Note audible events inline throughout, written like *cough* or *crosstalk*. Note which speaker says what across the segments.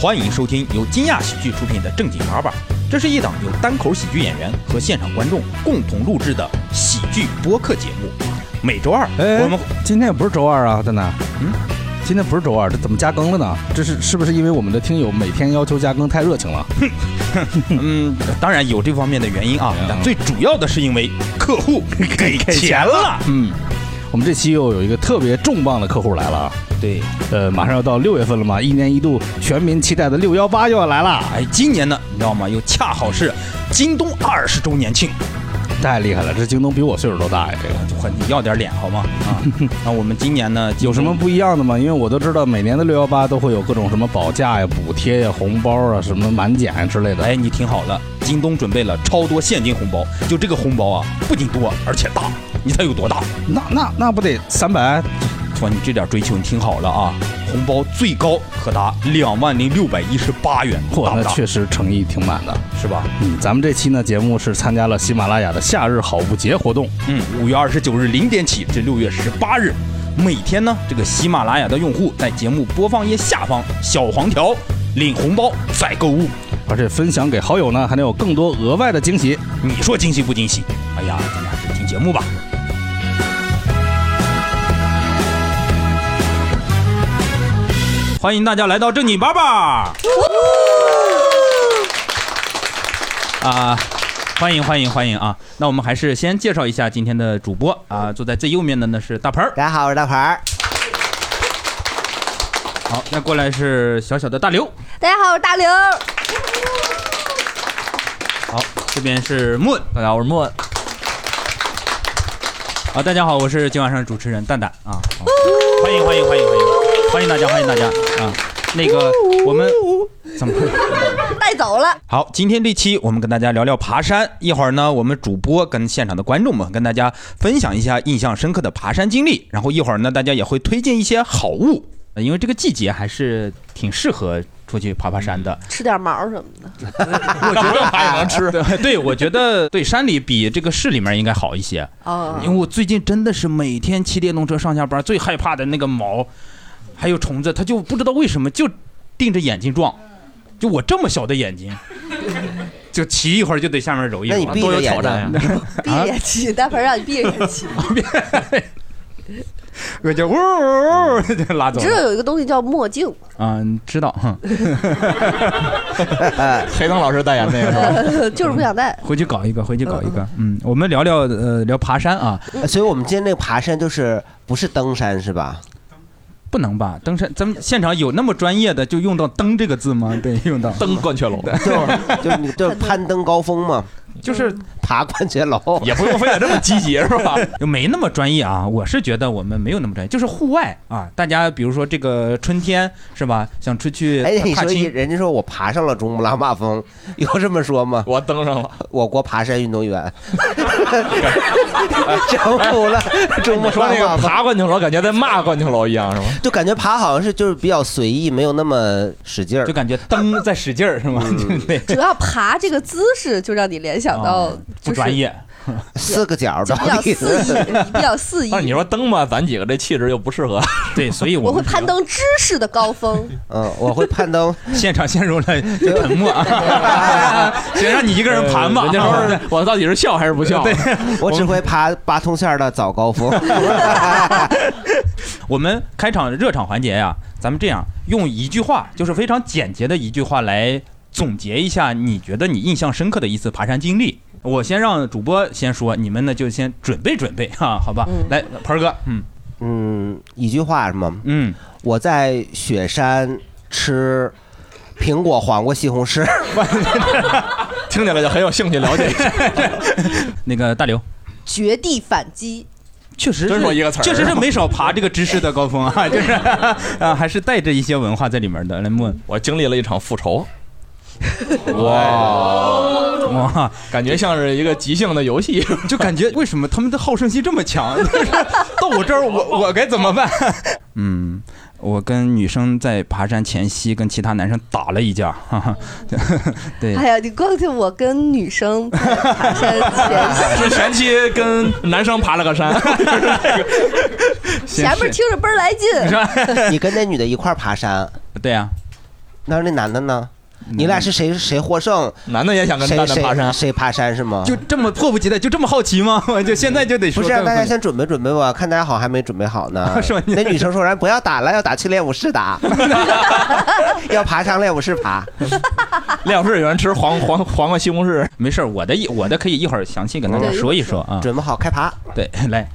Speaker 1: 欢迎收听由金亚喜剧出品的《正经八百》，这是一档由单口喜剧演员和现场观众共同录制的喜剧播客节目。每周二，
Speaker 2: 哎，
Speaker 1: 我们
Speaker 2: 今天也不是周二啊，蛋蛋。
Speaker 1: 嗯，
Speaker 2: 今天不是周二，这怎么加更了呢？这是是不是因为我们的听友每天要求加更太热情了？
Speaker 1: *laughs*
Speaker 2: *laughs*
Speaker 1: 嗯，当然有这方面的原因啊
Speaker 2: 嗯，
Speaker 1: 但最主要的是因为客
Speaker 2: *laughs*
Speaker 1: 户给钱了。
Speaker 2: 嗯，我们这期又有一个特别重磅的客户来了啊。
Speaker 1: 对，
Speaker 2: 呃，马上要到六月份了嘛，一年一度全民期待的六幺八又要来了，
Speaker 1: 哎，今年呢，你知道吗？又恰好是京东二十周年庆，
Speaker 2: 太厉害了！这京东比我岁数都大呀，这个
Speaker 1: 就很你要点脸 *laughs* 好吗？啊，那我们今年
Speaker 2: *laughs*
Speaker 1: 呢，
Speaker 2: 有什么不一样的吗？因为我都知道每年的六幺八都会有各种什么保价呀、补贴呀、红包啊、什么满减啊之类的。
Speaker 1: 哎，你挺好的，京东准备了超多现金红包，就这个红包啊，不仅多，而且大。你猜有多大？
Speaker 2: 那那那不得三百？
Speaker 1: 说你这点追求，你听好了啊，红包最高可达两万零六百一十八元，
Speaker 2: 嚯，
Speaker 1: 大
Speaker 2: 那
Speaker 1: 不大？
Speaker 2: 确实诚意挺满的。
Speaker 1: 是吧？
Speaker 2: 嗯，咱们这期呢节目是参加了喜马拉雅的夏日好物节活动，
Speaker 1: 嗯，五月二十九日零点起至六月十八日，每天呢，这个喜马拉雅的用户在节目播放页下方小黄条领红包再购物。
Speaker 2: 而且分享给好友呢还能有更多额外的惊喜。
Speaker 1: 你说惊喜不惊喜？哎呀，咱俩还是听节目吧。欢迎大家来到正经八八。啊，欢迎欢迎欢迎啊！那我们还是先介绍一下今天的主播啊，坐在最右面的呢是大盆儿，
Speaker 3: 大家好，我是大牌儿。
Speaker 1: 好，那过来是小小的大刘，
Speaker 4: 大家好，我是大刘。
Speaker 1: 好，这边是莫
Speaker 5: 大家好，我是莫文。
Speaker 1: 啊，大家好，我是今晚上的主持人蛋蛋啊，啊欢迎欢迎欢迎欢迎欢迎大家欢迎大家啊！那个我们怎么
Speaker 4: 带走了，
Speaker 1: 好？今天这期我们跟大家聊聊爬山，一会儿呢，我们主播跟现场的观众们跟大家分享一下印象深刻的爬山经历，然后一会儿呢，大家也会推荐一些好物，呃因为这个季节还是挺适合出去爬爬山的。
Speaker 4: 吃点毛什么的。
Speaker 1: *laughs* 我觉得还能吃， *laughs* 对，我觉得对山里比这个市里面应该好一些。
Speaker 4: 哦
Speaker 1: 因为我最近真的是每天骑电动车上下班，最害怕的那个毛，还有虫子，它就不知道为什么就盯着眼睛撞，就我这么小的眼睛， *laughs* 就骑一会儿就得下面揉一揉，
Speaker 3: 那你闭
Speaker 5: 多有
Speaker 3: 着眼
Speaker 5: 挑战
Speaker 3: 睛，啊
Speaker 4: *laughs* 闭着眼
Speaker 1: 啊
Speaker 4: 骑，大鹏让你闭着
Speaker 1: *laughs*
Speaker 4: 眼骑。
Speaker 1: 我就呜呜呜就拉走
Speaker 4: 知道
Speaker 1: 了。
Speaker 4: 有一个东西叫墨镜，
Speaker 1: 嗯，知道，
Speaker 3: *laughs*
Speaker 1: 哼，
Speaker 2: 哎
Speaker 5: 黑灯老师代言那个是吧？
Speaker 4: *laughs* 就是不想戴。
Speaker 1: 回去搞一个，回去搞一个。嗯，我们聊聊呃聊爬山啊，
Speaker 3: 呃所以我们今天这个爬山就是不是登山是吧？
Speaker 1: 不能吧？登山，咱们现场有那么专业的就用到“登”这个字吗？对，用到
Speaker 5: 登冠雀
Speaker 1: *laughs*
Speaker 5: 楼，
Speaker 3: 就是就是你就是攀登高峰嘛，
Speaker 1: 就是
Speaker 3: 爬冠绝楼。
Speaker 5: 也不用非得这么积极是吧？
Speaker 1: *laughs* 就没那么专业啊，我是觉得我们没有那么专业，就是户
Speaker 2: *laughs*
Speaker 1: 外啊，大家比如说这个春天是吧，想出去
Speaker 3: 哎，你
Speaker 1: 踏
Speaker 3: 说一
Speaker 1: 青，
Speaker 3: 人家说我爬上了珠穆朗玛峰， *laughs* 有这么说吗？
Speaker 5: 我登上了，
Speaker 3: 我国爬山运
Speaker 5: *laughs*
Speaker 3: 动员 *laughs* 征服了珠穆
Speaker 5: 我说
Speaker 3: 朗
Speaker 5: 那个
Speaker 3: 玛峰，
Speaker 5: 爬冠雀楼，感觉在骂冠雀楼一样是吗？
Speaker 3: *laughs* 就感觉爬好像是就是比较随意，没有那么使劲儿嗯
Speaker 1: 就。感觉蹬在使劲儿是吗？
Speaker 5: *laughs*
Speaker 1: 对不对？
Speaker 4: 主要爬这个姿势就让你联想到
Speaker 1: 哦不
Speaker 4: 就是
Speaker 1: 专业，
Speaker 3: 四个角儿
Speaker 4: 就
Speaker 3: 到
Speaker 4: 比较
Speaker 3: 底
Speaker 4: 肆意，你比较肆意
Speaker 5: 但。是你说登吧，咱几个这气质又不适合。
Speaker 1: 对，所以
Speaker 4: 我
Speaker 1: 我
Speaker 4: 会
Speaker 1: 们
Speaker 4: 攀登知识的高峰， *laughs*
Speaker 3: 嗯，我会攀登。
Speaker 1: *laughs* 现场陷入了沉
Speaker 3: *laughs*
Speaker 1: 默，谁让你一个人盘吧？
Speaker 5: 人家说
Speaker 1: *laughs*
Speaker 5: 是我到底是笑还是不笑？ *laughs*
Speaker 3: 我只会爬八通线儿的早高峰。
Speaker 1: 我们开场热场环节呀、咱们这样用一句话，就是非常简洁的一句话来总结一下，你觉得你印象深刻的一次爬山经历。我先让主播先说，你们呢就先准备准备哈、好吧？
Speaker 4: 嗯
Speaker 1: 来，盆儿哥，嗯
Speaker 3: 嗯，一句话是吗？
Speaker 1: 嗯，
Speaker 3: 我在雪山吃苹果、黄瓜、西红柿。
Speaker 5: *laughs* 听起来就很有兴趣了解一
Speaker 3: *laughs*
Speaker 5: 下。
Speaker 1: 那个大刘，
Speaker 4: 绝地反击。
Speaker 1: 确实是
Speaker 5: 真说一个词儿
Speaker 1: 确实是没少爬这个知识的高峰
Speaker 3: *laughs*
Speaker 1: 啊，就是啊，还是带着一些文化在里面的。来问
Speaker 5: 我经历了一场复仇，哇，
Speaker 1: 哇，
Speaker 5: 感觉像是一个即兴的游戏。 *laughs*
Speaker 1: 就感觉为什么他们的好胜心这么强？ *laughs* 就是到我这儿，我我该怎么办？嗯，我跟女生在爬山前夕跟其他男生打了一架，哈哈，
Speaker 3: 嗯
Speaker 1: *laughs* 对
Speaker 4: *laughs* 哎呀，你光听我跟女
Speaker 1: *laughs*
Speaker 4: 生在爬山前，
Speaker 5: 是前期跟男生爬了个山，
Speaker 1: 先
Speaker 4: 前面
Speaker 1: 是
Speaker 4: 听着倍儿来
Speaker 5: *laughs*
Speaker 3: *laughs*
Speaker 4: 劲，
Speaker 3: 你跟那女的一块儿爬山，
Speaker 1: 对啊，
Speaker 3: 他说那男的呢？你俩是谁谁获胜？
Speaker 5: 男的也想跟
Speaker 3: 谁
Speaker 5: 蛋蛋
Speaker 3: 谁
Speaker 5: 爬山，
Speaker 3: 谁爬山是吗？
Speaker 1: *laughs* 就这么迫不及待，就这么好奇吗？ *laughs* 就现在就得说
Speaker 3: 不是、啊，大家先准备准备吧，看大家好像还没准备好呢。
Speaker 1: 是吧
Speaker 3: 那女生说：“哎然不要打了，要打去练武室打， *laughs* 要爬上练武室爬。
Speaker 5: 练武室有人吃黄黄黄瓜西红柿，
Speaker 1: 没事儿，我的一我的可以一会儿详细跟大家说一说啊。
Speaker 3: 准备好开爬。
Speaker 1: 对，来，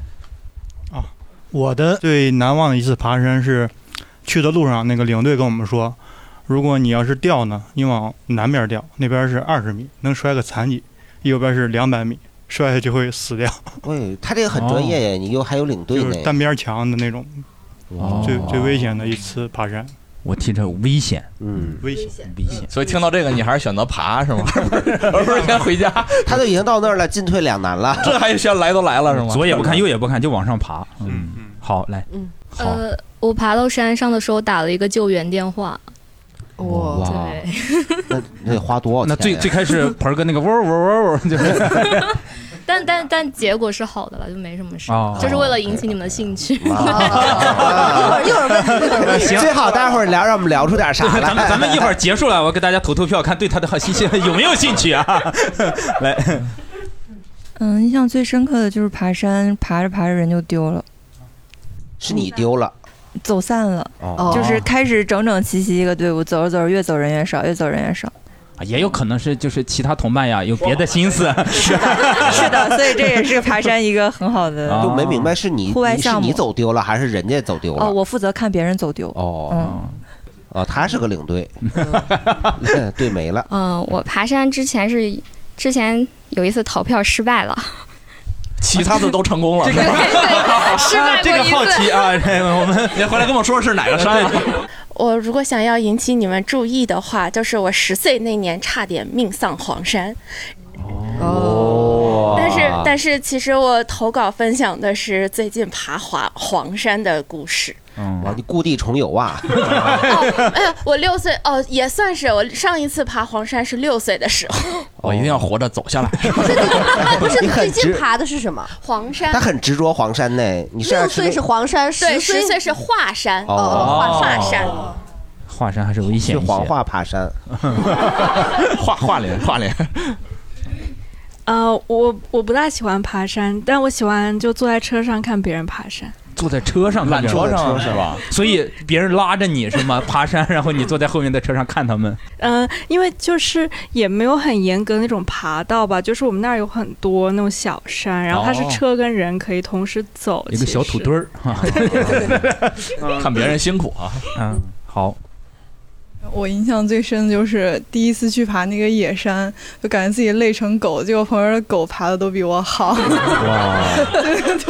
Speaker 6: 我的最难忘的一次爬山是，去的路上那个领队跟我们说，如果你要是掉呢，你往南边掉，那边是二十米，能摔个残疾；右边是两百米，摔下去会死掉，哦
Speaker 3: 喂，嗯他这个很专业耶，你又还有领队
Speaker 6: 就是 *laughs*
Speaker 3: 呢。
Speaker 6: 单边墙的那种，
Speaker 1: 哦
Speaker 6: 最最危险的一次爬山，
Speaker 1: 我听着危险，
Speaker 3: 嗯，
Speaker 6: 危险。
Speaker 1: 危险。
Speaker 5: 所以听到这个你还是选择爬是吗？ *laughs* 而不是先回家，
Speaker 3: 他都已经到那儿了，进退两难了。
Speaker 5: 这还先来都来了是吗？
Speaker 1: 左也不看，右也不看，就往上爬。嗯，
Speaker 6: 嗯，
Speaker 1: 好，来，
Speaker 4: 嗯，
Speaker 1: 好，
Speaker 7: 呃，我爬到山上的时候打了一个救援电话，
Speaker 4: 我
Speaker 3: 哇
Speaker 7: 对，
Speaker 3: 那那得花多少钱呀？
Speaker 1: 那最最开始盆儿哥那个喔喔喔喔，就是
Speaker 7: 但但但结果是好的了，就没什么事，
Speaker 1: *laughs*
Speaker 3: *laughs*
Speaker 1: 哦
Speaker 7: 就是为了引起你们的兴趣。
Speaker 8: *laughs*
Speaker 3: 啊
Speaker 4: 一会儿问你，一会儿问你。
Speaker 1: 行
Speaker 3: 最好待会儿聊，让我们聊出点啥
Speaker 1: *laughs* 咱们
Speaker 3: 来。
Speaker 1: 咱们一会儿结束了，我给大家投投票，看对他的好兴趣有没有兴趣啊？ *laughs* 来，
Speaker 9: 嗯，印象最深刻的就是爬山，爬着爬着人就丢了，
Speaker 3: 是你丢了，
Speaker 9: 走散了，
Speaker 3: 哦
Speaker 9: 就是开始整整齐齐一个队伍，走着走着越走人越少，越走人越少。
Speaker 1: 啊也有可能是就是其他同伴呀有别的心
Speaker 3: *laughs*
Speaker 1: 思，
Speaker 9: 是的，所以这也是爬山一个很好
Speaker 3: *laughs*
Speaker 9: 的。
Speaker 1: 啊
Speaker 9: 哦，
Speaker 3: 就没明白是你
Speaker 9: 户外
Speaker 3: 你是
Speaker 9: 项目哦
Speaker 3: 你走丢了，还是人家走丢了？
Speaker 9: 我负责看别人走丢。
Speaker 3: 哦
Speaker 9: 嗯，
Speaker 3: 哦，他是个领队， *laughs* 对没了。
Speaker 7: 嗯，我爬山之前是之前有一次逃票失败
Speaker 2: *laughs*
Speaker 7: 了，
Speaker 5: 其他的都成功了。
Speaker 1: 这个
Speaker 7: 失败
Speaker 1: 这
Speaker 7: 过
Speaker 1: 个
Speaker 7: 一
Speaker 1: 好
Speaker 7: 次。
Speaker 1: 奇啊，这个我们
Speaker 5: 你回来跟我说是哪个山啊？
Speaker 10: 我如果想要引起你们注意的话，就是我十岁那年差点命丧黄山，
Speaker 3: 哦
Speaker 10: 但是、但是其实我投稿分享的是最近爬华黄山的故事。
Speaker 3: 哇，你故地重游啊！
Speaker 10: 哦，哎呀，我六岁哦，也算是我上一次爬黄山是六岁的时候，
Speaker 5: 我一定要活着走下来。
Speaker 4: *laughs* 不
Speaker 3: *laughs*
Speaker 4: 是
Speaker 3: 你
Speaker 4: 你
Speaker 3: 很
Speaker 4: 最近
Speaker 3: 直
Speaker 4: 爬的是什么？
Speaker 10: 黄山
Speaker 3: 他很执着黄山呢。你是啊
Speaker 4: 六岁是 *laughs* 黄山，
Speaker 10: 对，
Speaker 4: 岁
Speaker 10: 十岁是华山，
Speaker 3: 哦
Speaker 10: 华山。
Speaker 1: 华山还是危险一些
Speaker 3: 去黄化爬山，
Speaker 5: 画画脸画脸，
Speaker 11: 呃，我我不大喜欢爬山，但我喜欢就坐在车上看别人爬山。
Speaker 1: 坐在车上看
Speaker 5: 缆
Speaker 1: 着
Speaker 5: 车上
Speaker 3: 车
Speaker 5: 是吧？
Speaker 1: 所以别人拉着你是吗？爬山，然后你坐在后面的车上看他们。
Speaker 11: 嗯、因为就是也没有很严格那种爬道吧，就是我们那儿有很多那种小山，然后它是
Speaker 5: 哦
Speaker 11: 车跟人可以同时走，
Speaker 1: 一个小土堆
Speaker 11: 儿。
Speaker 1: 儿
Speaker 11: *laughs*
Speaker 1: 哈，
Speaker 5: *laughs* 看别人辛苦啊，
Speaker 1: 嗯，好，
Speaker 12: 我印象最深的就是第一次去爬那个野山，就感觉自己累成狗，结果旁边的狗爬的都比我好。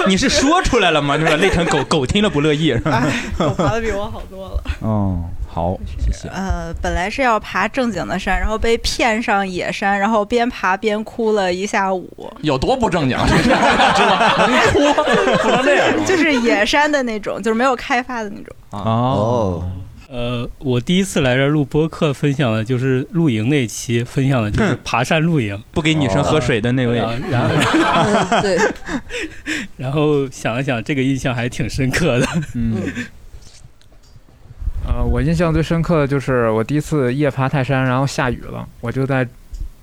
Speaker 1: 你是说出来了吗？就是累成狗，狗听了不乐意。是吧
Speaker 12: 哎，狗爬的比我好多了。
Speaker 1: 哦，好，谢谢。
Speaker 13: 呃，本来是要爬正经的山，然后被骗上野山，然后边爬边哭了一下午，
Speaker 5: 有多不正经？啊这是知道能哭，不能这样。
Speaker 13: *laughs* 就是野山的那种，就是没有开发的那种。
Speaker 1: 哦，
Speaker 14: 呃，我第一次来这儿录播客，分享的就是露营那期，分享的就是爬山
Speaker 5: *laughs*
Speaker 14: 露营。
Speaker 1: 不给女生喝水的那位，
Speaker 14: 啊然后，
Speaker 4: 嗯对，
Speaker 14: *laughs* 然后想了想，这个印象还挺深刻的。
Speaker 1: 嗯，
Speaker 15: 呃，我印象最深刻的就是我第一次夜爬泰山，然后下雨了，我就在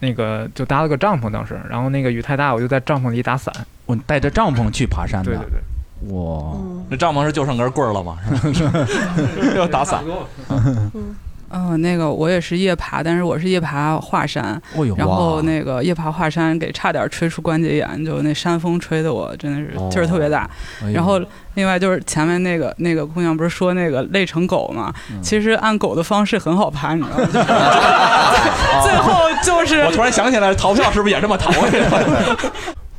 Speaker 15: 那个就搭了个帐篷，当时，然后那个雨太大，我就在帐篷里打伞。
Speaker 1: 我带着帐篷去爬山
Speaker 15: 对
Speaker 1: 的
Speaker 15: 对，对，
Speaker 1: 哇，
Speaker 5: 那帐篷是就剩根棍儿了吗？是吧 *laughs* 要打
Speaker 16: *laughs*
Speaker 5: 伞。
Speaker 12: 嗯、那个我也是夜爬，但是我是夜爬华山，
Speaker 1: 哦呦，
Speaker 12: 然
Speaker 1: 哇
Speaker 12: 后那个夜爬华山给差点吹出关节炎，就那山风吹的我真的是劲儿特别大。
Speaker 1: 哦哎呦
Speaker 12: 然后另外就是前面那个那个姑娘不是说那个累成狗嘛，
Speaker 1: 嗯
Speaker 12: 其实按狗的方式很好爬，你知道吗？最后就是
Speaker 5: 我突然想起来，逃票是不是也这么逃啊去的？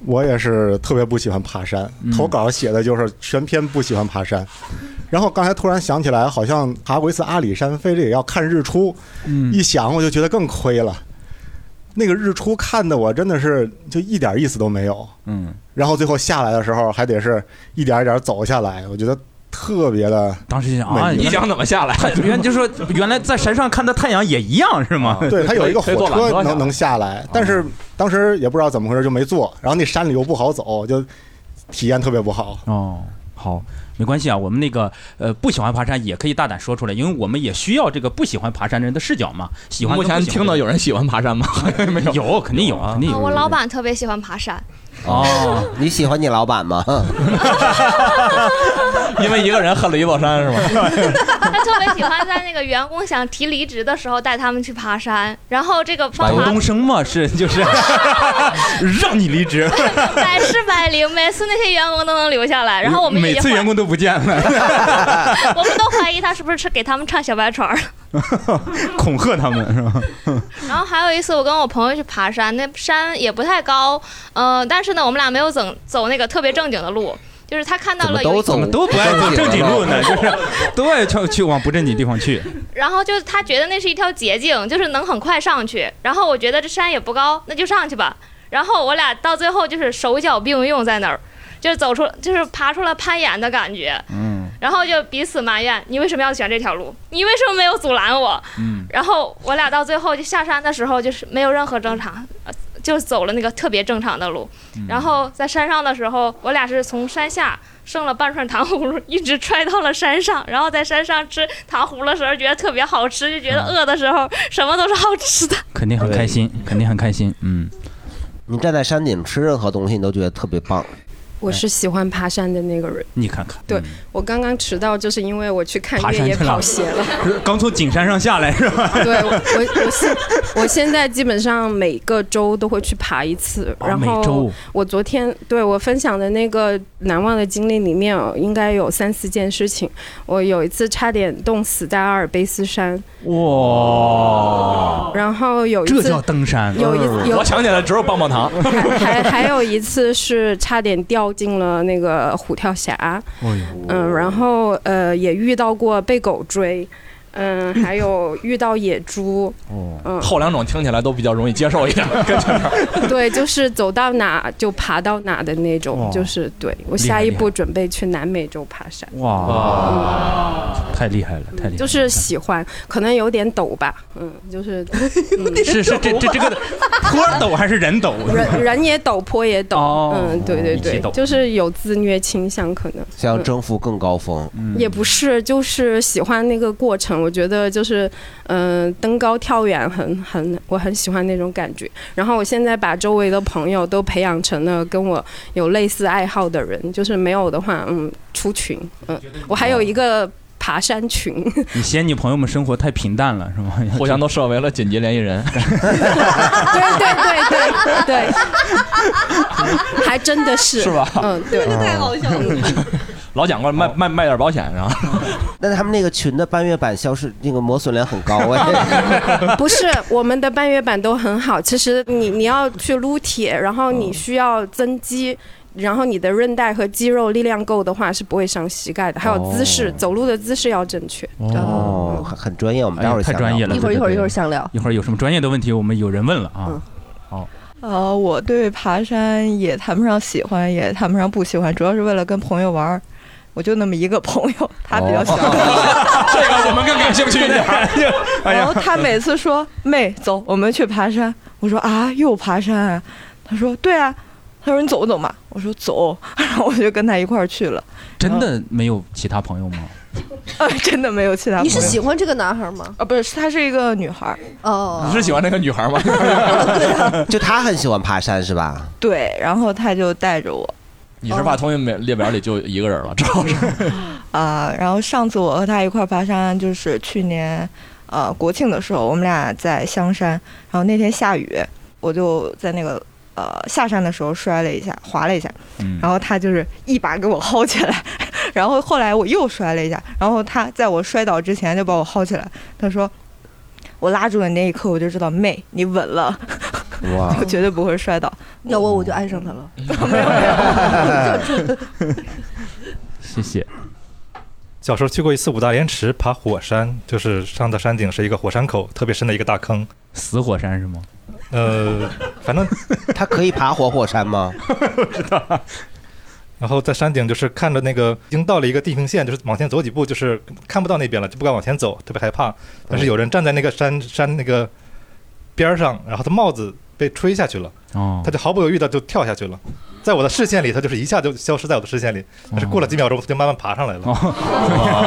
Speaker 17: 我也是特别不喜欢爬山，
Speaker 1: 嗯
Speaker 17: 投稿写的就是全篇不喜欢爬山。然后刚才突然想起来，好像爬过一次阿里山，非得要看日出，
Speaker 1: 嗯
Speaker 17: 一想我就觉得更亏了。那个日出看的我真的是就一点意思都没有。
Speaker 1: 嗯，
Speaker 17: 然后最后下来的时候，还得是一点一点走下来，我觉得特别的。
Speaker 1: 当时就想啊，
Speaker 5: 你
Speaker 1: 原来
Speaker 5: 想怎么下来？
Speaker 1: 原来就说原来在山上看的太阳也一样是
Speaker 5: 啊
Speaker 1: 吗？
Speaker 17: 对，它有一个火
Speaker 5: 可以坐缆车啊下
Speaker 17: 车
Speaker 5: 来
Speaker 17: 能能下来，但是当时也不知道怎么回事就没坐，然后那山里又不好走，就体验特别不好。
Speaker 1: 哦，好，没关系啊，我们那个呃不喜欢爬山也可以大胆说出来，因为我们也需要这个不喜欢爬山的人的视角嘛。喜欢
Speaker 5: 目前听到有人
Speaker 1: 喜欢爬山吗？ *laughs* 没有，有肯定有，啊肯定有。
Speaker 7: 嗯啊我老板特别喜欢爬山， *laughs*
Speaker 3: 哦，你喜欢你老板吗？
Speaker 5: 因为一个人恨了一座山是
Speaker 3: *laughs*
Speaker 5: 吗？
Speaker 7: 他特别喜欢在那个员工想提离职的时候带他们去爬山，然后这个方
Speaker 1: 股
Speaker 7: 法
Speaker 1: 东生嘛，是就是 *laughs* 让你离职，
Speaker 7: 百试百灵，每次那些员工都能留下来，然后我们
Speaker 1: 每
Speaker 7: 也
Speaker 1: 次
Speaker 7: 怀
Speaker 1: 员工都不见了，
Speaker 7: *laughs* 我们都怀疑他是不是给他们唱小白船儿。 *laughs*
Speaker 1: 恐吓他们是吧？
Speaker 7: 然后还有一次，我跟我朋友去爬山，那山也不太高，呃，但是呢，我们俩没有走走那个特别正经的路，就是他看到了有一
Speaker 1: 怎么都不爱走正经路呢？就是
Speaker 3: *laughs*
Speaker 1: 都爱去去往不正经地方去。
Speaker 7: 然后就是他觉得那是一条捷径，就是能很快上去。然后我觉得这山也不高，那就上去吧。然后我俩到最后就是手脚并用在那儿，就是走出，就是爬出了攀岩的感觉。
Speaker 1: 嗯
Speaker 7: 然后就彼此埋怨：“你为什么要选这条路？你为什么没有阻拦我？”
Speaker 1: 嗯
Speaker 7: 然后我俩到最后就下山的时候，就是没有任何正常，呃就走了那个特别正常的路。
Speaker 1: 嗯
Speaker 7: 然后在山上的时候，我俩是从山下剩了半串糖葫芦，一直揣到了山上。然后在山上吃糖葫芦的时候，觉得特别好吃，就觉得
Speaker 1: 嗯
Speaker 7: 饿的时候什么都是好吃
Speaker 1: *laughs*
Speaker 7: 的。
Speaker 1: 肯定很开心，肯定很开心。嗯，
Speaker 3: 你站在山顶吃任何东西，你都觉得特别棒。
Speaker 18: 我是喜欢爬山的那个人。
Speaker 1: 你看看，
Speaker 18: 对我刚刚迟到，就是因为我去看
Speaker 1: 嗯爬
Speaker 18: 越
Speaker 1: 山
Speaker 18: 野
Speaker 1: 去了
Speaker 18: 跑鞋
Speaker 1: *laughs*
Speaker 18: 了。，
Speaker 1: 刚从景山上下来是
Speaker 3: *laughs*
Speaker 1: 吧？
Speaker 18: 对我，我我现我现在基本上每个周都会去爬一次。
Speaker 1: 哦
Speaker 18: 然
Speaker 1: 每周
Speaker 18: 后我昨天对我分享的那个难忘的经历里面，应该有三四件事情。我有一次差点冻死在阿尔卑斯山，
Speaker 5: *laughs*
Speaker 1: 哇，
Speaker 18: 然后有一次
Speaker 1: 这
Speaker 18: *laughs*
Speaker 1: 叫登山。嗯
Speaker 18: 有一有
Speaker 5: 我想起来只有棒棒糖。
Speaker 18: 还还有一次是差点掉进了那个虎跳峡，
Speaker 1: 哎哦
Speaker 18: 嗯，然后呃也遇到过被狗追，嗯，还有遇到野猪，
Speaker 1: 哦
Speaker 18: 嗯，
Speaker 5: 后两种听起来都比较容易接受一点，跟前面
Speaker 18: 对，就是走到哪就爬到哪的那种，
Speaker 5: 哦
Speaker 18: 就是对我
Speaker 1: 厉害
Speaker 18: 下一
Speaker 1: 厉害
Speaker 18: 步准备去南美洲爬山，
Speaker 1: 哇，太厉害了，太厉害了！
Speaker 18: 就是喜欢，可能有点陡吧，嗯，就是、嗯
Speaker 1: *laughs* 是是这这这个坡陡还是人陡？
Speaker 18: 人人也陡，坡也陡，
Speaker 1: 哦
Speaker 18: 嗯，对对
Speaker 3: 一起
Speaker 18: 对
Speaker 3: 陡，
Speaker 18: 就是有自虐倾向可能，
Speaker 3: 想
Speaker 18: 嗯
Speaker 3: 征服更高峰，
Speaker 18: 也不是，就是喜欢那个过程。我觉得就是，嗯、登高跳远很很，我很喜欢那种感觉。然后我现在把周围的朋友都培养成了跟我有类似爱好的人，就是没有的话，嗯，出群，嗯，我还有一个爬山群，
Speaker 1: *laughs* 你嫌你朋友们生活太平淡了是吗？互相
Speaker 5: 都设为了紧急联系
Speaker 1: *laughs*
Speaker 5: 人。
Speaker 18: 对对对对对，还真的是
Speaker 5: 是吧
Speaker 18: 嗯，对，
Speaker 5: 这太好笑了。老蒋过来卖
Speaker 1: 哦
Speaker 5: 卖卖点保险，然后
Speaker 3: 那他们那个群的半月板消失，那个磨损量很高哎。
Speaker 18: 不是，我们的半月板都很好。其实你你要去撸铁，然后你需要增肌。然后你的韧带和肌肉力量够的话，是不会伤膝盖的。还有姿势，
Speaker 3: 哦
Speaker 18: 走路的姿势要正确。
Speaker 3: *laughs* 哦，很很专业，我们
Speaker 1: 哎
Speaker 3: 待
Speaker 1: 呀
Speaker 3: 会儿
Speaker 1: 太
Speaker 3: 详
Speaker 1: 专
Speaker 3: 聊
Speaker 1: 业了，
Speaker 3: 一
Speaker 1: 对
Speaker 3: 会儿
Speaker 1: 对
Speaker 3: 一会儿
Speaker 1: 对
Speaker 3: 一会儿
Speaker 1: 详聊。一会儿有什么专业的问题，我们有人问了啊。好，
Speaker 16: 呃，我对爬山也谈不上喜欢，也谈不上不喜欢，主要是为了跟朋友玩儿。我就那么一个朋
Speaker 5: *laughs*
Speaker 16: 友，他比较小，
Speaker 5: 哦这个我们更感兴趣一
Speaker 1: *laughs*
Speaker 5: 点。哎
Speaker 16: 然后
Speaker 5: 呀，
Speaker 16: 他每次
Speaker 5: *laughs*
Speaker 16: 说：“妹，走，我们去爬山。”我说：“啊，又爬山啊？”他说：“对啊。”他说：“你走不走嘛？”我说：“走。” *laughs* 然后我就跟他一块儿去了。
Speaker 1: 真的没有其他朋友吗？
Speaker 16: 呃，真的没有其他朋友。
Speaker 4: 你是喜欢这个男孩吗？
Speaker 16: 啊？不是，她是一个女孩儿。
Speaker 4: 哦，
Speaker 5: 你是喜欢那个女孩吗？
Speaker 3: 就他很喜欢爬山是吧？
Speaker 16: 对，然后她就带着我。
Speaker 5: 你是怕同学们列表里就一个人了，主要是
Speaker 16: 啊、然后上次我和他一块儿爬山，就是去年呃国庆的时候，我们俩在香山，然后那天下雨，我就在那个呃下山的时候摔了一下，滑了一下，
Speaker 9: 嗯
Speaker 3: *laughs*
Speaker 16: 然后他就是一把给我薅起来， *laughs* 然后后来我又摔了一下，然后他在我摔倒之前就把我薅起来，他说。我拉住了你那一刻，我就知道妹，你稳了， *laughs*
Speaker 3: 哇
Speaker 16: 我绝对不会摔倒。
Speaker 4: 要我我就爱上他
Speaker 16: *laughs*
Speaker 4: 了。
Speaker 1: *laughs* 谢谢。
Speaker 19: 小时候去过一次五大连池爬火山，就是上到山顶是一个火山口，特别深的一个大坑。
Speaker 1: 死火山是吗？
Speaker 19: 呃，反正
Speaker 3: *laughs* 他可以爬活火山
Speaker 19: *laughs*
Speaker 3: 吗？
Speaker 19: 然后在山顶就是看着那个已经到了一个地平线，就是往前走几步就是看不到那边了，就不敢往前走，特别害怕。但是有人站在那个山山那个边儿上，然后他帽子被吹下去了，
Speaker 1: 哦
Speaker 19: 他就毫不犹豫的就跳下去了。在我的视线里，它就是一下就消失在我的视线
Speaker 1: 哦
Speaker 19: 里。但是过了几秒钟，它就慢慢爬上来了。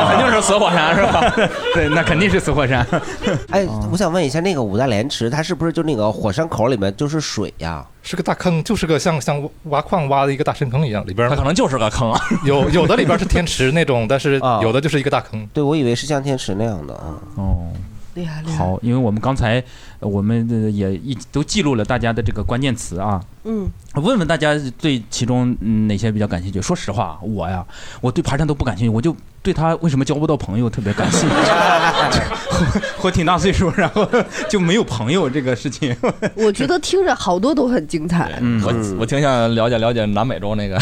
Speaker 1: 肯定是死火山是
Speaker 5: 哦
Speaker 1: 吧？哦 *laughs* 对，那肯定是死火山。
Speaker 8: *laughs*
Speaker 3: 哎，
Speaker 19: 嗯
Speaker 3: 我想问一下，那个五大连池，它是不是就那个火山口里面就是水呀？
Speaker 19: 是个大坑，就是个像像挖矿挖的一个大深坑一样，里边它可
Speaker 5: 能就是个坑、啊。哦
Speaker 19: 有有的里边是天池那种，但
Speaker 5: *laughs*
Speaker 19: 是
Speaker 8: 啊
Speaker 19: 有的就是一个大坑。
Speaker 3: 对，我以为是像天池那样的啊。
Speaker 1: 哦，
Speaker 3: 厉害厉
Speaker 1: 好，因为我们刚才呃我们呃也一都记录了大家的这个关键词啊。
Speaker 3: 嗯，
Speaker 1: 问问大家对其中嗯哪些比较感兴趣？说实话啊，我呀，我对爬山都不感兴趣，我就对他为什么交不到朋友特别感兴趣。 *laughs* 我我挺大岁数，然后就没有朋友这个事情。
Speaker 4: 我觉得听着好多都很精彩。
Speaker 1: 嗯
Speaker 5: 我我挺想了解了解南美洲那
Speaker 1: *laughs*
Speaker 5: 个，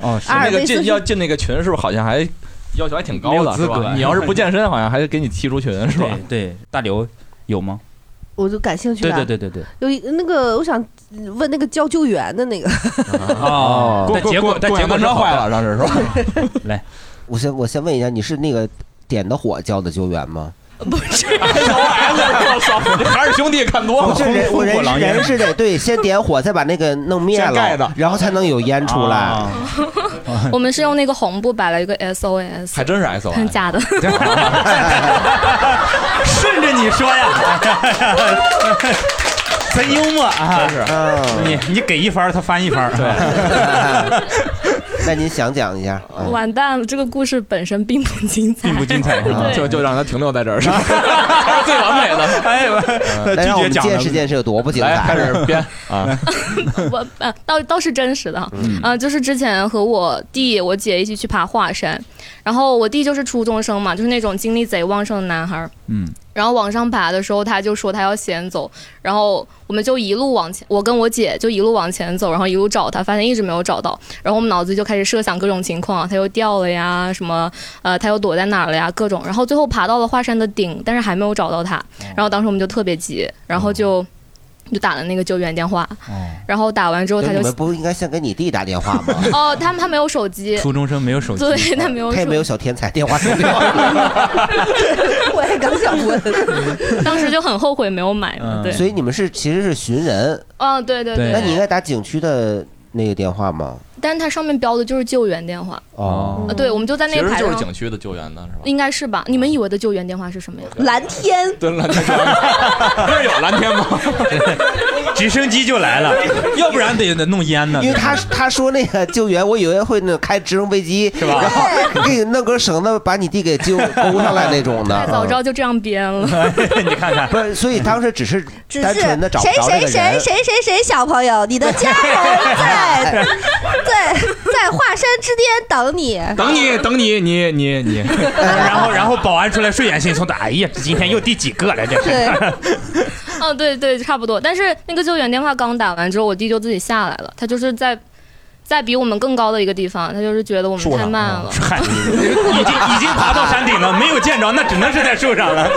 Speaker 1: 哦，
Speaker 4: 阿尔
Speaker 5: 那个
Speaker 4: 卑斯
Speaker 5: 进
Speaker 4: 山
Speaker 5: 要进那个群，是不是好像还要求还挺
Speaker 1: 没
Speaker 5: 高
Speaker 1: 有
Speaker 5: 的，
Speaker 1: 资
Speaker 5: 是
Speaker 1: 格
Speaker 5: 吧？你要是不健身，好像还给你踢出群，是吧？
Speaker 1: 对，大刘有吗？
Speaker 4: 我就感兴趣啊
Speaker 1: 对
Speaker 4: 了。
Speaker 1: 对对对对。
Speaker 4: 有一那个，我想问那个叫救援的 *laughs* 那个，
Speaker 1: 哦但结果但结果是
Speaker 5: 车
Speaker 1: 好
Speaker 5: 坏
Speaker 1: 的
Speaker 5: 了，当时
Speaker 19: *laughs*
Speaker 5: 是吧？
Speaker 1: 来，
Speaker 3: 我先我先问一下，你是那个点的火叫的救援吗？
Speaker 5: *laughs* 我操，你还是兄弟看多了。
Speaker 3: 不是人，我人是
Speaker 1: 啊
Speaker 3: 人是得对，先点火，再把那个弄灭
Speaker 5: 先盖
Speaker 3: 了
Speaker 5: 着，
Speaker 3: 然后才能有烟出来。
Speaker 19: 啊
Speaker 1: *laughs*
Speaker 8: 我们是用那个红布摆了一个 SOS，
Speaker 5: 还真是啊
Speaker 1: 啊
Speaker 5: S O，
Speaker 8: 很假的。
Speaker 1: 顺着你说
Speaker 5: *laughs*
Speaker 1: 呀，贼幽默啊！
Speaker 5: 真是，
Speaker 1: 你你给一分儿，他翻一分儿。
Speaker 3: *laughs* 那您想讲一下？嗯
Speaker 8: 完蛋了，这个故事本身并不精彩，
Speaker 1: 并不精彩嗯
Speaker 8: *laughs* 对
Speaker 5: 就就让它停留在这儿，是吧？ *laughs* 最完美的。
Speaker 1: 哎，
Speaker 5: *laughs* 那
Speaker 3: 来呃让我
Speaker 5: 拒绝
Speaker 3: 们
Speaker 5: 讲
Speaker 3: 见
Speaker 5: 的
Speaker 3: 识见识有多不精彩。
Speaker 5: 来开始
Speaker 3: *laughs*
Speaker 5: 编
Speaker 3: 啊！
Speaker 8: 我呃倒倒是真实的哈，
Speaker 3: 嗯
Speaker 8: 嗯、就是之前和我弟我姐一起去爬华山，然后我弟就是初中生嘛，就是那种精力贼旺盛的男孩儿。
Speaker 1: 嗯，
Speaker 8: 然后往上爬的时候，他就说他要先走，然后我们就一路往前，我跟我姐就一路往前走，然后一路找他，发现一直没有找到，然后我们脑子就开始设想各种情况，他又掉了呀，什么呃，他又躲在哪儿了呀，各种，然后最后爬到了华山的顶，但是还没有找到他，然后当时我们就特别急，然后就就打了那个救援电话，然后打完之后他
Speaker 3: 你
Speaker 8: 就
Speaker 3: 们不应该先给你弟打电话吗？
Speaker 8: 哦，他他没有手
Speaker 1: *laughs*
Speaker 8: 机，
Speaker 1: 初中生没有手机，
Speaker 8: 对他没有
Speaker 3: 他也
Speaker 8: 手
Speaker 3: 没有小天才电话手机号。
Speaker 4: 我也刚想问。
Speaker 8: 当时就很后悔没有买嘛，对，
Speaker 3: 所以你们是其实是寻人，
Speaker 8: 嗯，对嗯对
Speaker 3: 那你应该打景区的那个电话吗？
Speaker 8: 但是它上面标的就是救援电话，
Speaker 3: 哦
Speaker 8: 呃对，我们就在
Speaker 5: 其
Speaker 8: 那个
Speaker 5: 实
Speaker 8: 牌
Speaker 5: 就
Speaker 8: 上
Speaker 5: 是，景区的救援的是吧？
Speaker 8: 应该是吧？
Speaker 1: 嗯
Speaker 8: 你们以为的救援电话是什么呀？
Speaker 4: 蓝天，
Speaker 5: 对，蓝天， *laughs* 那儿有蓝天吗？
Speaker 8: 哎
Speaker 1: 直升机就
Speaker 8: *laughs*
Speaker 1: 来了，要不然得得弄烟呢。
Speaker 3: 因为他他说那个救援，我以为会那种开直升飞
Speaker 1: *laughs*
Speaker 3: 机，是
Speaker 1: 吧
Speaker 3: 然后给你弄根绳子把你弟给揪勾上来那
Speaker 1: *laughs*
Speaker 3: 种的。嗯
Speaker 8: 太早知道就这样编
Speaker 1: 嗯
Speaker 8: 了。
Speaker 1: 哎你看看，
Speaker 3: 不是，所以当时只是
Speaker 4: 只
Speaker 3: 单
Speaker 4: 是
Speaker 3: 纯的找不
Speaker 4: 谁
Speaker 3: 着这
Speaker 4: 谁
Speaker 3: 个
Speaker 4: 谁
Speaker 3: 人。
Speaker 4: 谁谁谁小朋友，你的家人在
Speaker 3: *laughs*
Speaker 4: 在在华山之巅等你。
Speaker 1: 等你，等你，你你
Speaker 3: *laughs*
Speaker 1: 你，然后然后保安出来睡眼惺忪的，哎呀，今天又第几个了？这
Speaker 4: 对
Speaker 1: *laughs* 是。
Speaker 8: *laughs* 嗯，对对，差不多。但是那个救援电话刚打完之后，我弟就自己下来了，他就是在。在比我们更高的一个地方，他就是觉得我们太慢了。
Speaker 1: 嗨， *laughs* 已经已经爬到山顶了，没有见着，那只能是在树上了。
Speaker 5: *laughs*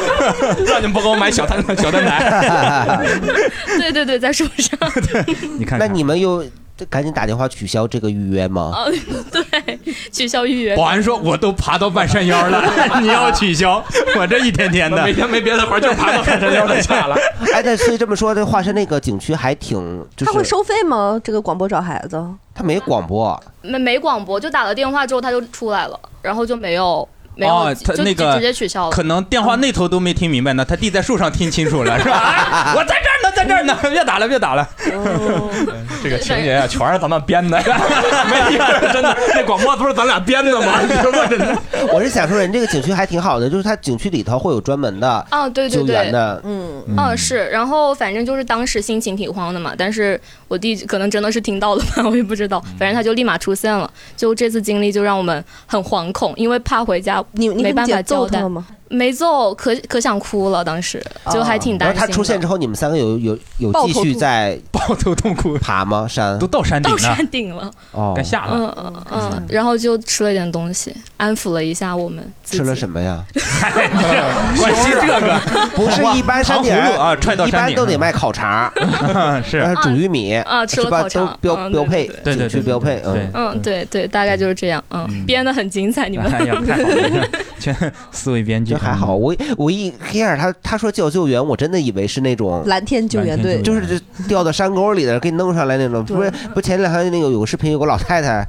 Speaker 5: 让你们不给我买小
Speaker 1: *laughs*
Speaker 5: 摊小摊台。
Speaker 8: *laughs*
Speaker 5: *laughs*
Speaker 8: 对对对，在树
Speaker 1: *laughs*
Speaker 8: 上。 *laughs*
Speaker 1: 你看
Speaker 3: 那你们又赶紧打电话取消这个预约吗？
Speaker 8: 啊，对，取消预约。
Speaker 1: 保安说：“我都爬到半山腰了， *laughs* 你 *laughs* 要取消？我这一天天的，
Speaker 5: 每天没别的活儿，就是爬到半山腰就下了。
Speaker 3: *laughs* 哎，那所以这么说，这华山那个景区还挺，就是
Speaker 4: 他会收费吗？这个广播找孩子，
Speaker 3: 他没广播，
Speaker 8: 没没广播，就打了电话之后他就出来了，然后就没有没有、
Speaker 1: 哦，他
Speaker 8: 就
Speaker 1: 那个
Speaker 8: 直接取消了。
Speaker 1: 可能电话那头都没听明白呢，他弟在树上听清楚了，是
Speaker 8: *laughs*
Speaker 1: 吧？啊我在这儿呢，在这儿呢， *laughs* 别打了，别打了。
Speaker 8: 哦
Speaker 1: *laughs*
Speaker 5: 这个情节啊，全是咱们编的， *laughs* 没一个人真的。那广播不是咱俩编的吗？你说真的？
Speaker 3: 我是想说人这个景区还挺好的，就是它景区里头会有专门的
Speaker 8: 啊，对对
Speaker 3: 救
Speaker 8: 对
Speaker 3: 援，的，
Speaker 8: 嗯
Speaker 3: 嗯
Speaker 8: 啊是，然后反正就是当时心情挺慌的嘛，但是我弟可能真的是听到了吧，我 *laughs* 也不知道，
Speaker 3: 嗯
Speaker 8: 反正他就立马出现了。就这次经历就让我们很惶恐，因为怕回家
Speaker 4: 你你
Speaker 8: 没
Speaker 4: 跟
Speaker 8: 办
Speaker 4: 姐
Speaker 8: 法
Speaker 4: 揍
Speaker 8: 交
Speaker 4: 他
Speaker 8: 代
Speaker 4: 了吗？哦
Speaker 8: 没揍，可可想哭了，当时就还挺担
Speaker 3: 然
Speaker 8: 心
Speaker 3: 后
Speaker 8: 的。
Speaker 3: 他出现之后，你们三个有有有
Speaker 8: 抱
Speaker 3: 继
Speaker 8: 头
Speaker 3: 续
Speaker 8: 痛
Speaker 3: 在
Speaker 1: *laughs* 抱头痛哭
Speaker 3: 爬吗？山
Speaker 1: 都到山
Speaker 8: 到山顶了，
Speaker 3: 哦，
Speaker 1: 该下
Speaker 8: 嗯嗯嗯，然后就吃了点东西，安抚了一了一下我们自己。
Speaker 1: 哎
Speaker 3: 吃了什么呀？
Speaker 1: *laughs* 关心这个，
Speaker 3: 不是一般山顶人
Speaker 1: 葫芦啊踹到
Speaker 3: 一
Speaker 1: 山
Speaker 3: 般
Speaker 1: 顶
Speaker 3: 都得卖烤肠，
Speaker 1: *laughs* 是
Speaker 3: 煮玉米
Speaker 7: 啊吃了
Speaker 3: 是吧
Speaker 7: 烤肠
Speaker 3: 都标
Speaker 7: 嗯
Speaker 3: 标配，
Speaker 1: 对对
Speaker 3: 景区标配，嗯，
Speaker 7: 嗯，对对，大概就是这样。嗯，编的很精彩，你们。
Speaker 1: 哎呀，太
Speaker 4: *laughs*
Speaker 1: 好了，全思维编剧
Speaker 3: 还好。我我一黑尔他他说叫救援，我真的以为是那种
Speaker 4: 蓝天救援队
Speaker 3: 就是这掉到山沟里的给你弄上来那种。不是不是前两天那个有个视频，有个老太太。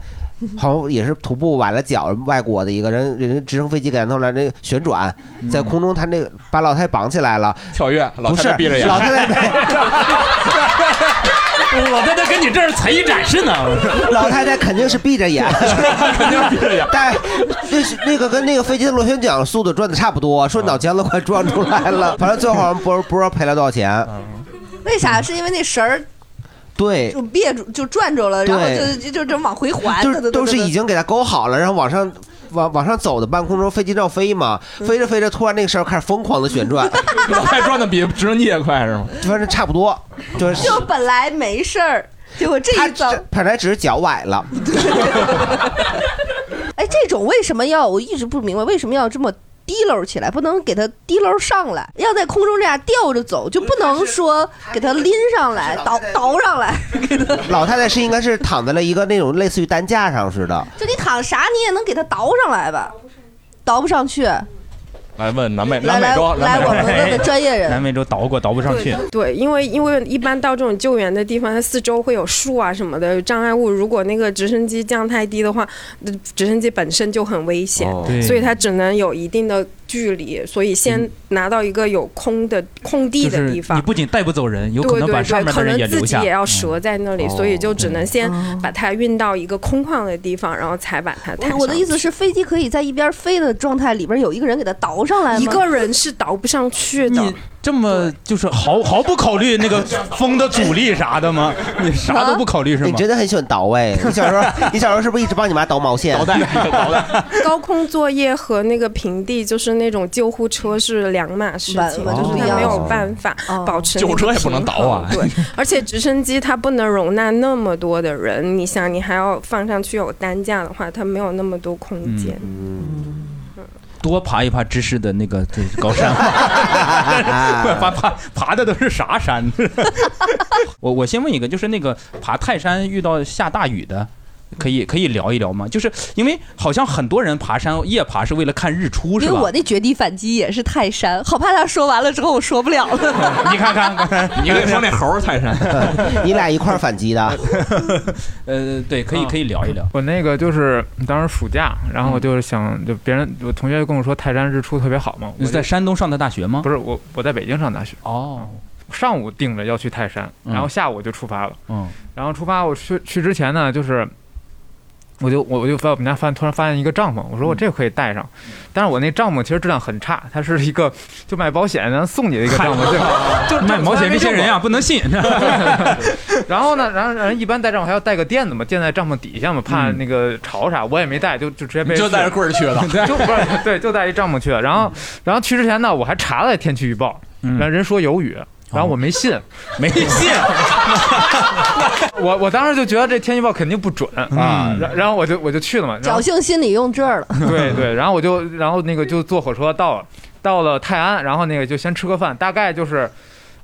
Speaker 3: 好像也是徒步崴了脚，外国的一个人，人家直升飞机给他弄来，那个旋转在空中，他那个把老太太绑起来了，
Speaker 5: 跳跃，老
Speaker 3: 不
Speaker 5: 太
Speaker 3: 是
Speaker 5: 太闭着眼，
Speaker 3: 老太
Speaker 5: *laughs*
Speaker 3: 太
Speaker 1: 我在这跟你这儿才展示呢。
Speaker 3: 老太太肯定是闭着眼，
Speaker 5: *laughs*
Speaker 3: 肯定闭 *laughs* 着眼。但那是那个跟那个飞机的螺旋桨速度转的差不多，说脑浆都快撞出来了。反正最后好像不知不知道赔了多少钱。
Speaker 4: 为啥？是因为那绳儿
Speaker 3: *laughs* 对
Speaker 4: 就，别住，就转着了，然后就
Speaker 3: 对
Speaker 4: 就就这么往回环，
Speaker 3: 就是都是已经给它勾好了，然后往上。往往上走的半空中，飞机照飞嘛，飞着飞着，突然那个时候开始疯狂的旋转，
Speaker 5: 老太太转的比直升机也快是吗？
Speaker 3: *laughs* 反正差不多，就是
Speaker 4: 就本来没事儿，结果这一遭，
Speaker 3: 本来只是脚崴了，
Speaker 4: 哎，这种为什么要？我一直不明白为什么要这么。提溜起来，不能给它提溜上来，要在空中这样吊着走，就不能说给它拎上来、倒倒上来。
Speaker 3: 老太太是应该是躺在了一个那种类似于担架上似的，
Speaker 4: 就你躺啥，你也能给它倒上来吧？倒不上去，
Speaker 5: 来问南美
Speaker 4: 来
Speaker 5: 南美洲，
Speaker 4: 来
Speaker 5: 南美洲
Speaker 4: 我们问问专业人
Speaker 1: 哎南美洲倒过倒不上去，
Speaker 18: 对，因为因为一般到这种救援的地方，它四周会有树啊什么的障碍物，如果那个直升机降太低的话，呃直升机本身就很危险，
Speaker 20: 哦对
Speaker 18: 所以它只能有一定的距离，所以先拿到一个有空的空地
Speaker 1: 就是
Speaker 18: 的地方
Speaker 1: 你。不仅带不走人，有
Speaker 18: 对
Speaker 1: 可
Speaker 18: 对
Speaker 1: 能把上
Speaker 18: 对，
Speaker 1: 面
Speaker 18: 可
Speaker 1: 的人
Speaker 18: 能自
Speaker 1: 留
Speaker 18: 己
Speaker 1: 下。嗯哦
Speaker 18: 也要折在那里，所以就只能先
Speaker 4: 哦
Speaker 18: 把它运到一个空旷的地方，然后才把它抬
Speaker 4: 我我的
Speaker 18: 上
Speaker 4: 意思
Speaker 18: 去
Speaker 4: 是，飞机可以在一边飞的状态里边有一个人给它倒上来吗？
Speaker 18: 一个人是倒不上去的。
Speaker 1: 这么就是毫毫不考虑那个风的阻力啥的吗？你啥都不考虑是吗？
Speaker 3: 啊你真的很喜欢倒哎！你小时候，你小时候是不是一直帮你妈倒毛线？倒 *laughs* 带，
Speaker 5: 倒带。
Speaker 18: *laughs* 高空作业和那个平地，就是那种救护车是两码事情，
Speaker 5: 完全
Speaker 18: 就
Speaker 5: 不
Speaker 18: 是
Speaker 5: 一
Speaker 18: 它
Speaker 5: 样
Speaker 18: 没有办法
Speaker 4: 哦
Speaker 18: 保持那
Speaker 5: 救
Speaker 18: 个
Speaker 5: 护车也不能
Speaker 18: 平
Speaker 5: 倒
Speaker 18: 衡
Speaker 5: 啊。
Speaker 1: *laughs*
Speaker 18: 对，而且直升机它不能容纳那么多的人，你想，你还要放上去有担架的话，它没有那么多空间。
Speaker 1: 嗯
Speaker 18: 嗯
Speaker 1: 多爬一爬知识的那个对高山，
Speaker 18: *laughs*
Speaker 1: 快爬爬爬的都是啥山？ *laughs* 我我先问一个，就是那个爬泰山遇到下大雨的，可以可以聊一聊吗？就是因为好像很多人爬山夜爬是为了看日出，是
Speaker 4: 因为
Speaker 1: 吧？
Speaker 4: 我那绝地反击也是泰山，好怕他说完了之后我说不了了。
Speaker 1: *laughs* 你
Speaker 5: *laughs*
Speaker 1: 看看，刚才
Speaker 5: 你跟说那猴儿泰
Speaker 1: *laughs*
Speaker 5: 山，
Speaker 3: *laughs* 你俩一块儿反击的，
Speaker 1: 呃，对，可以可以聊一聊。
Speaker 15: *laughs* 我那个就是当时暑假，然后我就是想，就别人我同学就跟我说泰山日出特别好嘛。
Speaker 1: 你是在山东上的大学吗？
Speaker 15: 不是，我我在北京上大学。
Speaker 1: 哦，
Speaker 15: 上午定着要去泰山，
Speaker 1: 嗯
Speaker 15: 然后下午就出发了。
Speaker 5: 哦
Speaker 1: 嗯，
Speaker 15: 然后出发，我去去之前呢，就是我就我我就在我们家发现突然发现一个帐篷，我说
Speaker 1: 嗯
Speaker 15: 我这个可以带上，但是我那帐篷其实质量很差，它是一个就卖保险然后送你的一个帐篷，
Speaker 1: *laughs*
Speaker 15: 就就
Speaker 1: 卖保险那些人呀、啊不能 *laughs* 信。
Speaker 15: *laughs* 然后呢，然后然后一般带帐篷还要带个垫子嘛，垫在帐篷底下嘛，怕那个潮啥。我也没带，就就直接被
Speaker 5: 嗯你就带着棍儿去了
Speaker 15: *laughs*
Speaker 5: 嗯
Speaker 15: 对就不是对，就带一帐篷去了。然后然后去之前呢，我还查了天气预报，然后人说有雨。
Speaker 5: 哦
Speaker 15: 然后我没
Speaker 5: *laughs*
Speaker 15: 信，
Speaker 1: 没信，
Speaker 15: *laughs* 我我当时就觉得这天气预报肯定不准啊，
Speaker 1: 嗯
Speaker 15: 然然后我就我就去了嘛，然后
Speaker 4: 侥幸心理用这儿了，
Speaker 1: *laughs*
Speaker 15: 对对，然后我就然后那个就坐火车到了，到了泰安，然后那个就先吃个饭，大概就是。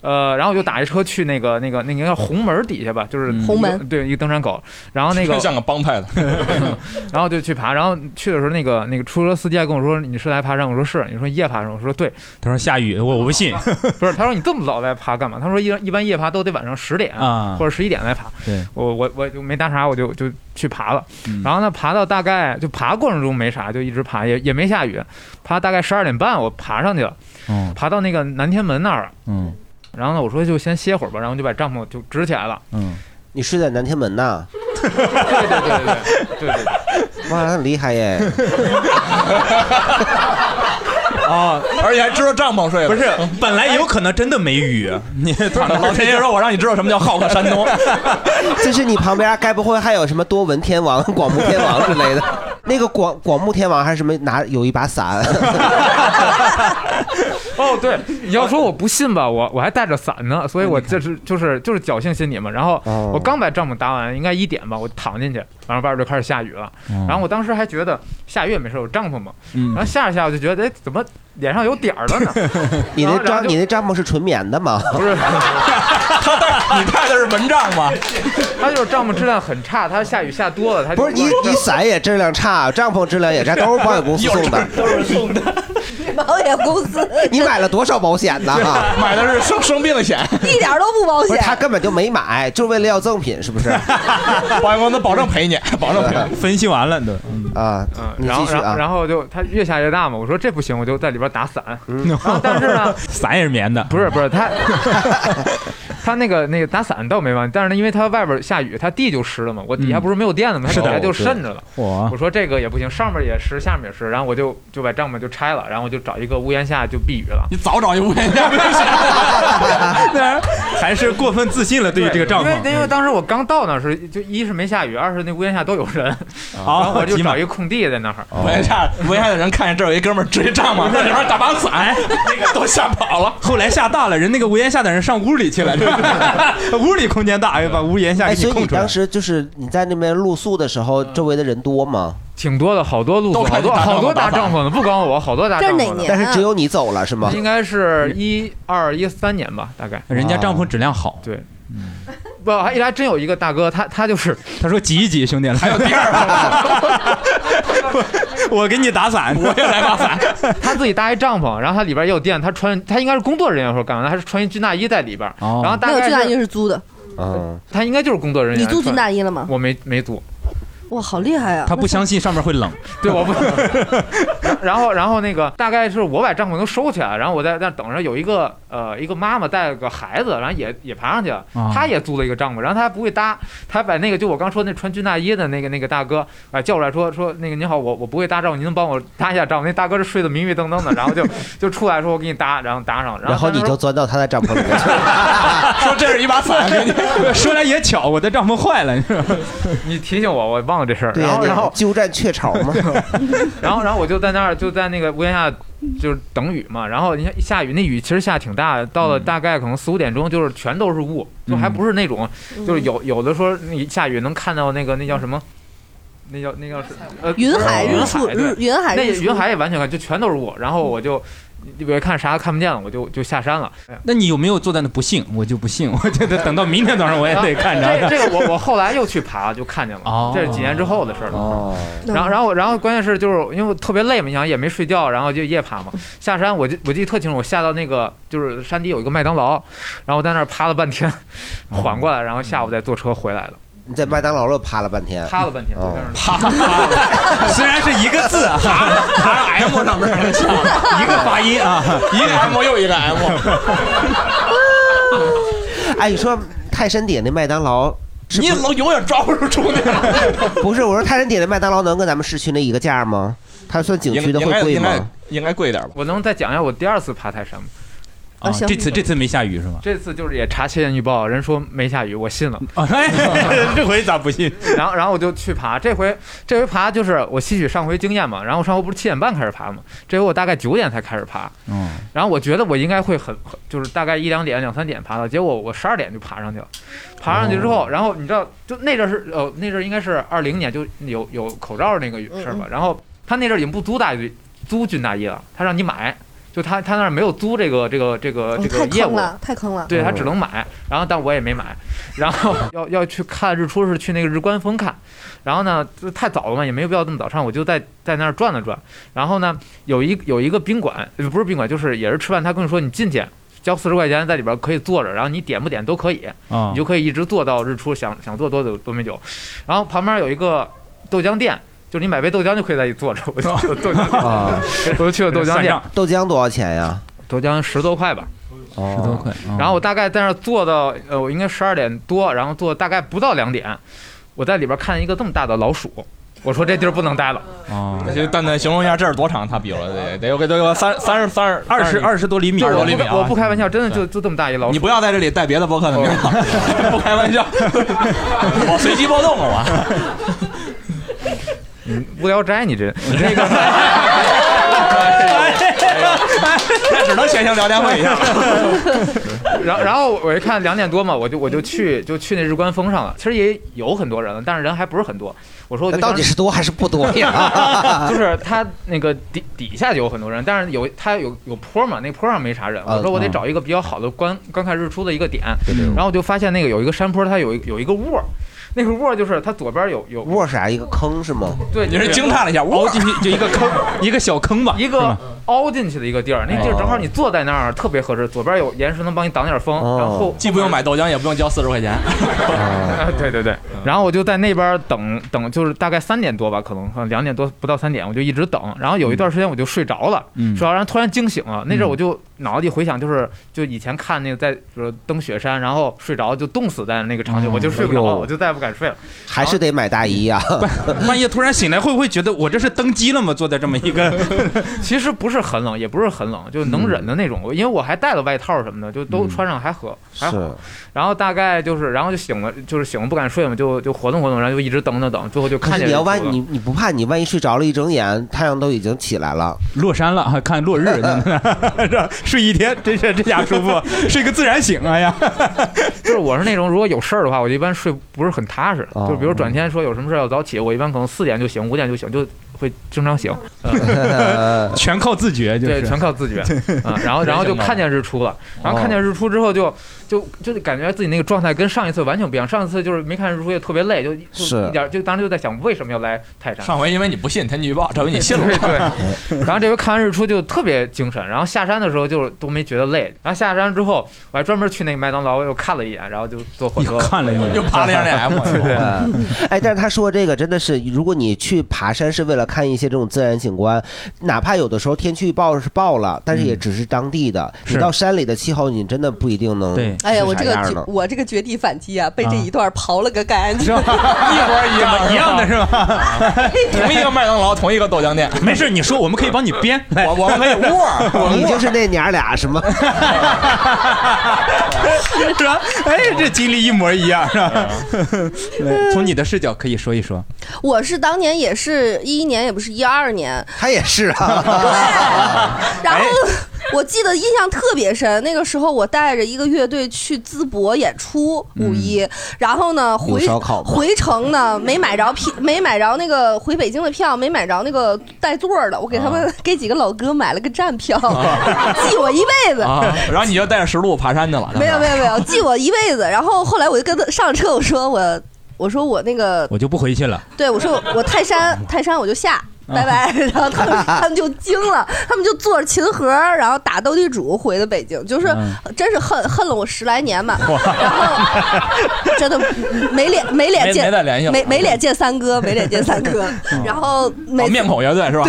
Speaker 15: 呃，然后我就打一车去那个那个那个叫红门底下吧，
Speaker 1: 嗯
Speaker 15: 就是一个
Speaker 5: 红门
Speaker 15: 对一个登山口，然后那
Speaker 1: *laughs*
Speaker 15: 个
Speaker 5: 像个帮派的，
Speaker 15: *laughs* 然后就去爬，然后去的时候那个那个出租车司机还跟我说你是来爬山，我说是，你说夜爬山，我说对，
Speaker 1: 他说下雨，我我不信，
Speaker 15: *laughs* 不是，他说你这么早来爬干嘛？他说一一般夜爬都得晚上十点
Speaker 1: 啊
Speaker 15: 或者十一点来爬，
Speaker 1: 对，
Speaker 15: 我我我就没搭茬，我就就去爬了。
Speaker 3: 嗯
Speaker 15: 然后呢，爬到大概就爬过程中没啥，就一直爬，也也没下雨。爬大概十二点半，我爬上去了，
Speaker 1: 嗯
Speaker 15: 爬到那个南天门那儿了。
Speaker 1: 嗯
Speaker 15: 然后呢，我说就先歇会儿吧，然后就把帐篷就支起来了。
Speaker 1: 嗯，
Speaker 3: 你睡在南天门呐？
Speaker 15: 对对对，
Speaker 3: 哇，很厉害耶！
Speaker 1: 哦，
Speaker 5: 而且还知道帐篷睡了。
Speaker 1: 不是， *laughs* 本来有可能真的没雨，啊你躺着
Speaker 5: 老天爷说我让你知道什么叫浩克山东。
Speaker 3: 就是你旁边该不会还有什么多闻天王、广目天王之类的？那个广广目天王还是什么拿有一把伞，
Speaker 15: 哦，对，你要说我不信吧，我我还带着伞呢，
Speaker 3: 嗯哦
Speaker 15: 所以我这是就是就是侥幸心理嘛。然后我刚把帐篷搭完，应该一点吧，我躺进去，然后外边就开始下雨了。
Speaker 20: 嗯
Speaker 15: 然后我当时还觉得下雨也没事，有帐篷嘛。
Speaker 20: 嗯
Speaker 15: 然后下着下着我就觉得，哎，怎么脸上有点儿了呢？
Speaker 3: *laughs* 你
Speaker 15: 然后然
Speaker 3: 那
Speaker 15: 后
Speaker 3: 帐
Speaker 15: 就
Speaker 3: 你那帐篷是纯棉的吗？
Speaker 15: 不是， *laughs* 他带你带的是蚊帐吗？他就是帐篷质量很差，他下雨下多了，他就
Speaker 3: 不是你你伞也质量差，帐篷质量也差，都是保险公司送
Speaker 15: *laughs*
Speaker 3: 的。，
Speaker 4: *laughs* 保险公司
Speaker 3: 你买了多少保险呢？哈，
Speaker 15: *laughs*
Speaker 5: 买的是生生病的险，
Speaker 4: 一点都不保
Speaker 3: 不
Speaker 4: 险
Speaker 3: 是，他根本就没买，就是为了要赠品，
Speaker 15: *laughs*
Speaker 3: 是不是？
Speaker 5: 保险公司保证赔你，
Speaker 3: *laughs*
Speaker 5: 保证赔。
Speaker 1: 分析完了都
Speaker 3: 啊，
Speaker 15: 嗯然后然后然后就它越下越大嘛，我说这不行，我就在里边打伞。
Speaker 3: 嗯
Speaker 15: 然后但是呢，
Speaker 1: *laughs* 伞也是棉的，
Speaker 15: 不是不是
Speaker 3: *laughs*
Speaker 15: 它，它那个那个打伞倒没问题，但是呢，因为它外边下雨，它地就湿了嘛，我底下不是没有垫子嘛，它
Speaker 1: 嗯是
Speaker 15: 底
Speaker 1: 的
Speaker 15: 下就渗着了。
Speaker 1: 哇
Speaker 15: 我说这个也不行，上面也湿，下面也湿，然后我就就把帐篷就拆了，然后我就找一个屋檐下就避雨了。
Speaker 5: 你早找一屋檐下，
Speaker 15: *laughs*
Speaker 1: 还是过分自信了对于这个帐
Speaker 15: 因为因
Speaker 1: 篷。嗯
Speaker 15: 为当时我刚到那儿时，就一是没下雨，二是那屋檐下都有人，
Speaker 1: 啊
Speaker 15: 然后我就
Speaker 5: 起码
Speaker 15: 找一个空地在那儿。
Speaker 5: 屋檐下，屋檐下的人看见这儿有一哥们儿支一帐篷，在里边打把伞， *laughs* 那个都吓跑了。
Speaker 1: 后来下大了，人那个屋檐下的人上屋里去 *laughs* 了，屋里空间大，把屋檐下
Speaker 3: 哎，
Speaker 1: 给你
Speaker 3: 所以你
Speaker 1: 空出来
Speaker 3: 当。时就是你在那边露宿的时
Speaker 15: 嗯
Speaker 3: 候，周围的人多吗？
Speaker 15: 挺多的，好多露宿好多好多搭帐篷的，不光我，好多搭帐篷的。
Speaker 3: 但是只有你走了是吗？
Speaker 15: 应该是一二一三年吧，大概。
Speaker 1: 人家帐篷质量好，
Speaker 15: 对，不，还一来真有一个大哥，他他就是
Speaker 1: 他说挤一挤，兄弟了，还有第二个， *laughs* 我给你打伞，我也来把伞。 *laughs*
Speaker 15: 他自己搭一帐篷，然后他里边也有电，他穿他应该是工作人员或者干嘛的，他是穿一军大衣在里边，
Speaker 1: 然
Speaker 15: 后
Speaker 4: 没
Speaker 15: 大
Speaker 4: 有军大
Speaker 15: 概
Speaker 4: 衣
Speaker 15: 是
Speaker 4: 是租的，
Speaker 3: 嗯，
Speaker 15: 他应该就是工作人员
Speaker 4: 你
Speaker 15: 穿。
Speaker 4: 租军大衣了吗？
Speaker 15: 我没没租，
Speaker 4: 哇，好厉害啊！
Speaker 15: 他不
Speaker 4: 那
Speaker 15: 相
Speaker 1: 信上面会冷，
Speaker 15: *laughs* 对，我不。然后，然后那个大概是我把帐篷都收起来，然后我在那等着有一个呃一个妈妈带个孩子，然后也也爬上去了
Speaker 1: 啊，
Speaker 15: 她也租了一个帐篷，然后她还不会搭，她把那个就我刚说那穿军大衣的那个那个大哥啊、哎叫过来说说那个您好，我我不会搭帐篷，您能帮我搭一下帐篷？那大哥是睡得迷迷瞪瞪的，然后就 *laughs* 就出来说我给你搭，然后搭上，
Speaker 3: 然后
Speaker 15: 他
Speaker 3: 你就
Speaker 15: 说
Speaker 3: 钻到他的帐篷里面去了。
Speaker 15: *laughs* 说这是一把
Speaker 5: *laughs*
Speaker 15: 伞给你， *laughs*
Speaker 1: 说来也巧，我的帐篷坏了，
Speaker 15: 你提醒我，我忘了这事儿，
Speaker 3: 对
Speaker 15: 然
Speaker 3: 呀，
Speaker 15: 后
Speaker 3: 你
Speaker 15: 然后
Speaker 3: 鸠占鹊巢
Speaker 15: *laughs*
Speaker 3: 嘛。
Speaker 15: 然后，然后我就在那儿，就在那个屋檐下，就是等雨嘛。然后你看一下雨，那雨其实下挺大的，到
Speaker 1: 嗯
Speaker 15: 了大概可能四五点钟，就是全都是雾，就还不是那种，就是
Speaker 1: 嗯
Speaker 15: 有有的说你下雨能看到那个那叫什么，那叫那叫是呃
Speaker 4: 云海日
Speaker 15: 云
Speaker 4: 出
Speaker 15: 海
Speaker 4: 日
Speaker 15: 对
Speaker 4: 云海
Speaker 15: 那
Speaker 4: 日出
Speaker 15: 云海也完全看，就全都是雾。然后我就我一看啥都看不见了，我就就下山了。哎呀
Speaker 1: 那你有没有做到的不幸？我就不信，我觉 *laughs* 得等到明天早上我也得看着。
Speaker 15: 啊
Speaker 1: 哦
Speaker 15: 这这个我我后来又去爬，就看见了，这是几年之后的事儿了。
Speaker 3: 哦
Speaker 1: 嗯
Speaker 15: 然后然后我然后关键是就是因为我特别累嘛，你想也没睡觉，然后就夜爬嘛。下山我就我记得特清楚，我下到那个就是山底有一个麦当劳，然后我在那儿趴了半天，
Speaker 1: 哦
Speaker 15: 缓过来，然后下午再坐车回来的。
Speaker 3: 你在麦当劳了趴了半天，
Speaker 15: 趴了半天，
Speaker 3: 哦 *laughs*
Speaker 1: 虽然是一个字，
Speaker 3: 啊
Speaker 15: *laughs*
Speaker 1: 哈，
Speaker 5: 还是 M 上面儿
Speaker 1: 一个发
Speaker 15: *laughs*
Speaker 1: 音啊，
Speaker 5: 一个 M 又一个 M。
Speaker 3: *laughs* 哎，你说泰山顶那麦当劳是不
Speaker 5: 你
Speaker 3: 是，
Speaker 5: 老永远抓不住重点，
Speaker 3: *laughs* 不是我说泰山顶的麦当劳能跟咱们市区那一个价吗？它算景区的
Speaker 15: 应该
Speaker 3: 会贵
Speaker 15: 应该
Speaker 3: 吗？
Speaker 5: 应该贵点吧？
Speaker 15: 我能再讲一下我第二次爬泰山吗？
Speaker 1: 啊行这次这次没下雨是吗？
Speaker 15: 这次就是也查气象预报，人说没下雨，我信了。
Speaker 1: 哦这回咋不信？
Speaker 15: *laughs* 然后，然后我就去爬。这回，这回爬就是我吸取上回经验嘛。然后上回不是七点半开始爬嘛，这回我大概九点才开始爬。
Speaker 5: 哦
Speaker 1: 嗯，
Speaker 15: 然后我觉得我应该会很，很就是大概一两点、两三点爬到，结果我十二点就爬上去了。爬上去之后，
Speaker 4: 哦
Speaker 15: 然后你知道，就那阵儿是呃，那阵儿应该是二零年，就有有口罩那个事儿
Speaker 4: 嗯
Speaker 15: 吧。然后他那阵儿已经不租大衣，租军大衣了，他让你买，就他他那儿没有租这个这个这个这
Speaker 4: 哦太
Speaker 15: 个业
Speaker 4: 坑
Speaker 15: 务。
Speaker 4: 了，太坑了。嗯
Speaker 15: 对他只能买，然后但我也没买，然后要 *laughs* 要去看日出是去那个日观峰看，然后呢就太早了嘛，也没有必要这么早上，我就在在那儿转了转，然后呢有一有一个宾馆，呃不是宾馆，就是也是吃饭，他跟你说你进去交四十块钱，在里边可以坐着，然后你点不点都可以，
Speaker 1: 啊
Speaker 15: 你就可以一直坐到日出，想想坐多久多没久，然后旁边有一个豆浆店。就是你买杯豆浆就可以在里坐着，我就豆浆店
Speaker 1: *laughs*
Speaker 3: 啊，
Speaker 15: 我就去了豆浆店，，
Speaker 3: 豆浆多少钱呀？哦
Speaker 15: 豆浆十多块吧。
Speaker 3: 十
Speaker 1: 哦多块。
Speaker 15: 然后我大概在那儿坐到呃，我应该十二点多，然后坐大概不到两点，我在里边看一个这么大的老鼠，我说这地儿不能待了。
Speaker 1: 啊，
Speaker 5: 就蛋蛋形容一下这是多长？他比如了得得有个得有个三三十三十
Speaker 1: 二十二十多厘米，哦
Speaker 5: 二十多厘米啊！
Speaker 15: 我不开玩笑，真的就就这么大一老鼠。
Speaker 5: 你不要在这里带别的播客的名了， *laughs* 不开玩笑，
Speaker 15: *laughs*
Speaker 5: 我随机波动了我。
Speaker 1: 哎
Speaker 15: 嗯无聊斋，你这那个。
Speaker 5: *laughs* 哎呀哎只能闲情聊天会一下了。
Speaker 15: *laughs* 然后然后我一看两点多嘛，我就我就去就去那日观峰上了。其实也有很多人了，但是人还不是很多。我说我
Speaker 3: 那到底是多还是不多
Speaker 15: *laughs*
Speaker 3: 呀？
Speaker 15: 就是它那个底底下就有很多人，但是有它有有坡嘛，那坡上没啥人。
Speaker 3: 啊
Speaker 15: 我说我得找一个比较好的观观看日出的一个点，然后我就发现那个有一个山坡，它有一有一个窝儿。那个窝儿就是它左边有有
Speaker 3: 窝
Speaker 1: *laughs*
Speaker 3: 啊啥？一个坑是吗？
Speaker 15: 对，
Speaker 5: 你是惊叹了一下，凹进去就一个坑，一个
Speaker 3: *laughs*
Speaker 5: 小坑吧，
Speaker 15: 一
Speaker 5: 是
Speaker 15: 个
Speaker 5: 吧哦
Speaker 15: 凹进去的一个地儿，那地儿正好你坐在那儿特别合适，左边有岩石能帮你挡点风，然后
Speaker 5: 哦
Speaker 15: 啊
Speaker 5: 既不用买豆浆，也不用交四
Speaker 15: *laughs*
Speaker 5: 十块钱。嗯
Speaker 15: 对对对，然后我就在那边等等，就是大概三点多吧，可能可能两点多不到三点，我就一直等。然后有一段时间我就睡着了，
Speaker 5: 嗯
Speaker 15: 睡着，然后突然惊醒了。那阵儿我就脑子里回想，就是就以前看那个在就是登雪山，然后睡着就冻死在那个场景，我就睡不着，
Speaker 3: 哎呦
Speaker 15: 我就再也不敢睡了。
Speaker 3: 还是得买大衣啊呀、
Speaker 15: *laughs*
Speaker 1: 嗯
Speaker 3: *laughs*
Speaker 1: 半夜突然醒来，会不会觉得我这是登基了吗？坐在这么一
Speaker 3: *laughs*
Speaker 1: 个，
Speaker 15: 其实不是很冷，也不是很冷，就能忍的那
Speaker 3: 嗯
Speaker 15: 种。因为我还带了外套什么的，就都
Speaker 5: 嗯
Speaker 15: 穿上还合、还
Speaker 5: 是
Speaker 15: 好。然后大概就是，然后就醒了，就是醒了不敢睡嘛，就就活动活动，然后就一直等等等，最后就
Speaker 3: 可
Speaker 15: 看
Speaker 3: 是
Speaker 15: 见
Speaker 3: 你要
Speaker 15: 日出
Speaker 3: 万
Speaker 15: 了
Speaker 3: 你你不怕你万一睡着了，一睁眼太阳都已经起来了，
Speaker 1: 落山了，还看落日
Speaker 3: *laughs*
Speaker 1: 呢， *laughs* 睡一天，真是这家舒服，睡个自然醒，哎呀，
Speaker 15: 就是我是那种如果有事儿的话，我一般睡不是很踏实，
Speaker 3: 哦
Speaker 15: 就比如转天说有什么事儿要早起，我一般可能四点就醒，五点就醒，就会经常
Speaker 3: *laughs*
Speaker 15: 醒，呃
Speaker 1: 全靠自觉， *laughs* 就是
Speaker 15: 对，全靠自觉啊。然后然后就看见日出了，然后看见日出之后就就就感觉自己那个状态跟上一次完全不一样。上一次就是没看日出也特别累，就就是一点儿就当时就在想为什么要来泰山。
Speaker 5: *laughs* 上回因为你不信天气预报，这回你信了。
Speaker 15: 对
Speaker 5: *laughs*
Speaker 15: 对。然后这回看完日出就特别精神，然后下山的时候就都没觉得累。然后下山之后，我还专门去那个麦当劳我又看了一眼，然后就坐火车
Speaker 1: 看了一眼，
Speaker 15: 又
Speaker 5: 爬了一下那
Speaker 3: *laughs*
Speaker 5: M
Speaker 15: 对
Speaker 5: *laughs*
Speaker 15: 对。
Speaker 3: 哎，但是他说这个真的是，如果你去爬山是为了看一些这种自然景观，哪怕有的时候天气预报是报了，但是也只是当地的，
Speaker 5: 嗯
Speaker 1: 是
Speaker 3: 你到山里的气候，你真的不一定能
Speaker 1: 对
Speaker 20: 哎呀，我
Speaker 3: 是
Speaker 20: 这
Speaker 3: 啥
Speaker 20: 个
Speaker 3: 样
Speaker 20: 绝
Speaker 3: 的
Speaker 20: 我这个绝地反击啊，被这
Speaker 3: 啊
Speaker 20: 一段刨了个
Speaker 16: *laughs*
Speaker 20: 干净，
Speaker 16: 啊
Speaker 18: *laughs*
Speaker 1: 哎
Speaker 5: 一样一样的是吧？ *laughs*
Speaker 1: *laughs*
Speaker 5: 同一个麦当劳，同一个豆浆店。
Speaker 1: 没事，你说我们可以帮你编，
Speaker 5: *laughs* 我我们可以窝，我
Speaker 3: 你
Speaker 5: 们
Speaker 3: 就是那娘儿俩 *laughs* 什么？
Speaker 15: *laughs*
Speaker 1: 是吧？哎，这经历一模一样，是吧？ *laughs* 对从你的视角可以说一说，
Speaker 4: 我是当年也是一一年，也不是一二年，
Speaker 3: 他也是啊，
Speaker 15: 哎
Speaker 4: 然后 *laughs* 我记得印象特别深，那个时候我带着一个乐队去淄博演出
Speaker 15: 嗯
Speaker 4: 五一，然后呢
Speaker 3: 有
Speaker 4: 回
Speaker 3: 烧烤吗
Speaker 4: 回
Speaker 15: *laughs*
Speaker 4: 程呢没买着票，没买着那个回北京的票，没买着那个带座儿的，我给他
Speaker 15: 啊
Speaker 4: 们、 *laughs* 给几个老哥买了个站票， *laughs* 记我一辈子。
Speaker 5: 啊，然后你就带着石路爬山去了。
Speaker 4: 没有没有没有，记我一辈子。然后后来我就跟他上车，我说我我说我那个
Speaker 1: 我就
Speaker 5: 哦
Speaker 1: 不回去了。
Speaker 4: 对，我说我泰山，泰山我就下。拜
Speaker 5: 啊
Speaker 4: 拜， *laughs* 然后他们他们就惊了，他们就坐着琴盒，然后打斗地主回的北京，就是呃
Speaker 1: 嗯
Speaker 4: 真是恨恨了我十来年吧，然
Speaker 5: *laughs*
Speaker 4: 后真的没脸没脸
Speaker 5: 没
Speaker 4: 见
Speaker 5: 没再联系了啊嗯
Speaker 4: 没没脸见三哥，没脸见三哥，然后每
Speaker 5: 哦面孔乐队是吧？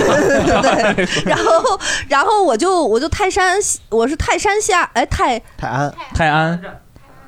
Speaker 1: *laughs*
Speaker 4: 然后然后我就我就泰山，我是泰山下，哎泰
Speaker 3: 泰安，
Speaker 1: 泰安，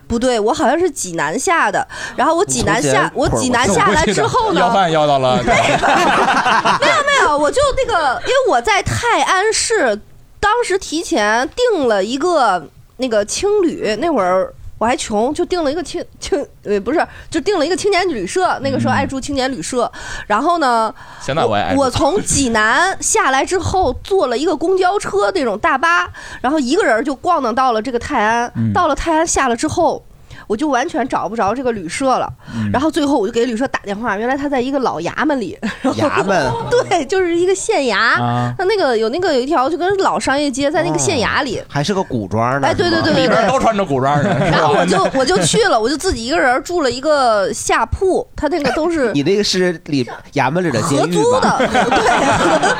Speaker 4: 不对，我好像是济南下的，然后我济南下，我济南下来之后
Speaker 5: 要
Speaker 4: 呢，
Speaker 5: 饭要到了， *laughs*
Speaker 4: *laughs* 没有没有，我就那个，因为我在泰安市，当时提前订了一个那个青旅，那会儿。我还穷，就订了一个青青，呃，不是，就订了一个青年旅社。那个时候爱住青年旅社，然后呢，
Speaker 5: 现在我也爱
Speaker 4: 我
Speaker 5: 住
Speaker 4: 从济南下来之后，坐了一个公交车那种大巴，然后一个人就逛荡到了这个泰安。
Speaker 21: 嗯
Speaker 4: 到了泰安下了之后，我就完全找不着这个旅社了。
Speaker 21: 嗯
Speaker 4: 然后最后我就给旅社打电话，原来他在一个老衙门里。 *laughs* 然后
Speaker 3: 衙门
Speaker 4: 对，就是一个县衙
Speaker 3: 啊。哦
Speaker 4: 他那个有那个有一条就跟老商业街，在那个县衙里。
Speaker 3: 还是个古装呢？
Speaker 4: 哎对对对对对里边
Speaker 5: 都穿着古装的。
Speaker 4: 然后我就我就去了，我就自己一个人住了一个下铺，他那个都是
Speaker 3: 你那个是里衙门里的监狱
Speaker 4: *laughs* 合租
Speaker 3: 吧？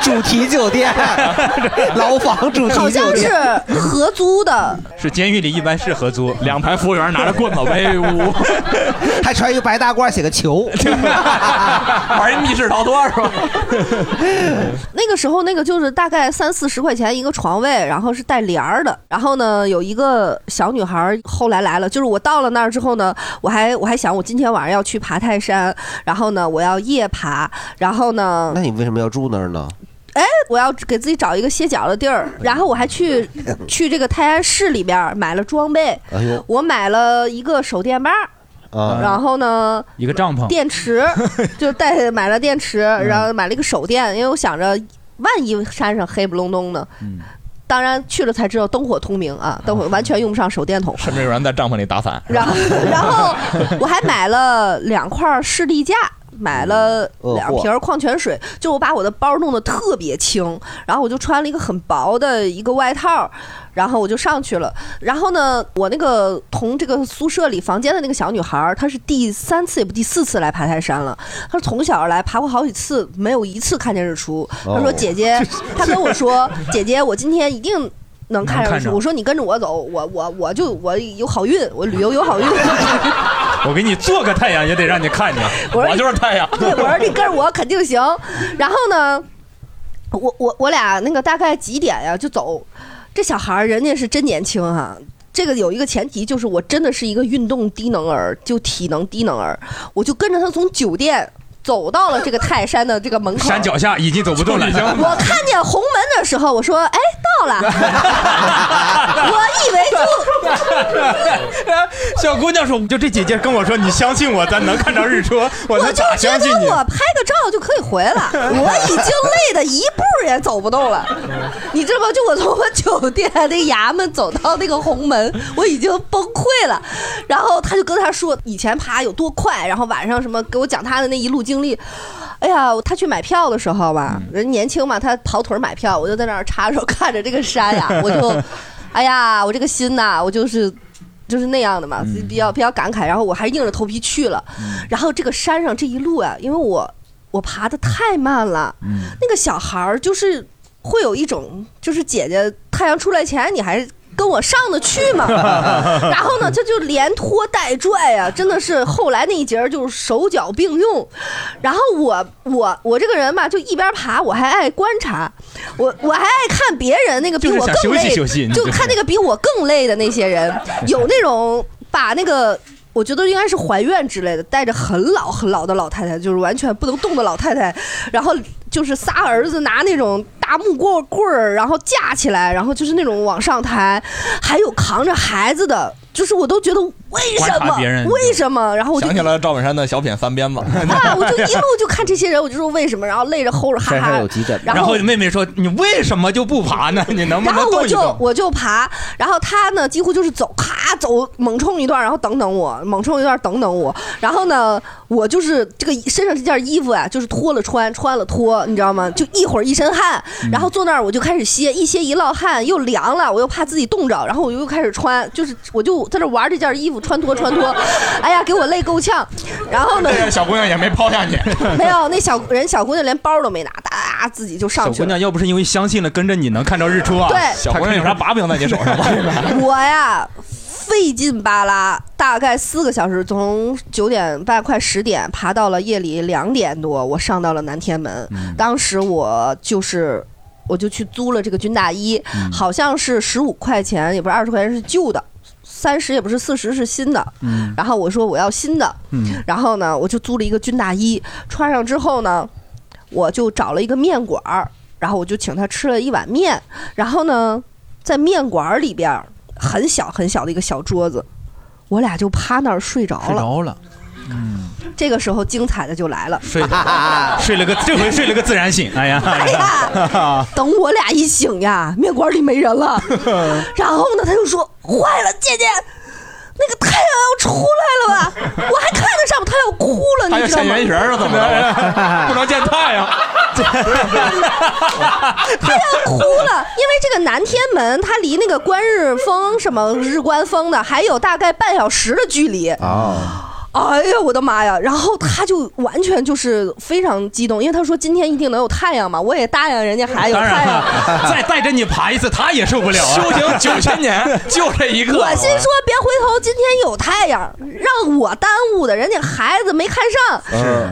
Speaker 3: *laughs* 主题酒
Speaker 4: *laughs*
Speaker 3: 店，牢房主题
Speaker 4: 好
Speaker 3: 酒
Speaker 4: 像是
Speaker 3: 店。
Speaker 4: 合租的，
Speaker 1: 是监狱里一般是合租，
Speaker 5: 两排服务员拿着棍子威
Speaker 4: *laughs*
Speaker 5: 武，
Speaker 3: 还穿一个白大褂，写个球，
Speaker 5: 玩一密室逃脱是吧？
Speaker 4: 那个时候那个就是大概三四十块钱一个床位，然后是带帘儿的。然后呢，有一个小女孩儿后来来了，就是我到了那儿之后呢，我还我还想我今天晚上要去爬泰山，然后呢我要夜爬，然后呢
Speaker 3: *laughs* 那，你为什么要住那儿 *laughs* 呢？
Speaker 4: 哎，我要给自己找一个歇脚的地儿。然后我还去去这个泰安市里边儿买了装备，
Speaker 3: 哎呦
Speaker 4: 我买了一个手电棒儿，
Speaker 3: 啊，
Speaker 4: 然后呢。
Speaker 1: 一个帐篷，
Speaker 4: 电池就带买了电池，然后买了一个手电，因为我想着万一山上黑不隆咚的，当然去了才知道灯火通明啊，灯火完全用不上手电筒。
Speaker 5: 甚至有人在帐篷里打伞。
Speaker 4: 然后，然后我还买了两块士力架，买了两瓶矿泉水。就我把我的包弄得特别轻，然后我就穿了一个很薄的一个外套，然后我就上去了。然后呢，我那个同这个宿舍里房间的那个小女孩儿，她是第三次也不第四次来爬泰山了。她是从小来爬过好几次，没有一次看见日出。她说：“
Speaker 21: 哦
Speaker 4: 姐姐，她跟我说，姐姐，我今天一定。”能看
Speaker 5: 能
Speaker 4: 上
Speaker 5: 看
Speaker 4: 日出，
Speaker 5: 着
Speaker 4: 我说你跟着我走，我我我就我有好运，我旅游有好运。 *laughs*
Speaker 5: 我给你做个太阳，也得让你看见，
Speaker 4: 我
Speaker 5: 我就是太阳。
Speaker 4: 对， *laughs* 我说你跟着我肯定行。然后呢，我我我俩那个大概几点呀就走，这小孩儿人家是真年轻哈、这个有一个前提，就是我真的是一个运动低能儿，就体能低能儿，我就跟着他从酒店走到了这个泰山的这个门口。
Speaker 1: 山脚下已经走不动了，
Speaker 5: *laughs*
Speaker 4: 我看见红门的时候，我说：“哎，到了！” *laughs* 我以为就
Speaker 1: *laughs* 小姑娘说：“就这姐姐跟我说，你相信我，咱能看着日出，我能咋
Speaker 4: 觉
Speaker 1: 相信
Speaker 4: 得
Speaker 1: 你？”
Speaker 4: 我拍个照就可以
Speaker 1: *laughs*
Speaker 4: 回来，我已经累得一步也走不动了。你知道吗？就我从我酒店那衙门走到那个红门，我已经崩溃了。然后他就跟他说以前爬有多快，然后晚上什么给我讲他的那一路经历。哎呀，他去买票的时候吧，人年轻嘛，他跑腿儿买票，我就在那儿插手看着这个山
Speaker 1: *laughs*
Speaker 4: 呀，我就，哎呀，我这个心呐、我就是。就是那样的嘛，
Speaker 1: 嗯
Speaker 4: 比较比较感慨，然后我还硬着头皮去了，然后这个山上这一路啊，因为我我爬的太慢了，那个小孩儿就是会有一种，就是姐姐太阳出来前你还跟我上得去
Speaker 1: *laughs*
Speaker 4: 吗？然后呢，这就连拖带拽呀、真的是后来那一节儿就是手脚并用。然后我我我这个人吧，就一边爬我还爱观察，我我还爱看别人那个比
Speaker 1: 就是
Speaker 4: 我
Speaker 1: 想
Speaker 4: 更
Speaker 1: 休息
Speaker 4: 累，
Speaker 1: 休息你
Speaker 4: 就
Speaker 1: 就是
Speaker 4: 看那个比我更累的那些
Speaker 5: *laughs*
Speaker 4: 人，有那种把那个。我觉得应该是怀怨之类的，带着很老很老的老太太，就是完全不能动的老太太，然后就是仨儿子拿那种大木棍棍儿，然后架起来，然后就是那种往上抬，还有扛着孩子的，就是我都觉得为
Speaker 5: 观
Speaker 4: 什
Speaker 5: 察
Speaker 4: 么
Speaker 5: 别人
Speaker 4: 为什么？呃然后我就
Speaker 5: 想起了赵本山的小品《三鞭子》
Speaker 4: 啊，我就
Speaker 3: *laughs*
Speaker 4: 一路就看这些人，我就说为什么，然后累着齁着
Speaker 5: *laughs*
Speaker 4: 哈哈，然
Speaker 1: 然
Speaker 4: 后
Speaker 1: 后妹妹说：“你为什么就不爬呢？你能不
Speaker 4: 然
Speaker 1: 能
Speaker 4: 后我
Speaker 1: 动一
Speaker 4: 就
Speaker 1: 动
Speaker 4: 我就爬，然后他呢几乎就是走，咔走猛冲一段，然后等等我，猛冲一段等等我，然后呢我就是这个身上这件衣服啊，就是脱了穿，穿了脱，你知道吗？就一会儿一身汗，然后坐那儿我就开始歇，一歇一落汗又凉了，我又怕自己冻着，然后我又开始穿，就是我就在这玩这件衣服穿脱穿脱，哎呀给我累够呛，然后呢
Speaker 5: 这个哎小姑娘也没抛下你，
Speaker 4: 没有那小人小姑娘连包都没拿，哒自己就？”上
Speaker 1: 小
Speaker 4: 去
Speaker 1: 姑
Speaker 4: 了。
Speaker 1: 娘要不是因为相信了，跟着你能看着日出啊！
Speaker 4: 对
Speaker 5: 小姑娘有啥把柄在你手上吗？
Speaker 22: *laughs*
Speaker 1: *laughs*
Speaker 4: 我呀，费劲巴拉，大概四个小时，从九点半快十点爬到了夜里两点多，我上到了南天门。
Speaker 22: 嗯
Speaker 4: 当时我就是。我就去租了这个军大衣，
Speaker 22: 嗯
Speaker 4: 好像是十五块钱，也不是二十块钱，是旧的，三十也不是四十是新的。
Speaker 22: 嗯
Speaker 4: 然后我说我要新的，
Speaker 22: 嗯
Speaker 4: 然后呢，我就租了一个军大衣，穿上之后呢，我就找了一个面馆儿，然后我就请他吃了一碗面，然后呢，在面馆儿里边儿很小很小的一个小桌子，我俩就趴那儿睡着
Speaker 1: 睡
Speaker 4: 了。
Speaker 1: 着了，
Speaker 4: 这个时候精彩的就来了，
Speaker 1: 睡
Speaker 4: *laughs*
Speaker 1: 睡了个这回睡了个自然醒。哎呀，
Speaker 4: 啊哎
Speaker 1: *laughs*
Speaker 4: 呀，等我俩一醒呀，面馆里没人了。然后呢，他就说：“坏了，姐姐，那个太阳要出来了吧？我还看得上，他要哭了，
Speaker 5: 她要
Speaker 4: 你知道
Speaker 5: 现
Speaker 4: 吗？
Speaker 5: 原形儿啊，怎么的？ *laughs* 不能见太
Speaker 4: *laughs*
Speaker 5: 阳。
Speaker 4: 他要哭了，因为这个南天门它离那个观日峰什么日观峰的还有大概半小时的距离。
Speaker 3: 啊，
Speaker 4: 哎呀，我的妈呀！然后他就完全就是非常激动，因为他说今天一定能有太阳嘛，我也答应人家还有
Speaker 1: 当
Speaker 4: 太
Speaker 1: 然
Speaker 4: 阳。
Speaker 1: 了，再带着你爬一次，她也受不了啊。
Speaker 5: 修行9000年
Speaker 1: *laughs*
Speaker 5: 就这一个
Speaker 4: 我心说别回头，今天有太阳，让我耽误的，人家孩子没看
Speaker 1: 是
Speaker 4: 上。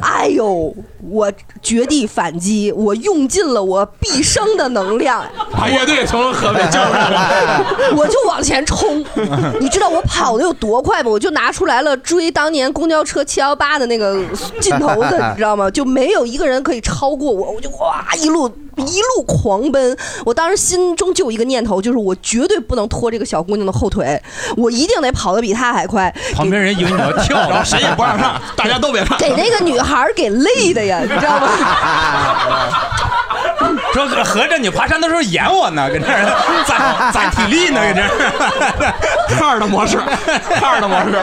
Speaker 4: 哎呦，我绝地反击，我用尽了我毕生的能量，
Speaker 5: 把乐队从河北叫上来，
Speaker 4: 我就往前冲。 *laughs* 你知道我跑的有多快吗？我就拿出来了追当年公交车七幺八的那个劲头的，你知道吗？就没有一个人可以超过我，我就哇一路一路狂奔。我当时心中就有一个念头，就是我绝对不能拖这个小姑娘的后腿，我一定得跑得比她还快。
Speaker 1: 旁边人以为你要跳了，
Speaker 5: 然后谁也不 *laughs*
Speaker 1: *laughs*
Speaker 5: 让上，大家都别上。
Speaker 4: 给那个女孩儿给累的呀，你知道吗？
Speaker 1: 说合着你爬山的时候演我呢，跟这儿
Speaker 4: *laughs*
Speaker 1: 攒攒体力呢，跟这儿
Speaker 5: 二的模式，
Speaker 1: *laughs*
Speaker 5: 二的模
Speaker 4: *laughs*
Speaker 5: 式。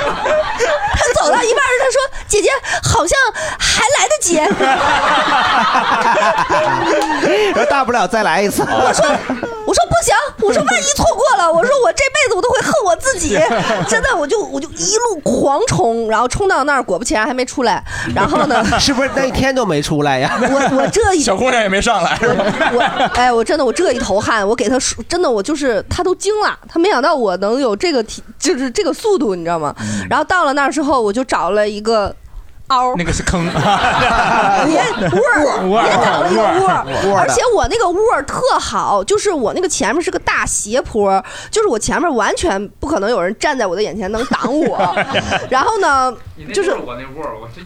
Speaker 4: 他走到一半儿，他说：“姐姐，好像还来得及。” *laughs*
Speaker 3: 然后大不了再来一次。 *laughs*
Speaker 4: 我说我说不行，我说万一错过了，我说我这辈子我都会恨我自己。真的，我就我就一路狂冲，然后冲到那儿，果不其然还没出来。然后呢，
Speaker 3: 是不是那天都没出来呀？
Speaker 4: 我我这一
Speaker 5: *laughs* 小姑娘也没上来，是吧？
Speaker 4: 我 *laughs* 哎，我真的我这一头汗，我给他说，真的我就是他都惊了，他没想到我能有这个体，就是这个速度，你知道吗？然后到了那儿之后，我就找了一个凹，
Speaker 1: 那个是
Speaker 4: *laughs*
Speaker 1: 坑，
Speaker 4: 也窝
Speaker 1: 窝
Speaker 4: 儿，也找了一个窝
Speaker 1: 窝
Speaker 4: 儿，
Speaker 1: 儿
Speaker 4: 而
Speaker 1: 的
Speaker 4: 且哎我那个窝儿特好，就是我那个前面是个大斜坡，就是我前面完全不可能有人站在我的眼前能挡我，然后呢，就是
Speaker 15: 我那窝儿，我这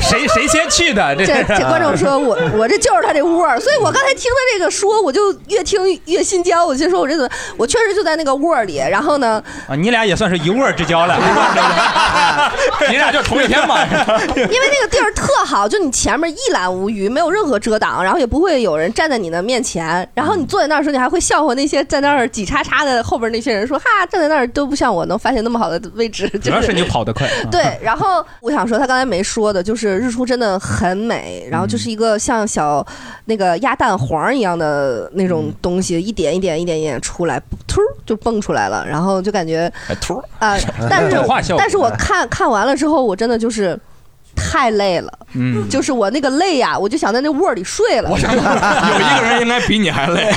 Speaker 1: 谁谁先去的？这
Speaker 4: *laughs* 这
Speaker 1: 是啊
Speaker 4: 这观众说我我这就是他这窝儿，所以我刚才听他这个说，我就越听越心焦。我就说我这怎么，我确实就在那个窝儿里。然后呢，
Speaker 1: 啊，你俩也算是一窝儿之
Speaker 4: *laughs*
Speaker 1: 交了， *laughs* 你俩就同一天嘛。
Speaker 4: 因为那个地儿特好，就你前面一览无余，没有任何遮挡，然后也不会有人站在你的面前。然后你坐在那儿的时候，你还会笑话那些站在那儿挤叉叉的后边那些人说，哈，站在那儿都不像我能发现那么好的位置。就
Speaker 1: 主要是你跑得快。
Speaker 5: *laughs*
Speaker 1: 嗯
Speaker 4: 对，然后我想说，他刚才没说的，就是日出真的很美，然后就是
Speaker 5: 嗯
Speaker 4: 一个像小那个鸭蛋黄一样的那种
Speaker 5: 嗯
Speaker 4: 东西，一点一点一点一点出来，突儿就蹦出来了，然后就感觉
Speaker 5: 哎，突儿
Speaker 4: 啊、
Speaker 5: *laughs*
Speaker 4: 但是
Speaker 5: 动画效果
Speaker 4: 但是我看看完了之后，我真的就是。太累了，
Speaker 5: 嗯
Speaker 4: 就是我那个累呀、我就想在那窝里睡了。我想
Speaker 5: 有一个人应该比你还累。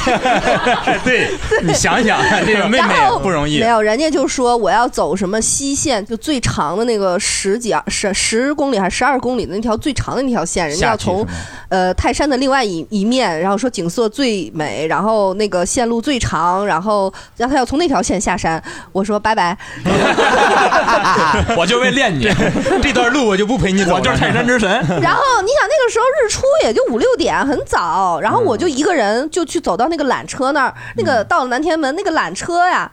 Speaker 1: *laughs* 对，你想想，这个妹妹
Speaker 4: 然后
Speaker 1: 也不容易
Speaker 4: 没。有，人家就说我要走什么西线，就最长的那个十几十十公里还是十二公里的那条最长的那条线，人家要
Speaker 1: 下去是
Speaker 4: 从
Speaker 1: 吗
Speaker 4: 呃泰山的另外一一面，然后说景色最美，然后那个线路最长，然后然后他要从那条线下山。我说
Speaker 1: *laughs*
Speaker 4: 拜拜，啊
Speaker 5: 我就为练你，
Speaker 1: 这段路我就不陪你走，
Speaker 5: 我就是泰山之神。
Speaker 4: 然后你想那个时候日出也就五六点，很早，然后我
Speaker 1: 嗯
Speaker 4: 就一个人就去走到那个缆车那儿，那个到了南天门那个缆车呀，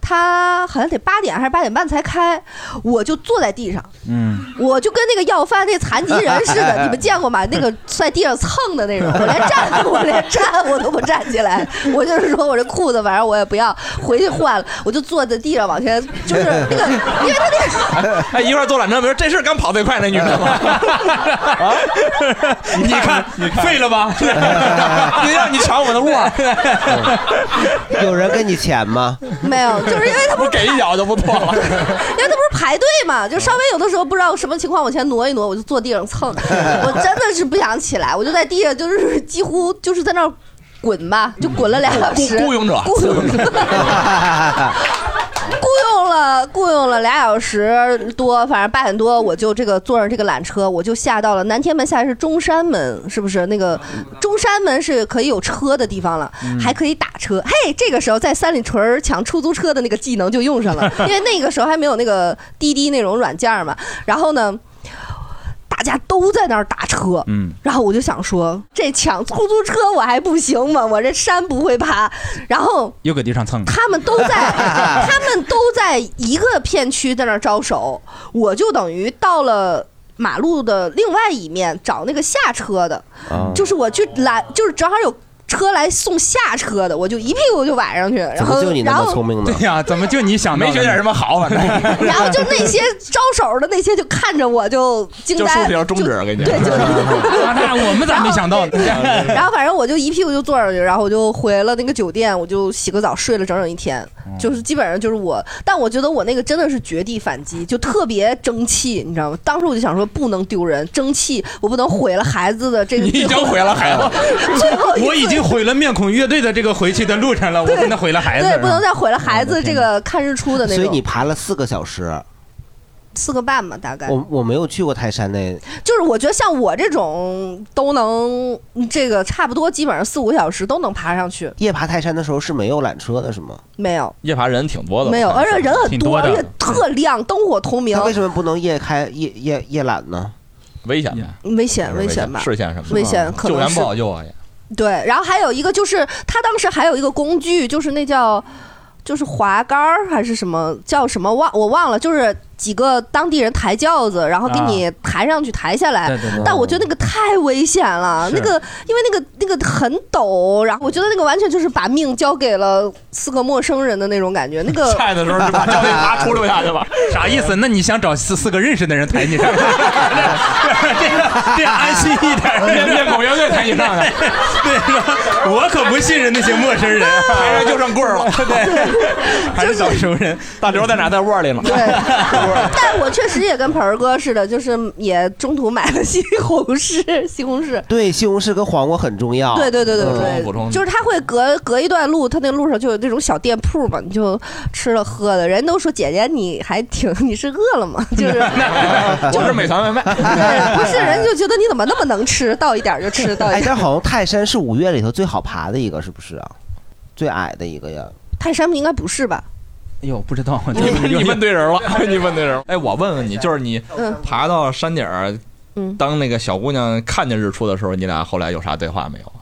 Speaker 4: 它好像得八点还是八点半才开，我就坐在地上。
Speaker 1: 嗯，
Speaker 4: 我就跟那个要饭那残疾人似的，你们见过吗？那个在地上蹭的那种，我连站我连站我都不站起来，我就是说我这裤子反正我也不要，回去换了，我就坐在地上往前，就是那个，因为他那个
Speaker 5: 哎，一会儿坐缆车，没说这事儿刚跑最快那女的
Speaker 1: *laughs*
Speaker 5: 吗？你看，你
Speaker 1: 啊废了吧？
Speaker 5: *laughs* 你让你抢我的窝儿，
Speaker 3: 有人给你钱吗？
Speaker 4: 没有，就是因为他不
Speaker 5: 我给一脚就不错了。
Speaker 4: 因为他不是排队嘛，就稍微有的时候不知道什么情况往前挪一挪，我就坐地上蹭，我真的是不想起来，我就在地上就是几乎就是在那儿滚吧，就滚了两小时，
Speaker 5: 雇雇佣者
Speaker 4: 雇佣者，雇佣了雇佣了俩小时多，反正八点多我就这个坐上这个缆车，我就下到了南天门，下来是中山门，是不是？那个中山门是可以有车的地方了，
Speaker 14: 嗯
Speaker 4: 还可以打车。嘿，这个时候在三里屯儿抢出租车的那个技能就用上了，因为那个时候还没有那个滴滴那种软件儿嘛。然后呢？大家都在那儿打车，
Speaker 1: 嗯，
Speaker 4: 然后我就想说，这抢出租车我还不行吗？我这山不会爬。然后
Speaker 1: 又搁地上蹭。
Speaker 4: 他们都在，他们都在一个片区在那儿招手，我就等于到了。马路的另外一面找那个下车的，
Speaker 14: 哦
Speaker 4: 就是我去拦，就是正好有车来送下车的，我就一屁股就崴上去，然后然后
Speaker 3: 明
Speaker 1: 呢？对呀，怎么就你想没学点什么好？啊 *laughs* 反正
Speaker 4: 然后就那些招手的那些就看着我就惊
Speaker 5: 就竖
Speaker 4: 呆，
Speaker 5: 条中指给你。
Speaker 4: 对
Speaker 1: *laughs*
Speaker 4: 就
Speaker 1: 啊那我们咋没想到呢？
Speaker 4: *laughs* 然后反正我就一屁股就坐上去，然后我就回了那个酒店，我就洗个澡睡了整整一天，
Speaker 1: 嗯
Speaker 4: 就是基本上就是我，但我觉得我那个真的是绝地反击，就特别争气，你知道吗？当时我就想说不能丢人，争气，我不能毁了孩子的这
Speaker 1: *laughs*
Speaker 4: 个。，
Speaker 1: 你已经毁了孩子
Speaker 4: *laughs* 最后一
Speaker 1: *laughs*
Speaker 4: 次
Speaker 1: 我已经毁了面孔乐队的这个回去的路上了，我不能毁了孩子。嗯
Speaker 4: 对，不能再毁了孩子这个看日出的那种。
Speaker 3: *laughs* 所以你爬了四个小时，
Speaker 4: 四个半吧，大概。
Speaker 3: 我我没有去过泰山那，
Speaker 4: 就是我觉得像我这种都能，这个差不多基本上四五个小时都能爬上去，
Speaker 3: 夜爬泰山的时候是没有缆车的，是吗？
Speaker 4: 没有。
Speaker 5: 夜爬人挺多的，
Speaker 4: 没有，而且人很
Speaker 3: 挺多的
Speaker 4: 而且特亮，灯火通明
Speaker 3: 他，为什么不能夜开夜夜夜缆呢？
Speaker 5: 危险呗，
Speaker 4: 危险
Speaker 5: 是
Speaker 4: 危险吧？
Speaker 5: 视线什么的嗯
Speaker 4: 危险可
Speaker 5: 救
Speaker 4: 能
Speaker 5: 援
Speaker 4: 是
Speaker 5: 不好救 *laughs* 啊也。
Speaker 4: 对。然后还有一个就是，他当时还有一个工具，就是那叫就是滑杆儿还是什么叫什么忘我忘了，就是几个当地人抬轿子，然后给你
Speaker 1: 啊
Speaker 4: 抬上去、抬下来
Speaker 1: 对对对。
Speaker 4: 但我觉得那个太危险了，
Speaker 1: 是
Speaker 4: 那个因为那个那个很陡，然后我觉得那个完全就是把命交给了四个陌生人的那种感觉。那
Speaker 1: *laughs*
Speaker 4: 个
Speaker 5: 菜的时候就把赵丽华出溜下去吧。
Speaker 1: 啥意思？那你想找四四个认识的人抬你上去？ *laughs* 这这安心一
Speaker 5: *laughs*
Speaker 1: 点，
Speaker 5: 面面孔乐队抬你 *laughs* 上去。
Speaker 1: 对，说我可不信任那些陌生人，
Speaker 5: 啊
Speaker 1: 抬
Speaker 5: 上就剩棍 *laughs* 儿了。
Speaker 1: 对，还是找熟人。
Speaker 5: 大刘在哪？在窝里了。
Speaker 4: *laughs* 但我确实也跟盆儿哥似的，就是也中途买了西红柿，西红柿。
Speaker 3: 对，西红柿跟黄瓜很重要。
Speaker 4: 对对对对
Speaker 3: 嗯
Speaker 4: 对，就
Speaker 3: *laughs*
Speaker 4: 是他会隔隔一段路，他那路上就有那种小店铺嘛，你就吃了喝的。人都说姐姐你还挺， *laughs* 你是饿了吗？就是
Speaker 5: *laughs* 我是美团外
Speaker 4: *laughs*
Speaker 5: 卖。
Speaker 4: 不是人就觉得你怎么那么能吃，到一点儿就吃到一
Speaker 3: 哎，
Speaker 4: 点
Speaker 3: 但
Speaker 4: 儿。
Speaker 3: 好像泰山是五岳里头最好爬的一个，是不是啊？最矮的一个呀。
Speaker 4: 泰山应该不是吧？
Speaker 1: *laughs* 哎呦，不知道，
Speaker 5: *laughs* 你你问对人了，你问对人了。哎，我问问你，就是你
Speaker 4: 嗯
Speaker 5: 爬到山顶儿
Speaker 4: 嗯，
Speaker 5: 当那个小姑娘看见日出的时候，你俩后来有啥对话没有？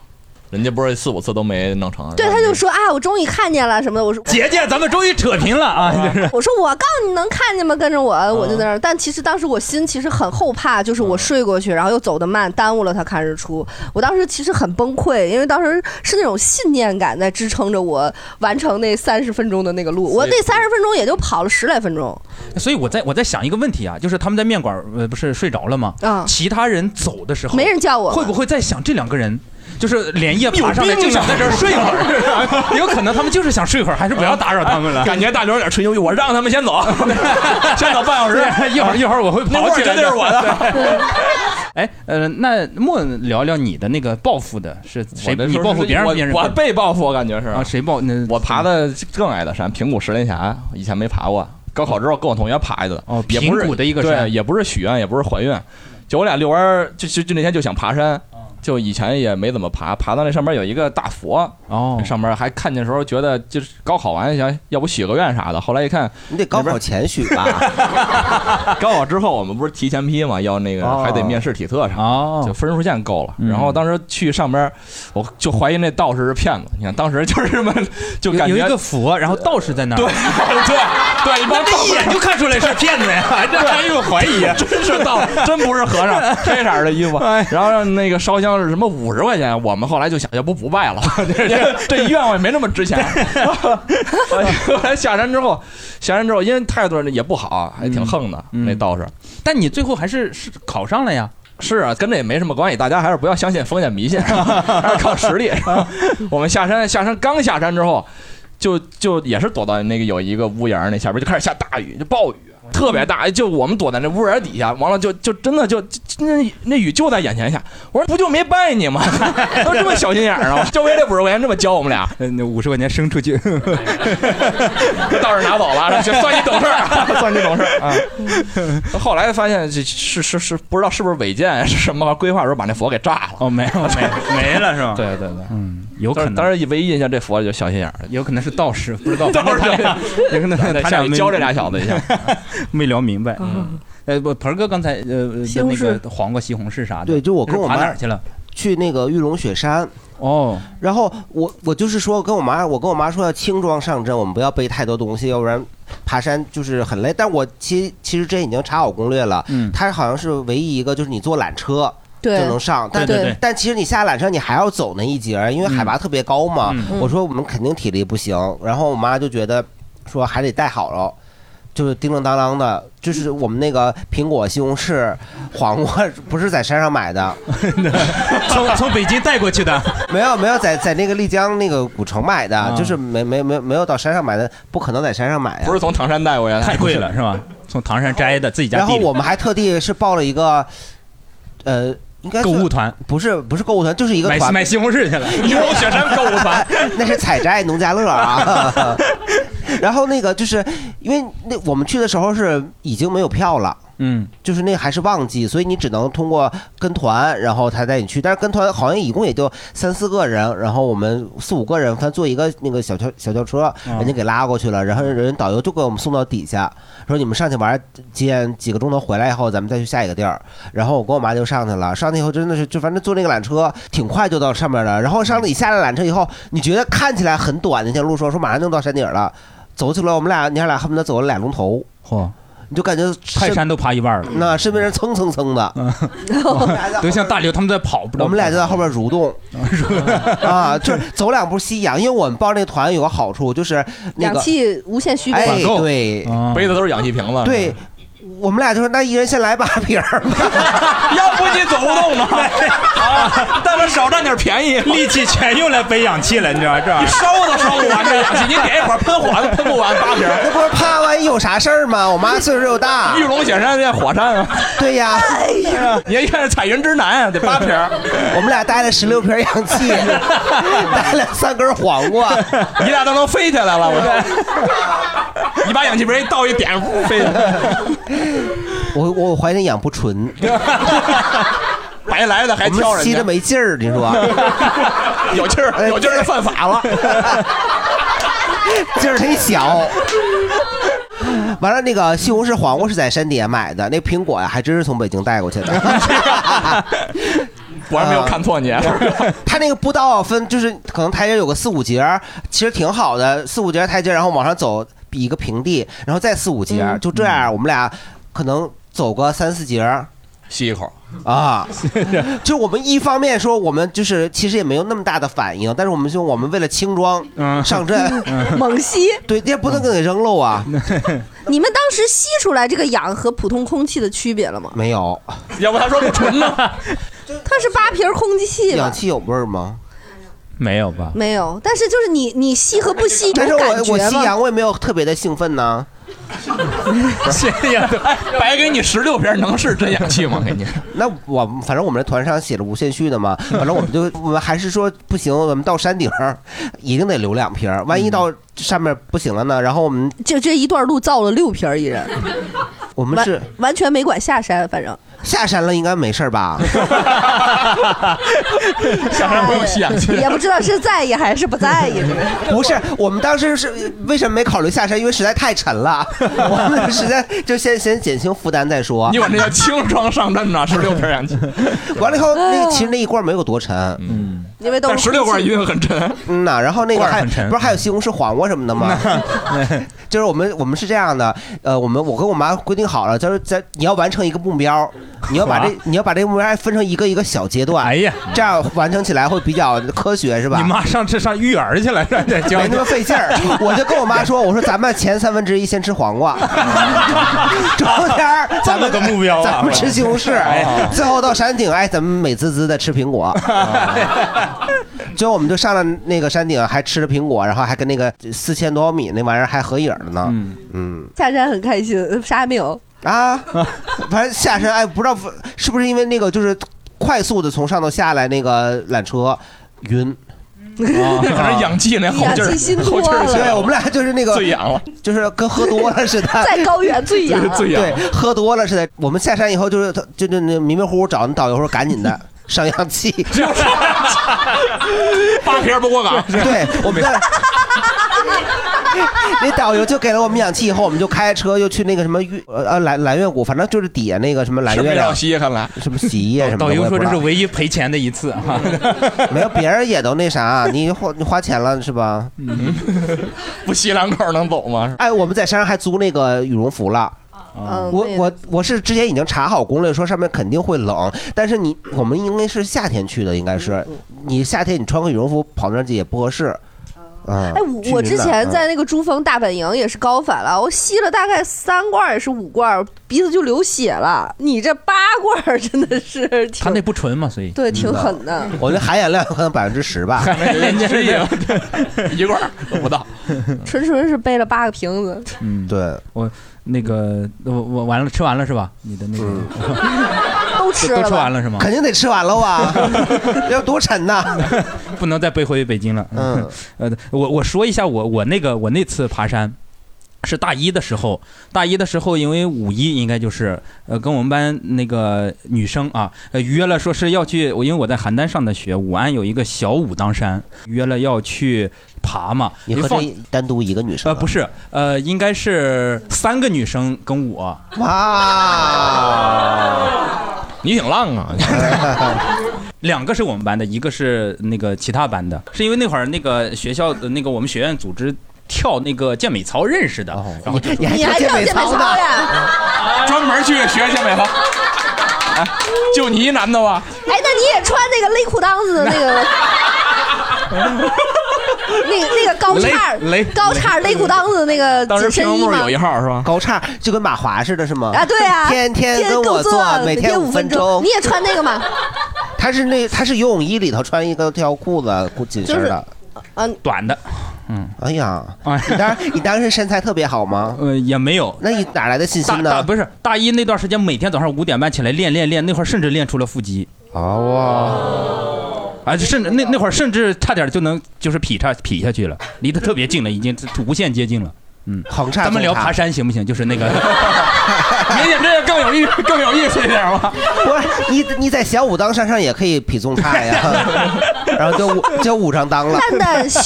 Speaker 5: 人家不是四五次都没弄成。
Speaker 4: 对，他就说啊，我终于看见了什么的。我说
Speaker 1: 姐姐，咱们终于扯平了啊！就是
Speaker 4: 我说我告诉你能看见吗？跟着我，我
Speaker 3: 嗯
Speaker 4: 就在那儿。但其实当时我心其实很后怕，就是我睡过去，然后又走得慢，耽误了他看日出。我当时其实很崩溃，因为当时是那种信念感在支撑着我完成那三十分钟的那个路。我那三十分钟也就跑了十来分钟。
Speaker 1: 所以我在我在想一个问题啊，就是他们在面馆儿呃不是睡着了吗？
Speaker 4: 嗯
Speaker 1: 其他人走的时候，
Speaker 4: 没人叫我们
Speaker 1: 会不会在想这两个人？就是连夜
Speaker 5: 有
Speaker 1: 爬上来
Speaker 5: 病
Speaker 1: 就想
Speaker 5: 啊
Speaker 1: 在这儿睡会儿， *laughs* 有可能他们就是想睡会儿，还是不要打扰他们了。
Speaker 5: 啊感觉大刘有点吹牛逼，我让他们先
Speaker 1: *laughs*，
Speaker 5: 走，先走半小时
Speaker 1: 一会儿一会儿我会
Speaker 5: 那
Speaker 1: 跑
Speaker 5: 味儿
Speaker 1: 起来
Speaker 5: 绝对是
Speaker 1: *laughs*
Speaker 5: 我的。
Speaker 1: 哎，呃，那莫聊聊你的那个报复的是谁？
Speaker 5: 我的
Speaker 1: 你
Speaker 5: 就是
Speaker 1: 报复别人，
Speaker 5: 我
Speaker 1: 别人
Speaker 5: 我被报复，我感觉是啊，
Speaker 1: 谁报？那嗯
Speaker 5: 我爬的更矮的山，平谷石林峡，以前没爬过，高考之后跟我同学爬的，
Speaker 1: 哦
Speaker 5: 也不是
Speaker 1: 平谷的一个山
Speaker 5: 对也不是许愿，也不是还愿，就我俩遛弯儿，就就就那天就想爬山。就以前也没怎么爬，爬到那上面有一个大佛，
Speaker 1: 哦，
Speaker 5: 上面还看见时候觉得就是高考完想要不许个愿啥的，后来一看
Speaker 3: 你得高考前许吧，
Speaker 5: *laughs* 高考之后，我们不是提前批嘛，要那个
Speaker 3: 哦
Speaker 5: 还得面试体测啥，就分数线够了。
Speaker 1: 哦嗯
Speaker 5: 然后当时去上边，我就怀疑那道士是骗子。你看当时就是什么，就感觉
Speaker 1: 有一个佛，然后道士在那儿。
Speaker 5: 对对对，一帮道士
Speaker 1: 一眼就看出来是骗子呀， *laughs* 这还有怀疑
Speaker 5: *laughs*
Speaker 1: 啊
Speaker 5: 真是道，
Speaker 1: *laughs*
Speaker 5: 真不是和尚，黑色儿的衣服。
Speaker 1: 哎
Speaker 5: 然后让那个烧香是什么五十块钱，我们后来就想，要不不
Speaker 1: *laughs*
Speaker 5: 拜了，这这这愿望也没那么值钱。啊 *laughs* 后来下山之后，下山之后因为态度也不好，还挺横的那道士。
Speaker 1: 但你最后还是是考上了呀。
Speaker 5: 是啊，跟这也没什么关系，大家还是不要相信封建 *laughs* 迷信，还是靠 *laughs* 实力。我们下山，下山刚下山之后，就就也是躲到那个有一个屋檐儿那下边，就开始下大雨，就暴雨，特别大。就我们躲在那屋檐底下，完了就就真的就就那那雨就在眼前下。我说不就没拜你吗？ *laughs* 都这么小心眼儿啊！就为这五十块钱这么教我们俩，
Speaker 1: 呃那五十块钱生出去，
Speaker 5: 道士拿走
Speaker 1: *laughs*
Speaker 5: 了，就算你懂事 *laughs* 儿，算你懂事儿啊。 *laughs* 后来发现这是是是不知道是不是违建是什么规划的时候把那佛给炸了。
Speaker 1: 哦，没有没没了是吧？
Speaker 5: 对对对，
Speaker 1: 嗯，有
Speaker 5: 可能。当时唯一印象这佛就小心眼儿，
Speaker 1: 有可能是道士，不知道
Speaker 5: 道士 *laughs*
Speaker 1: 反正他俩有可能
Speaker 5: 咱得
Speaker 1: *laughs* 他
Speaker 5: 下
Speaker 1: 俩
Speaker 5: 去
Speaker 1: 没
Speaker 5: 教这俩小子
Speaker 1: *laughs*
Speaker 5: 一下，
Speaker 1: 没聊明白。嗯，呃，不，盆儿哥刚才呃
Speaker 3: 西
Speaker 1: 呃
Speaker 3: 红
Speaker 1: 那
Speaker 3: 柿
Speaker 1: 个黄瓜、西红柿啥的，
Speaker 3: 对，就我
Speaker 1: 那
Speaker 3: 跟我
Speaker 1: 爬
Speaker 3: 妈
Speaker 1: 哪儿去了？
Speaker 3: 去那个玉龙雪山。
Speaker 1: 哦，
Speaker 3: 然后我我就是说跟我妈，我跟我妈说要轻装上阵，我们不要背太多东西，要不然爬山就是很累。但我其其实这已经查好攻略了，
Speaker 1: 嗯
Speaker 3: 它好像是唯一一个就是你坐缆车。就
Speaker 20: 对
Speaker 3: 能上，但
Speaker 20: 对对对
Speaker 3: 但其实你下缆车你还要走那一节儿，因为海拔特别高嘛。
Speaker 20: 嗯嗯
Speaker 3: 我说我们肯定体力不行，然后我妈就觉得说还得带好了，就是叮叮当当的，就是我们那个苹果、西红柿、黄瓜不是在山上买的， *laughs*
Speaker 1: 从从北京带过去的，
Speaker 3: 没有没有在在那个丽江那个古城买的，
Speaker 1: 啊
Speaker 3: 就是没没没没有到山上买的，不可能在山上买呀。
Speaker 5: 不是从唐山带过去的，
Speaker 1: 太贵了是吧？从唐山摘的，自己家
Speaker 3: 然后
Speaker 1: 地里
Speaker 3: 我们还特地是报了一个，呃，应该购物
Speaker 1: 团，
Speaker 3: 不是不是购物团，就是一个
Speaker 1: 买
Speaker 3: 团
Speaker 1: 买西红柿去了， *laughs*
Speaker 3: *laughs*
Speaker 1: 一龙雪山购物团，
Speaker 3: 那是采摘农家乐啊。 *laughs* 然后那个就是因为那我们去的时候是已经没有票了。
Speaker 1: 嗯，
Speaker 3: 就是那还是旺季，所以你只能通过跟团，然后他带你去。但是跟团好像一共也就三四个人，然后我们四五个人，他坐一个那个小轿小轿
Speaker 1: 啊
Speaker 3: 车，人家给拉过去了，然后
Speaker 1: 嗯
Speaker 3: 人导游就给我们送到底下，说你们上去玩几点几个钟头回来以后，咱们再去下一个地儿。然后我跟我妈就上去了，上去以后真的是就反正坐那个缆车挺快就到上面了，然后
Speaker 1: 嗯
Speaker 3: 上了你下了缆车以后，你觉得看起来很短的那条路说说马上就到山顶了，走起来我们俩你俩恨不得走了俩钟头。
Speaker 1: 嚯！
Speaker 3: 你就感觉
Speaker 1: 泰山都爬一半了，嗯
Speaker 3: 那身边人蹭蹭蹭的，
Speaker 1: 都像大刘他们在跑，不知道
Speaker 3: 我们俩就在后边蠕
Speaker 1: *laughs*
Speaker 3: *laughs* 动，啊，就是走两步吸氧，因为我们报那个团有个好处就是那个
Speaker 4: 氧气无限虚
Speaker 3: 哎
Speaker 4: 供，
Speaker 5: 管够
Speaker 3: 对，
Speaker 1: 啊
Speaker 5: 背的都是氧气瓶子。
Speaker 3: 对，我们俩就说那一人先
Speaker 5: *laughs*
Speaker 3: 来八瓶儿吧，
Speaker 1: 要不你走不动 *laughs* 呢。啊，但是少占点便宜，力气全用来背氧气了，你知道吧？这玩意
Speaker 5: 你
Speaker 1: 儿
Speaker 5: 烧都烧不完这氧气，你点一会儿喷火都喷不完八瓶儿。
Speaker 3: 那不是啪完有啥事儿吗？我妈岁数又大，
Speaker 5: *laughs* 玉龙雪山变火
Speaker 3: *laughs*
Speaker 5: 山啊！
Speaker 3: 对呀，
Speaker 5: 你也看彩云之南啊得八瓶儿，
Speaker 3: *laughs* 我们俩带了十六瓶氧气，
Speaker 5: *laughs*
Speaker 3: 带了三根黄瓜，
Speaker 5: 你俩都能飞起来了。我这，你把氧气瓶一倒一点，呜飞起
Speaker 3: *laughs*
Speaker 5: 来，
Speaker 3: 我我怀疑那氧不纯，
Speaker 5: 白来的还
Speaker 3: 我
Speaker 5: 挑
Speaker 3: 们
Speaker 5: 人
Speaker 3: 吸
Speaker 5: 家
Speaker 3: 着。没劲儿，你说？
Speaker 5: *laughs*
Speaker 3: 哎
Speaker 5: 有劲儿，有劲儿就犯法了。
Speaker 3: *laughs* 劲儿忒小。完了，那个西红柿、黄瓜是在山底下买的，那苹果呀、还真是从北京带过去的。啊
Speaker 5: 我还没有看错你。啊
Speaker 3: *laughs* 它那个步道分就是可能台阶有个四五节儿，其实挺好的，四五节台阶，然后往上走一个平地，然后再四
Speaker 5: 嗯
Speaker 3: 五节儿，就这样，我们俩可能走个三四节儿。
Speaker 5: 吸一口
Speaker 3: 啊， *laughs* 就我们一方面说我们就是其实也没有那么大的反应，但是我们就我们为了轻装
Speaker 5: 嗯
Speaker 3: 上阵，
Speaker 4: *laughs* 猛吸，
Speaker 3: 对，这不能给扔漏啊，
Speaker 5: 嗯
Speaker 4: 你们当时吸出来这个氧和普通空气的区别了吗？
Speaker 3: *laughs* 没有。
Speaker 5: 要不他说不纯呢？
Speaker 4: 它是八瓶空气
Speaker 3: *laughs*
Speaker 4: 吧
Speaker 3: 氧？气有味儿吗？
Speaker 1: 没有吧？
Speaker 4: 没有，但是就是你你吸和不吸有
Speaker 3: 但是
Speaker 4: 感
Speaker 3: 我我
Speaker 4: 觉
Speaker 3: 吸
Speaker 4: 吗
Speaker 3: 氧，？我也没有特别的兴奋呢。
Speaker 5: 谢谢。哎 *laughs* 白给你十六瓶，能是真氧气吗？给你。
Speaker 3: 那我反正我们这团上写了无限续
Speaker 5: *laughs*
Speaker 3: 的嘛，反正我们就我们还是说不行，我们到山顶儿一定得留两瓶儿，万
Speaker 5: *laughs*
Speaker 3: 一到上面不行了呢？然后我们
Speaker 4: 这这一段路造了六瓶儿一人，
Speaker 3: *laughs* 我们是
Speaker 4: 完完全没管下山，反正
Speaker 3: 下山了，应该没事
Speaker 5: *laughs*
Speaker 3: 儿吧？
Speaker 5: 下山不用吸氧 *laughs* 气
Speaker 4: *laughs* 也不知道是在意还是不在意。这个
Speaker 3: *laughs* 不是，我们当时是为什么没考虑下山？因为实在太沉了， *laughs* 我们实在就先先减轻负担再说。
Speaker 5: 你管这叫轻装上阵呢，十六瓶氧气。
Speaker 3: *laughs* 完了以后，那其实那一罐没有多沉，
Speaker 5: 嗯，
Speaker 4: 因为都
Speaker 5: 但十六罐一定很沉。
Speaker 3: 嗯呐，然后那个
Speaker 5: 罐儿
Speaker 3: 还
Speaker 5: 很沉嗯
Speaker 3: 不是还有西红柿、黄瓜什么的吗？ *laughs* 就是我们我们是这样的，呃，我们我跟我妈规定好了，就是在你要完成一个目
Speaker 5: *laughs*
Speaker 3: 标，你要把这
Speaker 1: 哇
Speaker 3: 你要把这个目标分成一个一个小阶段，哎
Speaker 1: 呀，
Speaker 3: 这样完成起来会比较科学，是吧？
Speaker 1: 你妈上这上育儿去了，让这教
Speaker 3: 没那么费
Speaker 1: *laughs*
Speaker 3: 劲儿，我就跟我妈说，我说咱们前三分之一先吃黄
Speaker 5: *laughs*
Speaker 3: 瓜， *laughs* 中间儿咱们
Speaker 1: 这么个目标啊
Speaker 3: 咱们吃西红柿，
Speaker 1: 哎
Speaker 3: 最后到山顶，哎，咱们美滋滋的吃
Speaker 1: *laughs*
Speaker 3: 苹果。最后我们就上了那个山顶，还吃了苹果，然后还跟那个四千多毫米那玩意儿还合影了呢。嗯
Speaker 4: 下山很开心，啥也没有。
Speaker 3: 啊，反正下山哎，不知道是不是因为那个就是快速的从上头下来那个缆车晕。
Speaker 5: 那可能氧气那后劲儿氧气心多了后劲儿去了
Speaker 3: 对我们俩就是那个
Speaker 5: 醉氧了，
Speaker 3: 就是跟喝多了似的，
Speaker 4: 在高原醉氧醉氧
Speaker 3: 对，喝多了似的。我们下山以后就是就就那迷迷糊糊找那导游说赶紧的上氧气，
Speaker 5: 八瓶不过岗。
Speaker 3: 对，我们在那导游就给了我们氧气以后，我们就开车又去那个什么月呃呃蓝蓝月谷，反正就是底下那个什么蓝
Speaker 1: 是
Speaker 3: 月
Speaker 1: 没 *laughs*
Speaker 3: 亮
Speaker 1: 让。吸，看来
Speaker 3: 什么洗衣液什么的
Speaker 1: 导游
Speaker 3: 我也
Speaker 1: 说
Speaker 3: 不知
Speaker 1: 这
Speaker 3: 道
Speaker 1: 是唯一赔钱的一次哈。
Speaker 3: 没有，别人也都那啥，你花你花钱了是吧？
Speaker 5: 嗯 *laughs* 不吸两口能走吗？哦
Speaker 3: *laughs* 哎，我们在山上还租那个羽绒服了。
Speaker 4: 嗯
Speaker 3: 我我我是之前已经查好攻略，说上面肯定会冷，但是你我们应该是夏天去的，应该是
Speaker 4: 嗯
Speaker 3: 你夏天你穿个羽绒服跑那儿去也不合适。嗯，
Speaker 4: 哎，我我之前在那个珠峰大本营也是高反了，我吸了大概三罐儿也是五罐儿，鼻子就流血了。你这八罐儿真的是
Speaker 3: *laughs*
Speaker 4: 挺
Speaker 1: 他那不纯嘛，所以
Speaker 4: 对挺狠的。
Speaker 3: 嗯啊我那含氧量可能百分之十
Speaker 1: *laughs*
Speaker 3: 吧，
Speaker 4: *laughs*
Speaker 5: 十一 *laughs* 一罐儿都不到。
Speaker 4: 纯纯是背了八个瓶子，
Speaker 1: 嗯，
Speaker 3: 对
Speaker 1: 我那个我我完了吃完了是吧？你的那
Speaker 3: 嗯
Speaker 1: 个
Speaker 4: 都吃了
Speaker 1: 都
Speaker 4: 吧
Speaker 1: 吃完了是吗？
Speaker 3: 肯定得吃完了
Speaker 4: *laughs*
Speaker 3: 啊，要多沉呐！
Speaker 1: *laughs* 不能再背回北京了。嗯， *laughs* 呃，我我说一下我我那个我那次爬山。是大一的时候，大一的时候，因为五一应该就是，呃，跟我们班那个女生啊，呃，约了说是要去，我因为我在邯郸上的学，武安有一个小武当山，约了要去爬嘛。
Speaker 3: 你和
Speaker 1: 放
Speaker 3: 这单独一个女生啊
Speaker 1: 呃，不是，呃，应该是三个女生跟我。
Speaker 3: 哇，
Speaker 5: 你挺浪
Speaker 3: *laughs*
Speaker 5: 啊！
Speaker 1: 两个是我们班的，一个是那个其他班的，是因为那会儿那个学校的那个我们学院组织。跳那个健美操认识的，然后就
Speaker 3: 哦你还
Speaker 4: 哎
Speaker 3: 你还跳健美操呢 *laughs*
Speaker 5: 专门去学健美操。哎，就你一男的吧？
Speaker 4: 哎，那你也穿那个勒裤裆子的那
Speaker 3: *laughs*
Speaker 4: 个，那那个高叉
Speaker 5: 勒勒
Speaker 4: 高叉勒裤裆子的那个紧身衣吗？
Speaker 5: 号是吧？
Speaker 3: 高叉就跟马华似的，是吗？
Speaker 4: 啊，对啊，
Speaker 3: 天天
Speaker 4: 天
Speaker 3: 跟我
Speaker 4: 我
Speaker 3: 做，每
Speaker 4: 每
Speaker 3: 天
Speaker 4: 五
Speaker 3: 分
Speaker 4: 钟。你也穿那
Speaker 3: *laughs*
Speaker 4: 个吗？
Speaker 3: 他是那他是游泳衣里头穿一个条裤子，裤紧身的，
Speaker 4: 啊，
Speaker 1: 短的。嗯，
Speaker 3: 哎呀，你当你当时身材特别好吗？
Speaker 1: 呃，也没有。
Speaker 3: 那你哪来的信
Speaker 1: 大
Speaker 3: 心
Speaker 1: 大
Speaker 3: 呢？
Speaker 1: 不是大一那段时间，每天早上五点半起来练练练，那会儿甚至练出了腹肌。哦哇！啊，就甚至那那会儿甚至差点就能就是劈叉劈下去了，离得特别近了，已经无限接近了。嗯，
Speaker 3: 横
Speaker 1: 咱们聊爬山行不行？就是那个，
Speaker 5: 明显哎这个更有意 *laughs* 更有意思一点吗？
Speaker 3: 不是，你你在小武当山上也可以劈纵叉
Speaker 5: *laughs*
Speaker 3: 呀，然后就五就五张当了。
Speaker 4: 蛋蛋秀，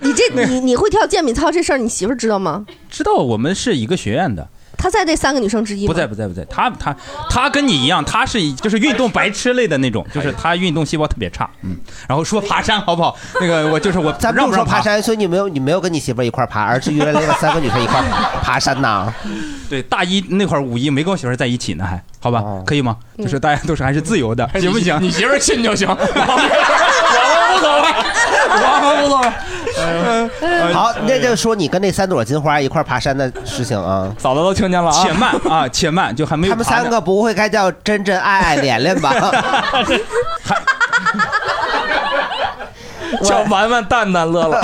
Speaker 4: 你这你你会跳健美操这事儿，你媳妇儿知道吗？
Speaker 1: 知道我们是一个学院的，
Speaker 4: 她在那三个女生之一吗？
Speaker 1: 不在不在不在，他他他跟你一样，他是就是运动白痴类的
Speaker 5: 哎
Speaker 1: 那种，就是他运动细胞特别差。嗯，然后说爬山好不好？ *laughs* 那个我就是我
Speaker 3: 咱
Speaker 1: 让
Speaker 3: 不
Speaker 1: 不
Speaker 3: 说
Speaker 1: 让
Speaker 3: 爬？山，所以你没有你没有跟你媳妇儿一块儿爬，而是约了那个三个女生一
Speaker 5: *laughs*
Speaker 3: 块儿爬山呐。
Speaker 1: 对，大一那会儿五一没跟我媳妇儿在一起呢，还好吧？可以吗？就是大家都是还是自由的，行不行？
Speaker 5: 哦你媳妇儿信就行，我们无所谓，我们无所谓。 *laughs*
Speaker 1: 哎
Speaker 3: *laughs* 好，那就说你跟那三朵金花一块儿爬山的事情啊。
Speaker 5: 嫂子都听见了
Speaker 1: *laughs* 且慢啊，且慢，就还没有
Speaker 3: 他们
Speaker 1: 爬呢
Speaker 3: 三个不会该叫真真爱爱连
Speaker 5: *laughs*
Speaker 3: 连吧？
Speaker 1: *laughs*
Speaker 5: 叫玩玩蛋蛋乐了。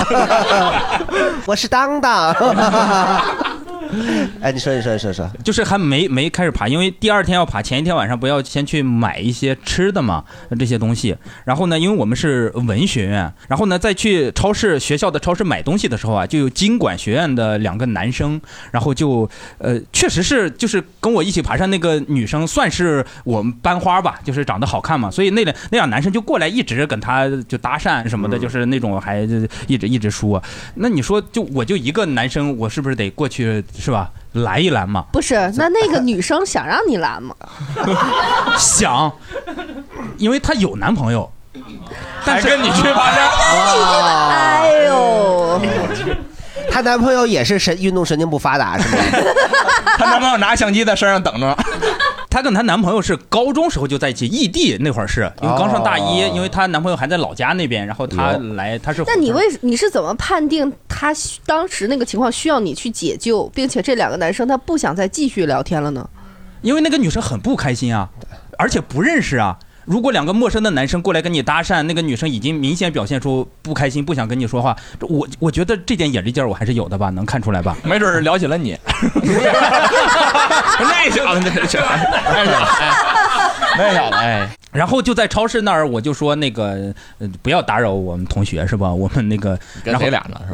Speaker 3: 我是当当。 *laughs*
Speaker 5: *laughs*
Speaker 3: 哎，你说，你说，你说，你说。
Speaker 1: 就是还没没开始爬，因为第二天要爬，前一天晚上不要先去买一些吃的嘛，这些东西。然后呢，因为我们是文学院，然后呢再去超市学校的超市买东西的时候啊，就有经管学院的两个男生，然后就呃，确实是就是跟我一起爬山那个女生算是我们班花吧，就是长得好看嘛，所以那两那俩男生就过来一直跟她就搭讪什么的，就是那种还就是一直一直说。那你说就我就一个男生，我是不是得过去是吧？拦一拦嘛，
Speaker 4: 不是，那那个女生想让你拦吗？
Speaker 1: 想，因为她有男朋友，但是
Speaker 5: 跟你去爬山，
Speaker 4: 哎呦，
Speaker 3: 她男朋友也是神运动神经不发达是吗？
Speaker 5: 她男朋友拿相机在身上等着。
Speaker 1: 她跟她男朋友是高中时候就在一起，异地那会儿是因为刚上大一，
Speaker 5: 哦
Speaker 1: 因为她男朋友还在老家那边，然后她来，她是
Speaker 4: 那你为你是怎么判定她需当时那个情况需要你去解救，并且这两个男生他不想再继续聊天了呢？
Speaker 1: 因为那个女生很不开心啊，而且不认识啊。如果两个陌生的男生过来跟你搭讪，那个女生已经明显表现出不开心，不想跟你说话。这我我觉得这点眼力劲儿我还是有的吧，能看出来吧？
Speaker 5: 没准儿聊起了
Speaker 1: *laughs*
Speaker 5: 你，那小子，那小子，那小子，那小子，哎。
Speaker 1: 然后就在超市那儿，我就说那个、呃、不要打扰我们同学是吧？我们那个
Speaker 5: 跟
Speaker 1: 然后
Speaker 5: 谁俩呢是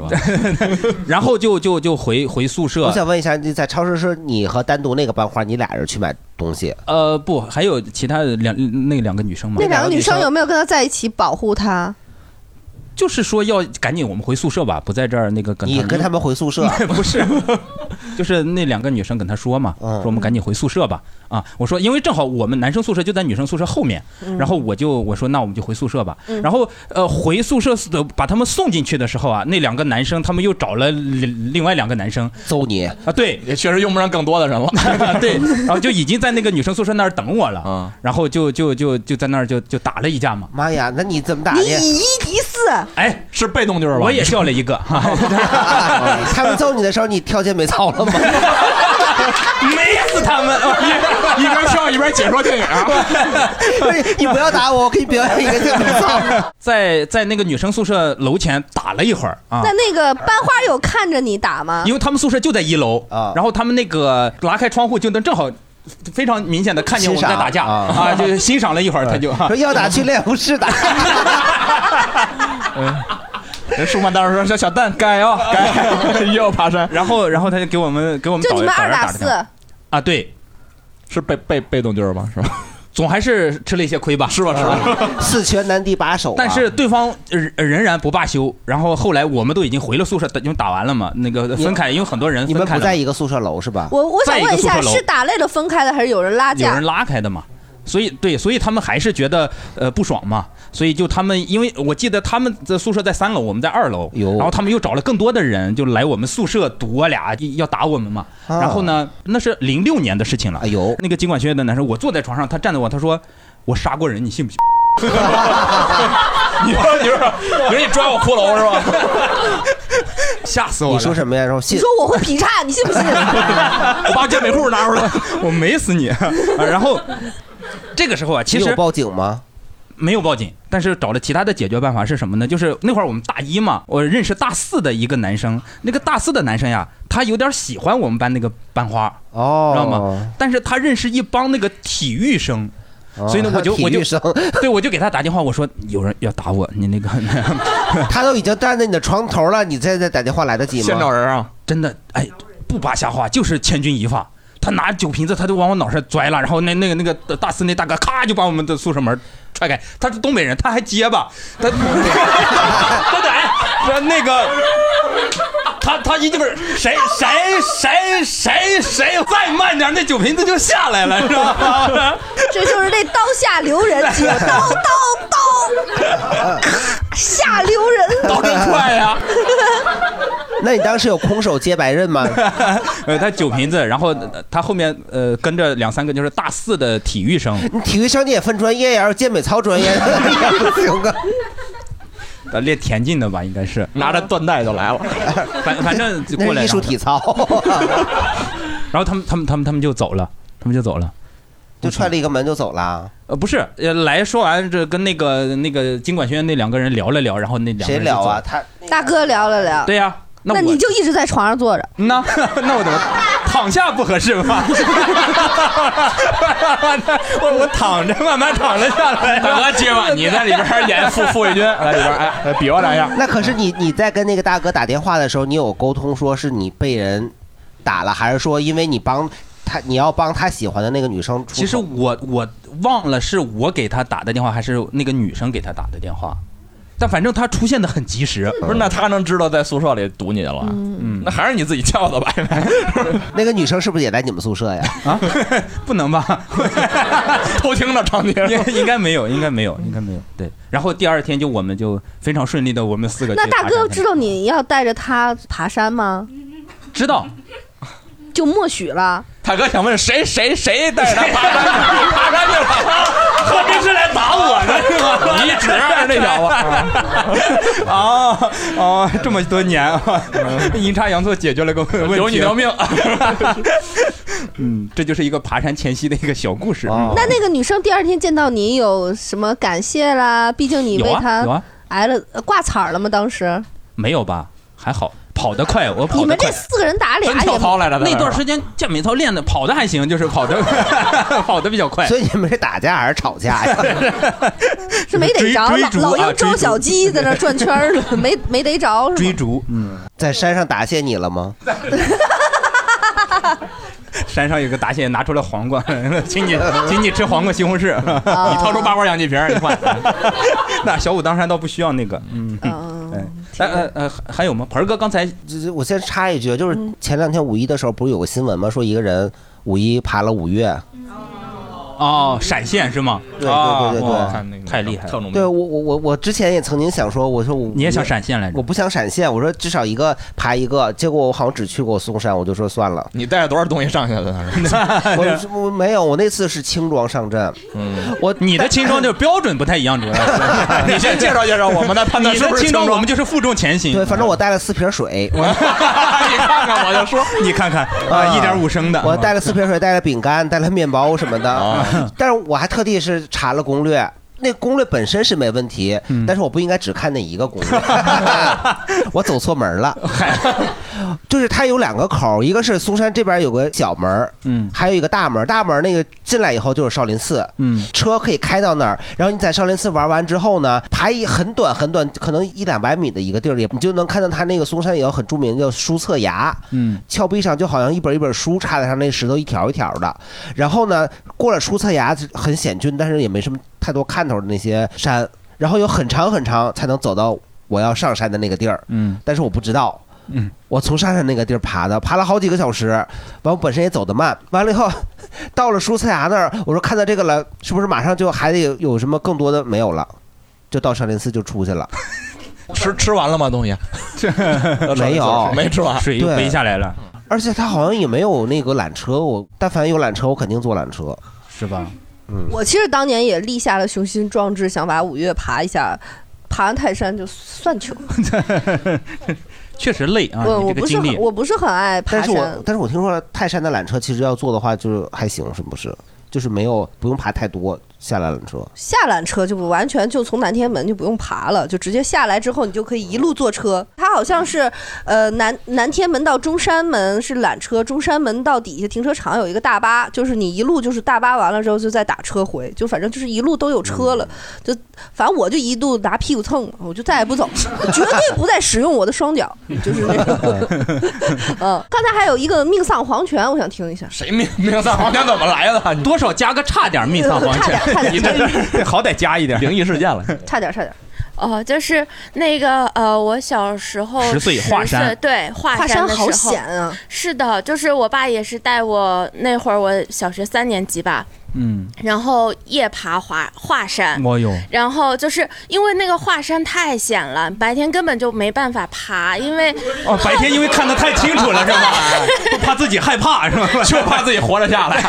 Speaker 5: 吧？
Speaker 1: *laughs* 然后就就就回回宿舍。
Speaker 3: 我想问一下，你在超市是你和单独那个班花，你俩人去买东西？
Speaker 1: 呃，不，还有其他的两那嗯两个女生吗？
Speaker 4: 那两个女生有没有跟他在一起保护他？
Speaker 1: 就是说要赶紧我们回宿舍吧，不在这儿那个跟
Speaker 3: 你跟他们回宿舍
Speaker 1: *laughs* 不
Speaker 3: *laughs*
Speaker 1: 是，就是那两个女生跟他说嘛，
Speaker 3: 嗯
Speaker 1: 说我们赶紧回宿舍吧。啊，我说因为正好我们男生宿舍就在女生宿舍后面，
Speaker 5: 嗯
Speaker 1: 然后我就我说那我们就回宿舍吧。
Speaker 5: 嗯
Speaker 1: 然后呃回宿舍的把他们送进去的时候啊，那两个男生他们又找了另另外两个男生
Speaker 3: 揍你啊，
Speaker 1: 对，
Speaker 5: 也确实用不上更多的人了。
Speaker 1: *laughs*
Speaker 5: *laughs*
Speaker 1: 对，然后就已经在那个女生宿舍那儿等我了，然后就就就就在那儿就就打了一架嘛。
Speaker 3: 嗯妈呀，啊那你怎么打
Speaker 4: 你
Speaker 3: 的？
Speaker 4: 以一敌四，
Speaker 1: 哎，
Speaker 5: 是被动就是
Speaker 1: 吧？
Speaker 5: *laughs*
Speaker 1: 我也叫了一个， *laughs*
Speaker 3: 他们揍你的时候，你跳健美操
Speaker 5: *laughs*
Speaker 3: 了吗？
Speaker 1: 没死他
Speaker 3: *laughs*
Speaker 1: 们，
Speaker 5: 一边跳一边解说电影。啊
Speaker 3: 不是， *laughs* 你不要打我，我给你表演一个健美操。
Speaker 1: 在在那个女生宿舍楼前打了一会儿啊。
Speaker 4: 那那个班花有看着你打吗？
Speaker 1: 因为他们宿舍就在一楼啊，然后他们那个拉开窗户就能正好。非常明显的看见我们在打架
Speaker 3: 欣赏
Speaker 1: 啊
Speaker 3: 啊
Speaker 1: 就欣赏了一会儿，他就
Speaker 5: *laughs*
Speaker 1: 啊
Speaker 3: 说
Speaker 1: *laughs*
Speaker 3: 要打去练武室打。
Speaker 5: *laughs* 人舒曼当时说：“小小蛋，该啊，该， *laughs* 又要爬山。”
Speaker 1: 然后，然后他就给我们给我们
Speaker 4: 就你们
Speaker 1: 导
Speaker 4: 二
Speaker 1: 员打
Speaker 4: 打
Speaker 1: 了
Speaker 4: 四
Speaker 1: 架，啊，对，
Speaker 5: 是被被被动就是吧，是吧？
Speaker 1: 总还是吃了一些亏吧，啊
Speaker 5: 是吧？是
Speaker 3: *laughs*
Speaker 5: 吧？
Speaker 3: 四拳难敌把手啊、
Speaker 1: 但是对方呃仍然不罢休。然后后来我们都已经回了宿舍，因为打完了嘛，那个分开，因为很多人
Speaker 3: 你
Speaker 1: 分
Speaker 3: 们
Speaker 1: 开
Speaker 3: 不
Speaker 1: 了
Speaker 3: 在一个宿舍楼是吧？
Speaker 4: 我我想
Speaker 1: 在一个
Speaker 4: 问一
Speaker 1: 宿舍
Speaker 4: 下，
Speaker 1: 楼
Speaker 4: 是打累了分开的，还是有人拉
Speaker 1: 有
Speaker 4: 架
Speaker 1: 人？拉开的嘛。所以对，所以他们还是觉得呃不爽嘛，所以就他们，因为我记得他们的宿舍在三楼，我们在二楼，然后他们又找了更多的人就来我们宿舍堵我俩，要打我们嘛。
Speaker 3: 啊
Speaker 1: 然后呢，那是零六年的事情了。哎
Speaker 3: 呦，
Speaker 1: 那个经管学院的男生，我坐在床上，他站着我，他说我杀过人，你信不信？
Speaker 5: *laughs* 你说你说你说你抓我骷髅是吧？
Speaker 1: 吓死我了！
Speaker 3: 你说什么呀？说
Speaker 4: 你
Speaker 3: 信
Speaker 4: 说我会劈叉，你信不信？
Speaker 1: 我
Speaker 5: *laughs*
Speaker 1: 把健美裤拿出来， *laughs* 我没死你。啊然后这个时候啊，其
Speaker 3: 你
Speaker 1: 实
Speaker 3: 有报警吗？
Speaker 1: 没有报警，但是找了其他的解决办法是什么呢？就是那会儿我们大一嘛，我认识大四的一个男生，那个大四的男生呀，他有点喜欢我们班那个班花，
Speaker 3: 哦，
Speaker 1: 知道吗？但是他认识一帮那个体育生。
Speaker 3: 哦
Speaker 1: 所以呢，我就
Speaker 3: 体育
Speaker 1: 我就
Speaker 3: 生
Speaker 1: 对我就给他打电话，我说有人要打我，你那个 *laughs*
Speaker 3: 他都已经站在你的床头了，你再再打电话来得及吗？
Speaker 1: 人啊！真的，哎，不扒瞎话，就是千钧一发。他拿酒瓶子，他就往我脑上拽了，然后那那个那个大四那大哥咔就把我们的宿舍门踹开。他是东北人，他还结巴，他 *laughs* 他得哎他那个。他他一进门，谁谁谁谁谁再慢点，那酒瓶子就 *laughs* 下来了，知道吗？
Speaker 4: *laughs* 这就是那刀下留人
Speaker 1: *laughs*
Speaker 4: 节，刀刀刀，咔下留人，
Speaker 1: 刀真快呀！
Speaker 3: 那你当时有空手接白刃吗？
Speaker 1: *laughs* 呃，他酒瓶子，然后呃他后面呃跟着两三个就是大四的体育生，
Speaker 3: *laughs* 你体育生你也分专业呀，要是健美操
Speaker 1: *laughs*
Speaker 3: 专业不行啊。
Speaker 1: 呃练田径的吧，应该是 *laughs* 拿着缎带就来了， *laughs* 反反正就过来
Speaker 3: 那是艺术体操，
Speaker 1: 然后他们他们他们他们就走了， *laughs* 他们就走了。
Speaker 3: 就踹了一个门就走了。
Speaker 1: 呃，不是，呃，来说完这跟那个那个经管学院那两个人聊了聊，然后那两个
Speaker 3: 谁
Speaker 1: 人就
Speaker 3: 聊
Speaker 1: 走
Speaker 3: 啊
Speaker 1: 了？
Speaker 3: 他
Speaker 4: *laughs* 大哥聊了聊。
Speaker 1: 对呀、那
Speaker 4: 那
Speaker 1: 我
Speaker 4: 你就一直在床上坐着。
Speaker 1: 那 *laughs* 那我怎么躺下不合适吗？ *laughs* 我我躺着慢慢躺着下来。
Speaker 5: 大哥接吧，你在里边演傅傅卫军，来里边 *laughs* 哎来比划两下。
Speaker 3: 那可是你你在跟那个大哥打电话的时候，你有沟通说是你被人打了，还是说因为你帮他你要帮他喜欢的那个女生
Speaker 1: *laughs*
Speaker 3: 出？
Speaker 1: 其实我我忘了是我给他打的电话，还是那个女生给他打的电话。但反正他出现的很及时，
Speaker 5: 不是？那他能知道在宿舍里堵你了？嗯，那还是你自己叫的吧？ *laughs*
Speaker 3: 那个女生是不是也来你们宿舍呀？
Speaker 1: 啊，不能吧？
Speaker 5: 偷听的场景
Speaker 1: 应应该没有，应该没有，应该没有。对，然后第二天就我们就非常顺利的，我们四个
Speaker 4: 那
Speaker 1: 去
Speaker 4: 大
Speaker 1: 爬
Speaker 4: 哥
Speaker 1: 山
Speaker 4: 知道你要带着他爬山吗？
Speaker 1: 知道，
Speaker 4: 就默许了。
Speaker 5: 大哥想问谁谁谁带着他爬山 *laughs* 爬山去了？
Speaker 1: 合着是来打我的是吗？
Speaker 5: 你指着那小子。
Speaker 1: *laughs* 啊哦，这么多年啊， *laughs* 阴差阳错解决了个问题，
Speaker 5: 嗯
Speaker 1: 啊
Speaker 5: 留你条命。
Speaker 1: *laughs* 嗯，这就是一个爬山前夕的一个小故事。
Speaker 5: 哦
Speaker 1: 嗯
Speaker 4: 那那个女生第二天见到你有什么感谢啦？毕竟你为
Speaker 1: 有啊有
Speaker 4: 他
Speaker 1: 啊
Speaker 4: 挨了呃挂彩儿了吗？当时
Speaker 1: 没有吧？还好，跑得快，我跑
Speaker 4: 你
Speaker 1: 得
Speaker 4: 们这
Speaker 1: 快。
Speaker 4: 四个人打俩也
Speaker 1: 那段时间健美操练的跑的还行，就是跑的 *laughs* 跑的比较快。
Speaker 3: *laughs* 所以你们是打架还是吵
Speaker 1: *laughs*
Speaker 3: 架呀？
Speaker 4: 是没
Speaker 3: 追追
Speaker 4: 逮着，老
Speaker 3: 逐
Speaker 4: 老
Speaker 3: 啊
Speaker 4: 鹰
Speaker 3: 追
Speaker 4: 抓
Speaker 3: 逐
Speaker 4: 小鸡在那转圈儿了，没没逮着是吗？
Speaker 1: 逐，嗯，
Speaker 3: *laughs* 在山上答谢你了吗？
Speaker 1: *laughs* 山上有个答谢拿出了黄瓜， *laughs* 请你请你吃黄瓜西红柿，
Speaker 4: 啊
Speaker 1: *laughs*
Speaker 4: 哦
Speaker 1: 你掏出八块氧气瓶儿，你换。 *laughs* 那小武当山倒不需要那个，嗯，哎哎呃呃，还还有吗？盆儿哥刚才
Speaker 3: 这这我先插一句，就是前两天五一的时候，不是有个新闻吗？说一个人五一爬了五岳。
Speaker 1: 嗯哦，闪现是吗？
Speaker 3: 对对对对对
Speaker 1: 哦看那个太厉害了。
Speaker 3: 对我我我我之前也曾经想说，我说我
Speaker 1: 你也想闪现来着？
Speaker 3: 我不想闪现，我说至少一个爬一个，结果我好像只去过嵩山，我就说算
Speaker 1: *laughs*
Speaker 3: 了。
Speaker 5: 你带着多少东西上去
Speaker 3: *laughs*
Speaker 5: 的？当时
Speaker 3: 我我没有，我那次是轻装上阵。
Speaker 5: 嗯，
Speaker 3: 我
Speaker 1: 你的轻 *laughs* 装就是标准不太一样，主要是。
Speaker 3: *laughs*
Speaker 5: 你先介绍介绍我们来判断是不是
Speaker 1: 你的轻
Speaker 5: 轻
Speaker 1: 装，
Speaker 5: 装
Speaker 1: 我们就是负重前行。
Speaker 3: 对，反正我带了四瓶水，我
Speaker 5: 你看看我就 *laughs* 说，
Speaker 1: *laughs* 你看看啊，一点五升的。
Speaker 3: 我带了四瓶水，带了饼干，带了面包什么
Speaker 1: 啊
Speaker 3: 的。但是我还特地是查了攻略。那攻略本身是没问题，
Speaker 1: 嗯
Speaker 3: 但是我不应该只看那一
Speaker 1: *laughs*
Speaker 3: 个攻略，我走错门了。就是它有两个口儿，一个是嵩山这边有个小门儿，
Speaker 1: 嗯，
Speaker 3: 还有一个大门儿。大门儿那个进来以后就是少林寺，
Speaker 1: 嗯，
Speaker 3: 车可以开到那儿，然后你在少林寺玩完之后呢，爬一很短很短，可能一两百米的一个地儿里，你就能看到它那个嵩山也有很著名的叫书册崖，
Speaker 1: 嗯，
Speaker 3: 峭壁上就好像一本一本书插在上，那石头一条一条的。然后呢，过了书册崖很险峻，但是也没什么太多看头的那些山，然后有很长很长才能走到我要上山的那个地儿，
Speaker 1: 嗯，
Speaker 3: 但是我不知道。
Speaker 1: 嗯，
Speaker 3: 我从山上那个地儿爬的，爬了好几个小时，完我本身也走得慢，完了以后 *laughs* 到了蔬菜啊崖那儿，我说看到这个了，是不是马上就还得有有什么更多的没有了？就到少林寺就出去了，
Speaker 5: 吃吃完了吗？东西
Speaker 1: *laughs*
Speaker 3: 没 *laughs* 有，
Speaker 5: 没吃完，
Speaker 3: 对。 *laughs*
Speaker 1: 了，
Speaker 3: 而且他好像也没有那个缆车，我但凡有缆车，我肯定坐缆车，
Speaker 1: 是吧？
Speaker 3: 嗯，
Speaker 4: 我其实当年也立下了雄心壮志，想把五岳爬一下，爬完泰山就算球。
Speaker 1: 确实累啊，
Speaker 4: 我
Speaker 1: 你这
Speaker 4: 我不
Speaker 1: 个
Speaker 4: 是
Speaker 1: 经
Speaker 4: 很
Speaker 1: 历。
Speaker 4: 我不是很爱爬
Speaker 3: 但是
Speaker 4: 山
Speaker 3: 我，但是我听说了泰山的缆车其实要坐的话，就是还行，是不是？就是没有不用爬太多下来缆车。
Speaker 4: 下缆车就不完全就从南天门就不用爬了，就直接下来之后你就可以一路坐车。它好像是呃南南天门到中山门是缆车，中山门到底下停车场有一个大巴，就是你一路就是大巴完了之后就再打车回，就反正就是一路都有车了，就反正我就一度拿屁股蹭了，我就再也不走，我绝对不再使用我的双脚，就是那种。
Speaker 1: *laughs*
Speaker 4: 嗯，刚才还有一个命丧黄泉，我想听一下。
Speaker 5: 谁命命丧黄泉怎么来的？
Speaker 1: 多少加个差点命丧黄泉
Speaker 4: 差点差，点
Speaker 1: 你这是好歹加一点灵异事件了。
Speaker 4: 差点差点。
Speaker 10: 哦，就是那个呃，我小时候
Speaker 1: 十岁华山
Speaker 10: 岁对华
Speaker 4: 华
Speaker 10: 山
Speaker 4: 山
Speaker 10: 的
Speaker 4: 好
Speaker 10: 时候
Speaker 4: 险啊！
Speaker 10: 是的，就是我爸也是带我那会儿，我小学三年级吧，
Speaker 1: 嗯，
Speaker 10: 然后夜爬华华山，
Speaker 1: 我有
Speaker 10: 然后就是因为那个华山太险了，白天根本就没办法爬，因为
Speaker 1: 哦，白天因为看得太清楚了
Speaker 5: *laughs*
Speaker 1: 是吧？不怕自己害怕是吧？
Speaker 5: 就怕自己活着下来。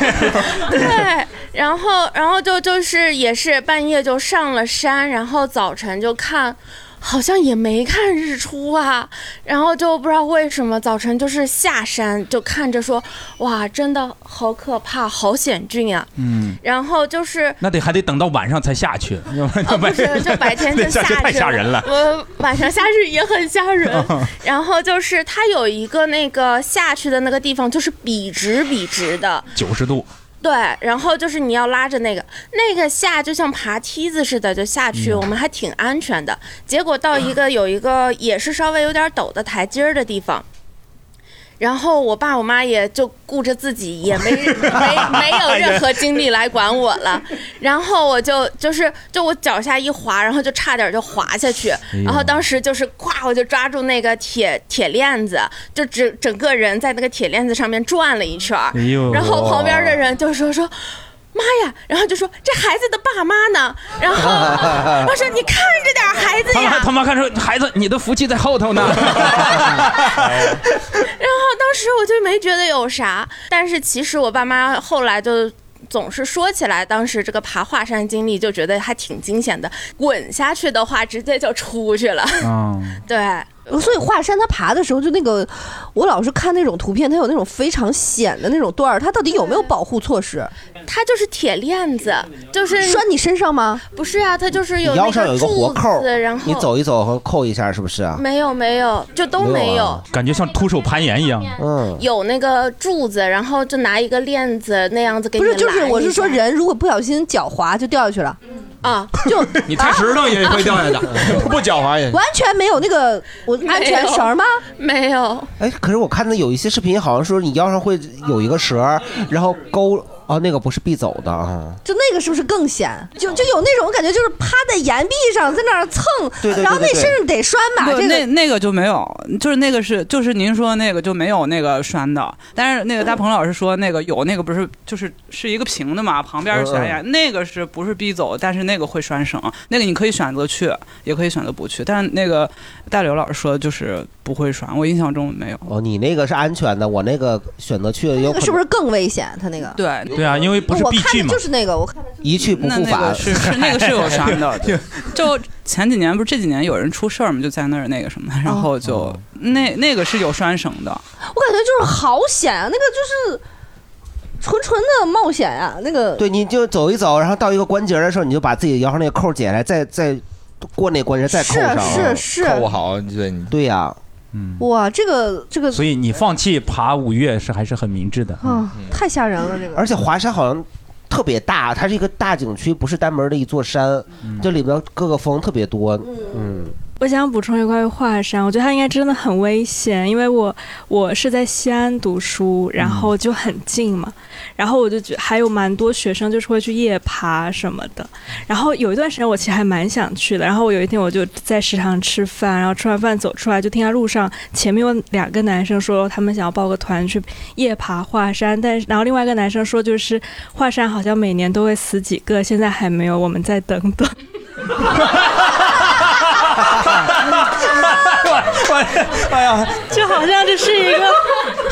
Speaker 10: 对，然后然后就就是也是半夜就上了山，然后早晨就看。好像也没看日出啊，然后就不知道为什么早晨就是下山就看着说，哇，真的好可怕，好险峻啊。
Speaker 1: *laughs* 嗯，
Speaker 10: 然后
Speaker 1: *laughs*
Speaker 10: 就是呃
Speaker 1: 那得还得等到晚上才下去，
Speaker 5: 哦
Speaker 1: 要不然就白
Speaker 10: 不是，就
Speaker 1: *laughs*
Speaker 10: 白天就
Speaker 1: 那下去
Speaker 10: 去
Speaker 1: 太吓人了。。
Speaker 10: 我晚上下去也很吓人
Speaker 1: 嗯
Speaker 10: 然后就是它有一个那个下去的那个地方，就是笔直笔直的，
Speaker 1: 九十度，
Speaker 10: 对。然后就是你要拉着那个那个下，就像爬梯子似的就下去，
Speaker 1: 嗯
Speaker 10: 我们还挺安全的。结果到一个有一个也是稍微有点陡的台阶儿的地方。然后我爸我妈也就顾着自己，也没没没有任何精力来管我了。 *laughs* 然后我就就是就我脚下一滑，然后就差点就滑下去
Speaker 14: 呦。
Speaker 10: 然后当时就是咵，我就抓住那个铁铁链子，就整整个人在那个铁链子上面转了一圈儿
Speaker 14: 哎呦。
Speaker 10: 然后旁边的人就说说。妈呀！然后就说这孩子的爸妈呢？
Speaker 3: *laughs*
Speaker 10: 然后我说你看着点儿孩子
Speaker 1: 他妈
Speaker 10: 呀。
Speaker 1: 他妈看出孩子，你的福气在后头呢。
Speaker 5: *laughs*
Speaker 10: 然后当时我就没觉得有啥，但是其实我爸妈后来就。总是说起来，当时这个爬华山经历就觉得还挺惊险的。滚下去的话，直接就出去了。
Speaker 1: 嗯，
Speaker 10: *laughs* 对，
Speaker 4: 所以华山它爬的时候，就那个我老是看那种图片，它有那种非常险的那种段儿，它到底有没有保护措施？
Speaker 10: 它就是铁链子，就是
Speaker 4: 拴你身上吗？
Speaker 10: 不是啊，它就是有
Speaker 3: 你
Speaker 10: 那
Speaker 3: 腰上有一个活
Speaker 10: 柱
Speaker 3: 扣
Speaker 10: 子，然，后
Speaker 3: 你走一走和扣一下，是不是啊？
Speaker 10: 没有没有，就都没有。
Speaker 1: 感觉像徒手攀岩一样。
Speaker 3: 嗯，
Speaker 10: 有那个柱子，然后就拿一个链子那样子给你
Speaker 4: 不是，就
Speaker 10: 拦
Speaker 4: 是我
Speaker 10: 一
Speaker 4: 是说，
Speaker 10: 下
Speaker 4: 人如果不小心脚滑就掉下去了，
Speaker 10: 啊，
Speaker 3: 嗯
Speaker 4: 就
Speaker 5: 你抬石头也会掉
Speaker 3: *laughs*
Speaker 5: 下去，不狡猾也。
Speaker 4: 完全没有那个我安全绳吗？
Speaker 10: 没有，
Speaker 3: 哎，可是我看到有一些视频，好像说你腰上会有一个绳儿，然后勾哦，那个不是必走的啊。
Speaker 4: 就那个是不是更险？就就有那种感觉，就是趴在岩壁上在那儿蹭，
Speaker 1: 对对对
Speaker 4: 然后那
Speaker 1: 对对
Speaker 4: 身上得拴吧？
Speaker 12: 不
Speaker 4: 这
Speaker 12: 那
Speaker 4: 个
Speaker 12: 那个就没有，就是那个是就是您说那个就没有那个栓的，但是那个大鹏老师说那个有那个不是就是是一个平的嘛，旁边
Speaker 3: 嗯
Speaker 12: 是悬崖，那个是不是必走？但是那个会拴绳，那个你可以选择去，也可以选择不去。但是那个大刘老师说就是不会拴，我印象中没有。
Speaker 3: 哦，你那个是安全的，我那个选择去有
Speaker 4: 那
Speaker 3: 可
Speaker 4: 个是
Speaker 3: 能
Speaker 4: 不是更危险？它那个
Speaker 12: 对
Speaker 1: 对啊，因为不是
Speaker 4: 我
Speaker 1: 必
Speaker 4: 看
Speaker 1: 去
Speaker 4: 的
Speaker 1: 嘛
Speaker 4: 就。是那个，我看的
Speaker 3: 一去不
Speaker 12: 那
Speaker 3: 复
Speaker 12: 那
Speaker 3: 返
Speaker 12: 个。是是那个是有栓
Speaker 3: *laughs*
Speaker 12: 的，对就前几年不是这几年有人出事儿嘛，就在那儿那个什么，
Speaker 4: 哦
Speaker 12: 然后就、
Speaker 3: 哦
Speaker 12: 那那个是有拴绳的，
Speaker 4: 我感觉就是好险啊，那个就是纯纯的冒险啊，那个
Speaker 3: 对，你就走一走，然后到一个关节的时候，你就把自己腰上那个扣解下来，再再过那关节，再扣上。啊
Speaker 4: 是是
Speaker 1: 扣啊
Speaker 5: 好，对
Speaker 3: 对呀、
Speaker 4: 哇，这个这个
Speaker 1: 所以你放弃爬五岳是还是很明智的。
Speaker 4: 啊，太吓人了，这个
Speaker 3: 而且华山好像特别大，它是一个大景区，不是单门的一座山，这里边各个峰特别多。嗯，
Speaker 11: 我想补充一块华山，我觉得它应该真的很危险，因为我我是在西安读书，然后就很近嘛，然后我就觉还有蛮多学生就是会去夜爬什么的，然后有一段时间我其实还蛮想去的，然后我有一天我就在食堂吃饭，然后吃完饭走出来就听到路上前面有两个男生说他们想要报个团去夜爬华山，但是然后另外一个男生说就是华山好像每年都会死几个，现在还没有，我们再等等。
Speaker 1: *laughs*
Speaker 11: *laughs*
Speaker 1: 哎呀，
Speaker 11: 就好像这是一个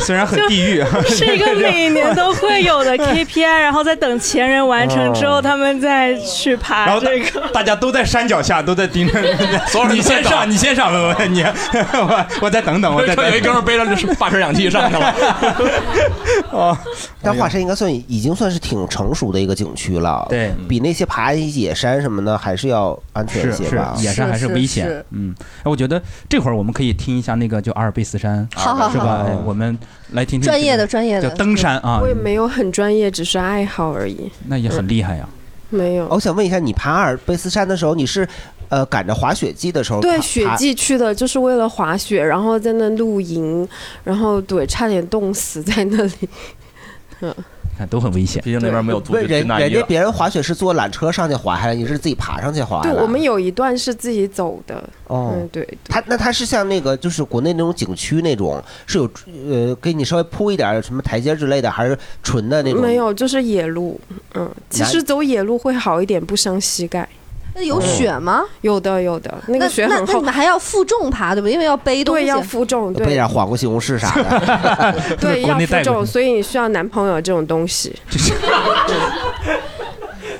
Speaker 1: *laughs* 虽然很地狱啊，
Speaker 11: 是一个每年都会有
Speaker 1: *laughs*
Speaker 11: 的 KPI，然后再等前人完成之后，
Speaker 1: 哦
Speaker 11: 他们再去
Speaker 1: 然
Speaker 11: 爬
Speaker 1: 后大
Speaker 11: 这个。
Speaker 1: 大家都在山脚下，都在盯着。
Speaker 5: 啊 *laughs* 所有人
Speaker 1: 你
Speaker 5: 都在
Speaker 1: 先
Speaker 5: 等
Speaker 1: 上，你先上，文文，你 *laughs* 我我再等等，我再等等。
Speaker 5: 有一哥们背着这霸水氧气上去了。
Speaker 1: 哦，
Speaker 3: 但华山应该算已经算是挺成熟的一个景区了，
Speaker 1: 对，
Speaker 3: 比那些爬野山什么的还是要安全一
Speaker 1: 是
Speaker 3: 些
Speaker 1: 是
Speaker 3: 吧，。
Speaker 1: 野山还危险。嗯，哎，我觉得这会儿我们可以听一下那个就阿尔卑斯山，
Speaker 4: 好好好
Speaker 1: 是吧？哎我们来听听
Speaker 4: 专业
Speaker 1: 这
Speaker 4: 的
Speaker 1: 个
Speaker 4: 专业的
Speaker 1: 叫登山啊
Speaker 18: 我，也没有很专业，只是爱好而已。
Speaker 1: 那也很厉害呀。
Speaker 18: 没有。
Speaker 3: 我想问一下，你爬阿尔卑斯山的时候，你是呃赶着滑雪季的时候爬？
Speaker 18: 对，雪季去的就是为了滑雪，然后在那露营，然后对，差点冻死在那里。 *laughs* 嗯，
Speaker 1: 看都很危险，
Speaker 5: 毕竟那边没有租
Speaker 3: 不是人
Speaker 5: 那
Speaker 3: 人家别人滑雪是坐缆车上去滑下来，你是自己爬上去滑
Speaker 18: 对，
Speaker 3: 的。
Speaker 18: 我们有一段是自己走的。
Speaker 3: 哦
Speaker 18: 嗯，对，
Speaker 3: 它那它是像那个就是国内那种景区那种，是有呃给你稍微铺一点儿什么台阶之类的，还是纯的那种？
Speaker 18: 没有，就是野路。嗯，其实走野路会好一点，不伤膝盖。
Speaker 4: 那有雪
Speaker 3: 哦
Speaker 4: 吗？
Speaker 18: 有的，有的，
Speaker 4: 那
Speaker 18: 个雪
Speaker 4: 那
Speaker 18: 很
Speaker 4: 那你
Speaker 18: 厚
Speaker 4: 们。还要负重爬对吧？因为要背东西，
Speaker 18: 对，要负重，
Speaker 3: 背
Speaker 18: 对
Speaker 3: 点，黄瓜西红柿啥的。
Speaker 18: 对，
Speaker 3: 国
Speaker 18: 要
Speaker 3: 内带
Speaker 18: 负
Speaker 3: 过
Speaker 18: 重，
Speaker 3: 去
Speaker 18: 所以你需要男朋友这种东西。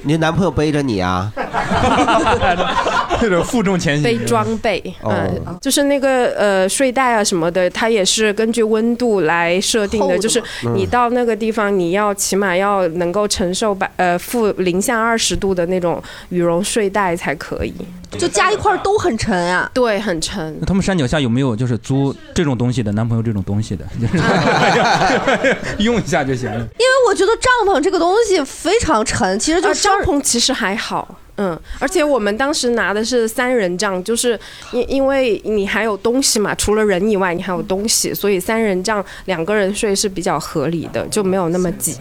Speaker 3: 你男朋友背着你啊？
Speaker 1: *laughs* 这种负重前
Speaker 18: 背装
Speaker 3: *laughs*
Speaker 18: 备，
Speaker 3: 哦
Speaker 18: 嗯，就是那个呃睡袋啊什么的，它也是根据温度来设定
Speaker 4: 厚
Speaker 18: 的，
Speaker 4: 的
Speaker 18: 就是
Speaker 4: 吗
Speaker 18: 你
Speaker 4: 嗯
Speaker 18: 到那个地方，你要起码要能够承受百呃负零下二十度的那种羽绒睡袋才可以。
Speaker 4: 就加一块儿都很沉啊。
Speaker 18: 对，很沉。
Speaker 1: 那他们山脚下有没有就是租这种东西的男朋友这种东西的，就是
Speaker 18: *laughs*
Speaker 1: *laughs* 用一下就行了。
Speaker 4: 因为我觉得帐篷这个东西非常沉，其实就
Speaker 18: 啊
Speaker 4: 是
Speaker 18: 帐篷其实还好。嗯，而且我们当时拿的是三人帐，就是因因为你还有东西嘛，除了人以外，你还有东西，所以三人帐两个人睡是比较合理的，就没有那么挤。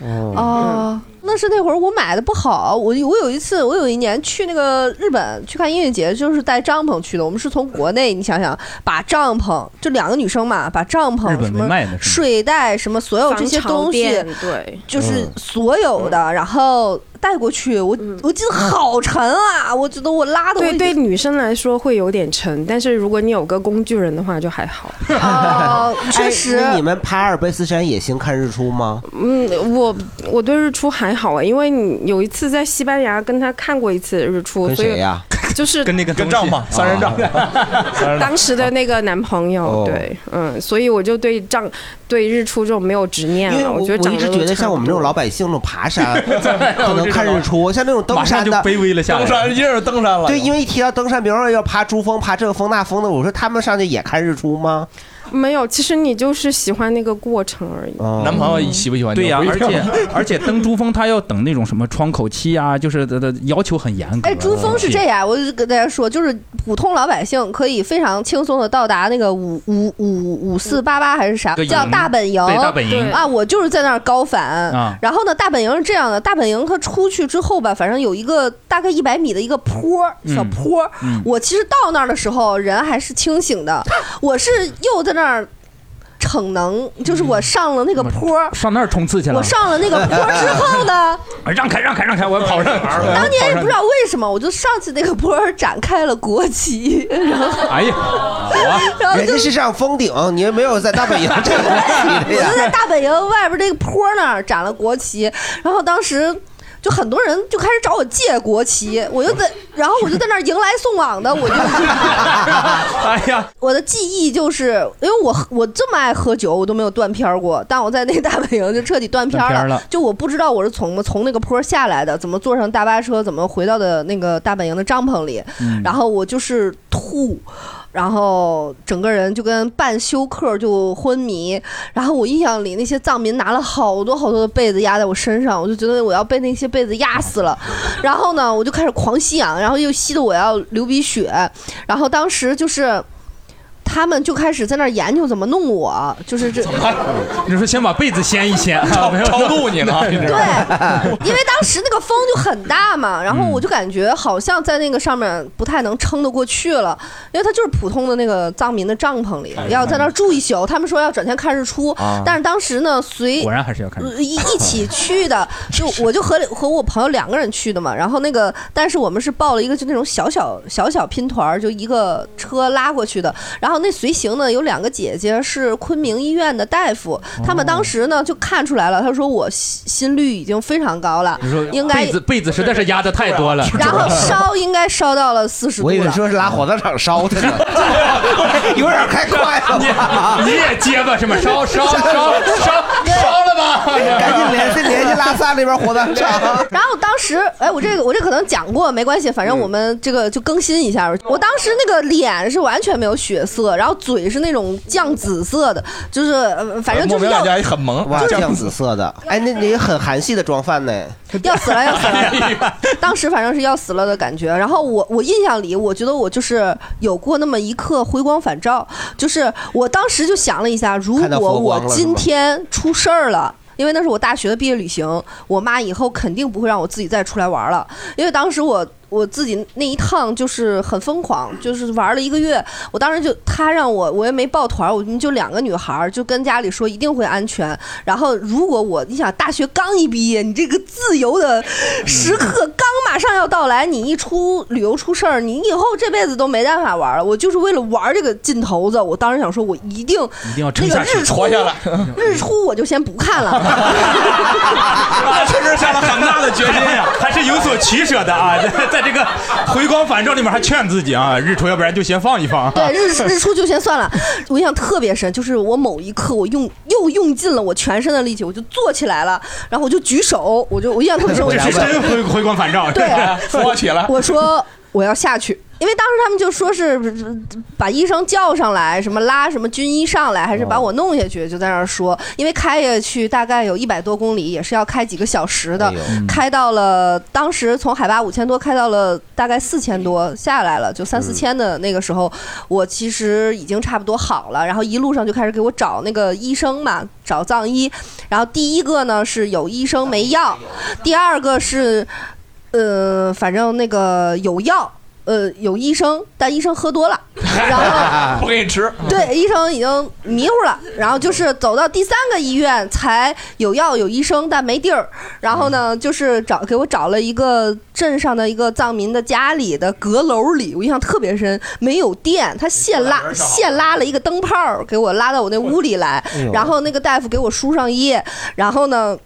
Speaker 4: 嗯哦，那是那会儿我买的不好。我我有一次，我有一年去那个日本去看音乐节，就是带帐篷去的。我们是从国内，你想想，把帐篷就两个女生嘛，把帐篷
Speaker 1: 日本
Speaker 4: 什么
Speaker 1: 没卖的是吗
Speaker 4: 睡袋什么所有这些
Speaker 18: 防潮
Speaker 4: 东西
Speaker 18: 垫，对
Speaker 4: 就是
Speaker 18: 嗯
Speaker 4: 所有的，然后带过去。我我记得好沉啊，我觉得我拉的我
Speaker 18: 对对，女生来说会有点沉，但是如果你有个工具人的话就还好。
Speaker 4: 哦
Speaker 3: 哎那你们爬阿尔卑斯山也行看日出吗？
Speaker 18: 嗯，我我对日出还好啊，因为你有一次在西班牙跟他看过一次日出，
Speaker 3: 跟
Speaker 18: 所以
Speaker 3: 谁啊呀？
Speaker 18: 就是
Speaker 1: 跟那个跟帐篷
Speaker 5: 三人帐，
Speaker 3: 啊
Speaker 18: 当时的那个男朋友
Speaker 3: 哦，
Speaker 18: 对，嗯，所以我就对帐对日出这种没有执念
Speaker 3: 因为
Speaker 18: 了。
Speaker 3: 我
Speaker 18: 觉得
Speaker 3: 我
Speaker 18: 长
Speaker 3: 一直觉得像我们这种老百姓，这种
Speaker 1: *laughs*
Speaker 3: 爬山可能看日出，像那种登山的，
Speaker 5: 登山一人登山了。
Speaker 3: 对，因为一提到登山，比方说要爬珠峰、爬这个峰那峰的，我说他们上去也看日出吗？
Speaker 18: 没有，其实你就是喜欢那个过程而已。
Speaker 3: 哦
Speaker 5: 男朋友喜不喜欢你？
Speaker 1: 对呀、
Speaker 5: 我不
Speaker 1: 而
Speaker 5: 一定
Speaker 1: 且而且登珠峰他要等那种什么窗口期啊，就是的的要求很严格。
Speaker 4: 哎，珠峰是这样，我就跟大家说，就是普通老百姓可以非常轻松的到达那个五五五五四八八还是啥
Speaker 1: 个，营
Speaker 4: 叫大本营，
Speaker 1: 对大本营
Speaker 4: 啊，我就是在那儿高反。
Speaker 1: 啊
Speaker 4: 然后呢，大本营是这样的，大本营它出去之后吧，反正有一个大概一百米的一个坡儿，
Speaker 1: 嗯
Speaker 4: 小坡儿。
Speaker 1: 嗯
Speaker 4: 我其实到那儿的时候人还是清醒
Speaker 1: *laughs*
Speaker 4: 的，我是又在那儿逞能，就是我上了那个坡儿。
Speaker 1: 嗯上那儿冲刺去了。
Speaker 4: 我上了那个坡儿之后呢，
Speaker 1: 啊，让开让开让开，我要跑上去。
Speaker 4: 当
Speaker 1: 当
Speaker 4: 年也不知道为什么，我就上去那个坡儿展开了国旗， *laughs* 然后
Speaker 1: 哎呀，
Speaker 4: 然后
Speaker 3: *laughs* 人
Speaker 4: 就
Speaker 3: 家是上峰顶，你没有在大本营这个你这
Speaker 18: *laughs*
Speaker 4: 我就在
Speaker 3: 样。
Speaker 4: 大本营外边这个坡那儿展了国旗，然后当时。就很多人就开始找我借国旗，我就在，然后我就在那儿迎来送往的，我就，
Speaker 1: 哎呀，
Speaker 4: 我的记忆就是，因为我喝我这么爱喝酒，我都没有断片儿过，但我在那大本营就彻底断片儿
Speaker 1: 断
Speaker 4: 了。
Speaker 1: 片儿了
Speaker 4: 就我不知道我是从从那个坡下来的，怎么坐上大巴车，怎么回到的那个大本营的帐篷里，
Speaker 1: 嗯
Speaker 4: 然后我就是吐，然后整个人就跟半休克就昏迷。然后我印象里那些藏民拿了好多好多的被子压在我身上，我就觉得我要被那些被子压死了。然后呢，我就开始狂吸氧，然后又吸得我要流鼻血。然后当时就是。他们就开始在那儿研究怎么弄我，就是这，
Speaker 1: 你说先把被子掀一
Speaker 4: *laughs*
Speaker 1: 掀，超
Speaker 5: 超度你了，
Speaker 1: 对， *laughs*
Speaker 4: 因为当时那个风就很大嘛，然后我就感觉好像在那个上面不太能撑得过去了，因为它就是普通的那个藏民的帐篷里，要在那儿住一宿。他们说要转天看日出，
Speaker 1: 啊
Speaker 4: 但是当时呢，随
Speaker 1: 果然还是要看日出
Speaker 4: 呃一一起
Speaker 1: *laughs*
Speaker 4: 去的，就我就和和我朋友两个人去的嘛。然后那个，但是我们是报了一个就那种小小小小拼团儿，就一个车拉过去的。然后那随行呢有两个姐姐是昆明医院的大
Speaker 1: 哦
Speaker 4: 夫，他们当时呢就看出来了，他说我心心率已经非常高了
Speaker 1: 你说，
Speaker 4: 应该
Speaker 1: 被子被子实在是压的太多了，
Speaker 4: 然后烧应该烧到了四十度
Speaker 3: 我以为
Speaker 1: *laughs*
Speaker 4: 了。
Speaker 3: 说是拉火葬场烧的呢，有点太快了啊吧？
Speaker 1: 你也结巴是吗？烧烧烧烧烧了吧！
Speaker 3: *laughs* 赶紧联系联系拉萨那边火葬场。
Speaker 4: *laughs* 然后当时，哎，我这个我这可能讲过，没关系，
Speaker 3: 嗯
Speaker 4: 反正我们这个就更新一下。我当时那个脸是完全没有血色，然后嘴是那种酱紫色的，就是呃反正就是要
Speaker 5: 也很萌
Speaker 3: 哇，
Speaker 5: 就是
Speaker 3: 酱紫色的，哎，那你很韩系的装扮呢，
Speaker 4: 要死了，要死了！ *laughs* 当时反正是要死了的感觉。然后我我印象里，我觉得我就是有过那么一刻回光返照，就是我当时就想了一下，如
Speaker 3: 看到
Speaker 4: 果
Speaker 3: 佛
Speaker 4: 我
Speaker 3: 光了是
Speaker 4: 今
Speaker 3: 吗
Speaker 4: 天出事儿了。因为那是我大学的毕业旅行，我妈以后肯定不会让我自己再出来玩了。因为当时我我自己那一趟就是很疯狂，就是玩了一个月。我当时就她让我，我也没抱团，我们就两个女孩儿，就跟家里说一定会安全。然后如果我你想大学刚一毕业，你这个自由的时刻刚马上要到来，你一出旅游出事儿，你以后这辈子都没办法玩了。我就是为了玩这个劲头子，我当时想说，我一定 *laughs*
Speaker 1: 一定要
Speaker 4: 那
Speaker 1: 撑
Speaker 4: 个
Speaker 1: 下去，
Speaker 4: 日
Speaker 5: *laughs*
Speaker 4: 出
Speaker 5: 来。
Speaker 4: 日出我就先不看了。
Speaker 1: 那确实下了很大的决心呀、还是有所取舍的啊！在在这个回光返照里面还劝自己啊，日出要不然就先放一放。啊
Speaker 4: 对，日
Speaker 1: *laughs*
Speaker 4: 日出就先算了。我印象特别深，就是我某一刻，我用又用尽了我全身的力气，我就坐起来了，然后我就举手，我就我印象特别深，我
Speaker 1: 这
Speaker 4: 就
Speaker 1: 是真回回光返照，
Speaker 4: 对
Speaker 5: 啊
Speaker 4: 啊
Speaker 1: *laughs* 啊说起了
Speaker 4: 我说我要下去，因为当时他们就说是呃把医生叫上来，什么拉什么军医上来，还是
Speaker 14: 哦
Speaker 4: 把我弄下去，就在那儿说，因为开下去大概有一百多公里，也是要开几个小时的，
Speaker 14: 哎呦嗯
Speaker 4: 开到了当时从海拔五千多开到了大概四千多下来了，就三四千的那个时候，我其实已经差不多好了，然后一路上就开始给我找那个医生嘛，找藏医，然后第一个呢是有医生没药，第二个是。呃，反正那个有药，呃，有医生，但医生喝多了，
Speaker 5: 不给你吃，
Speaker 4: 对，医生已经迷糊了。然后就是走到第三个医院才有药有医生，但没地儿。然后呢，就是找给我找了一个镇上的一个藏民的家里的阁楼里，我印象特别深，没有电，他现拉现拉了一个灯泡儿给我拉到我那屋里来
Speaker 14: 哎呦，
Speaker 4: 然后那个大夫给我输上液，然后呢。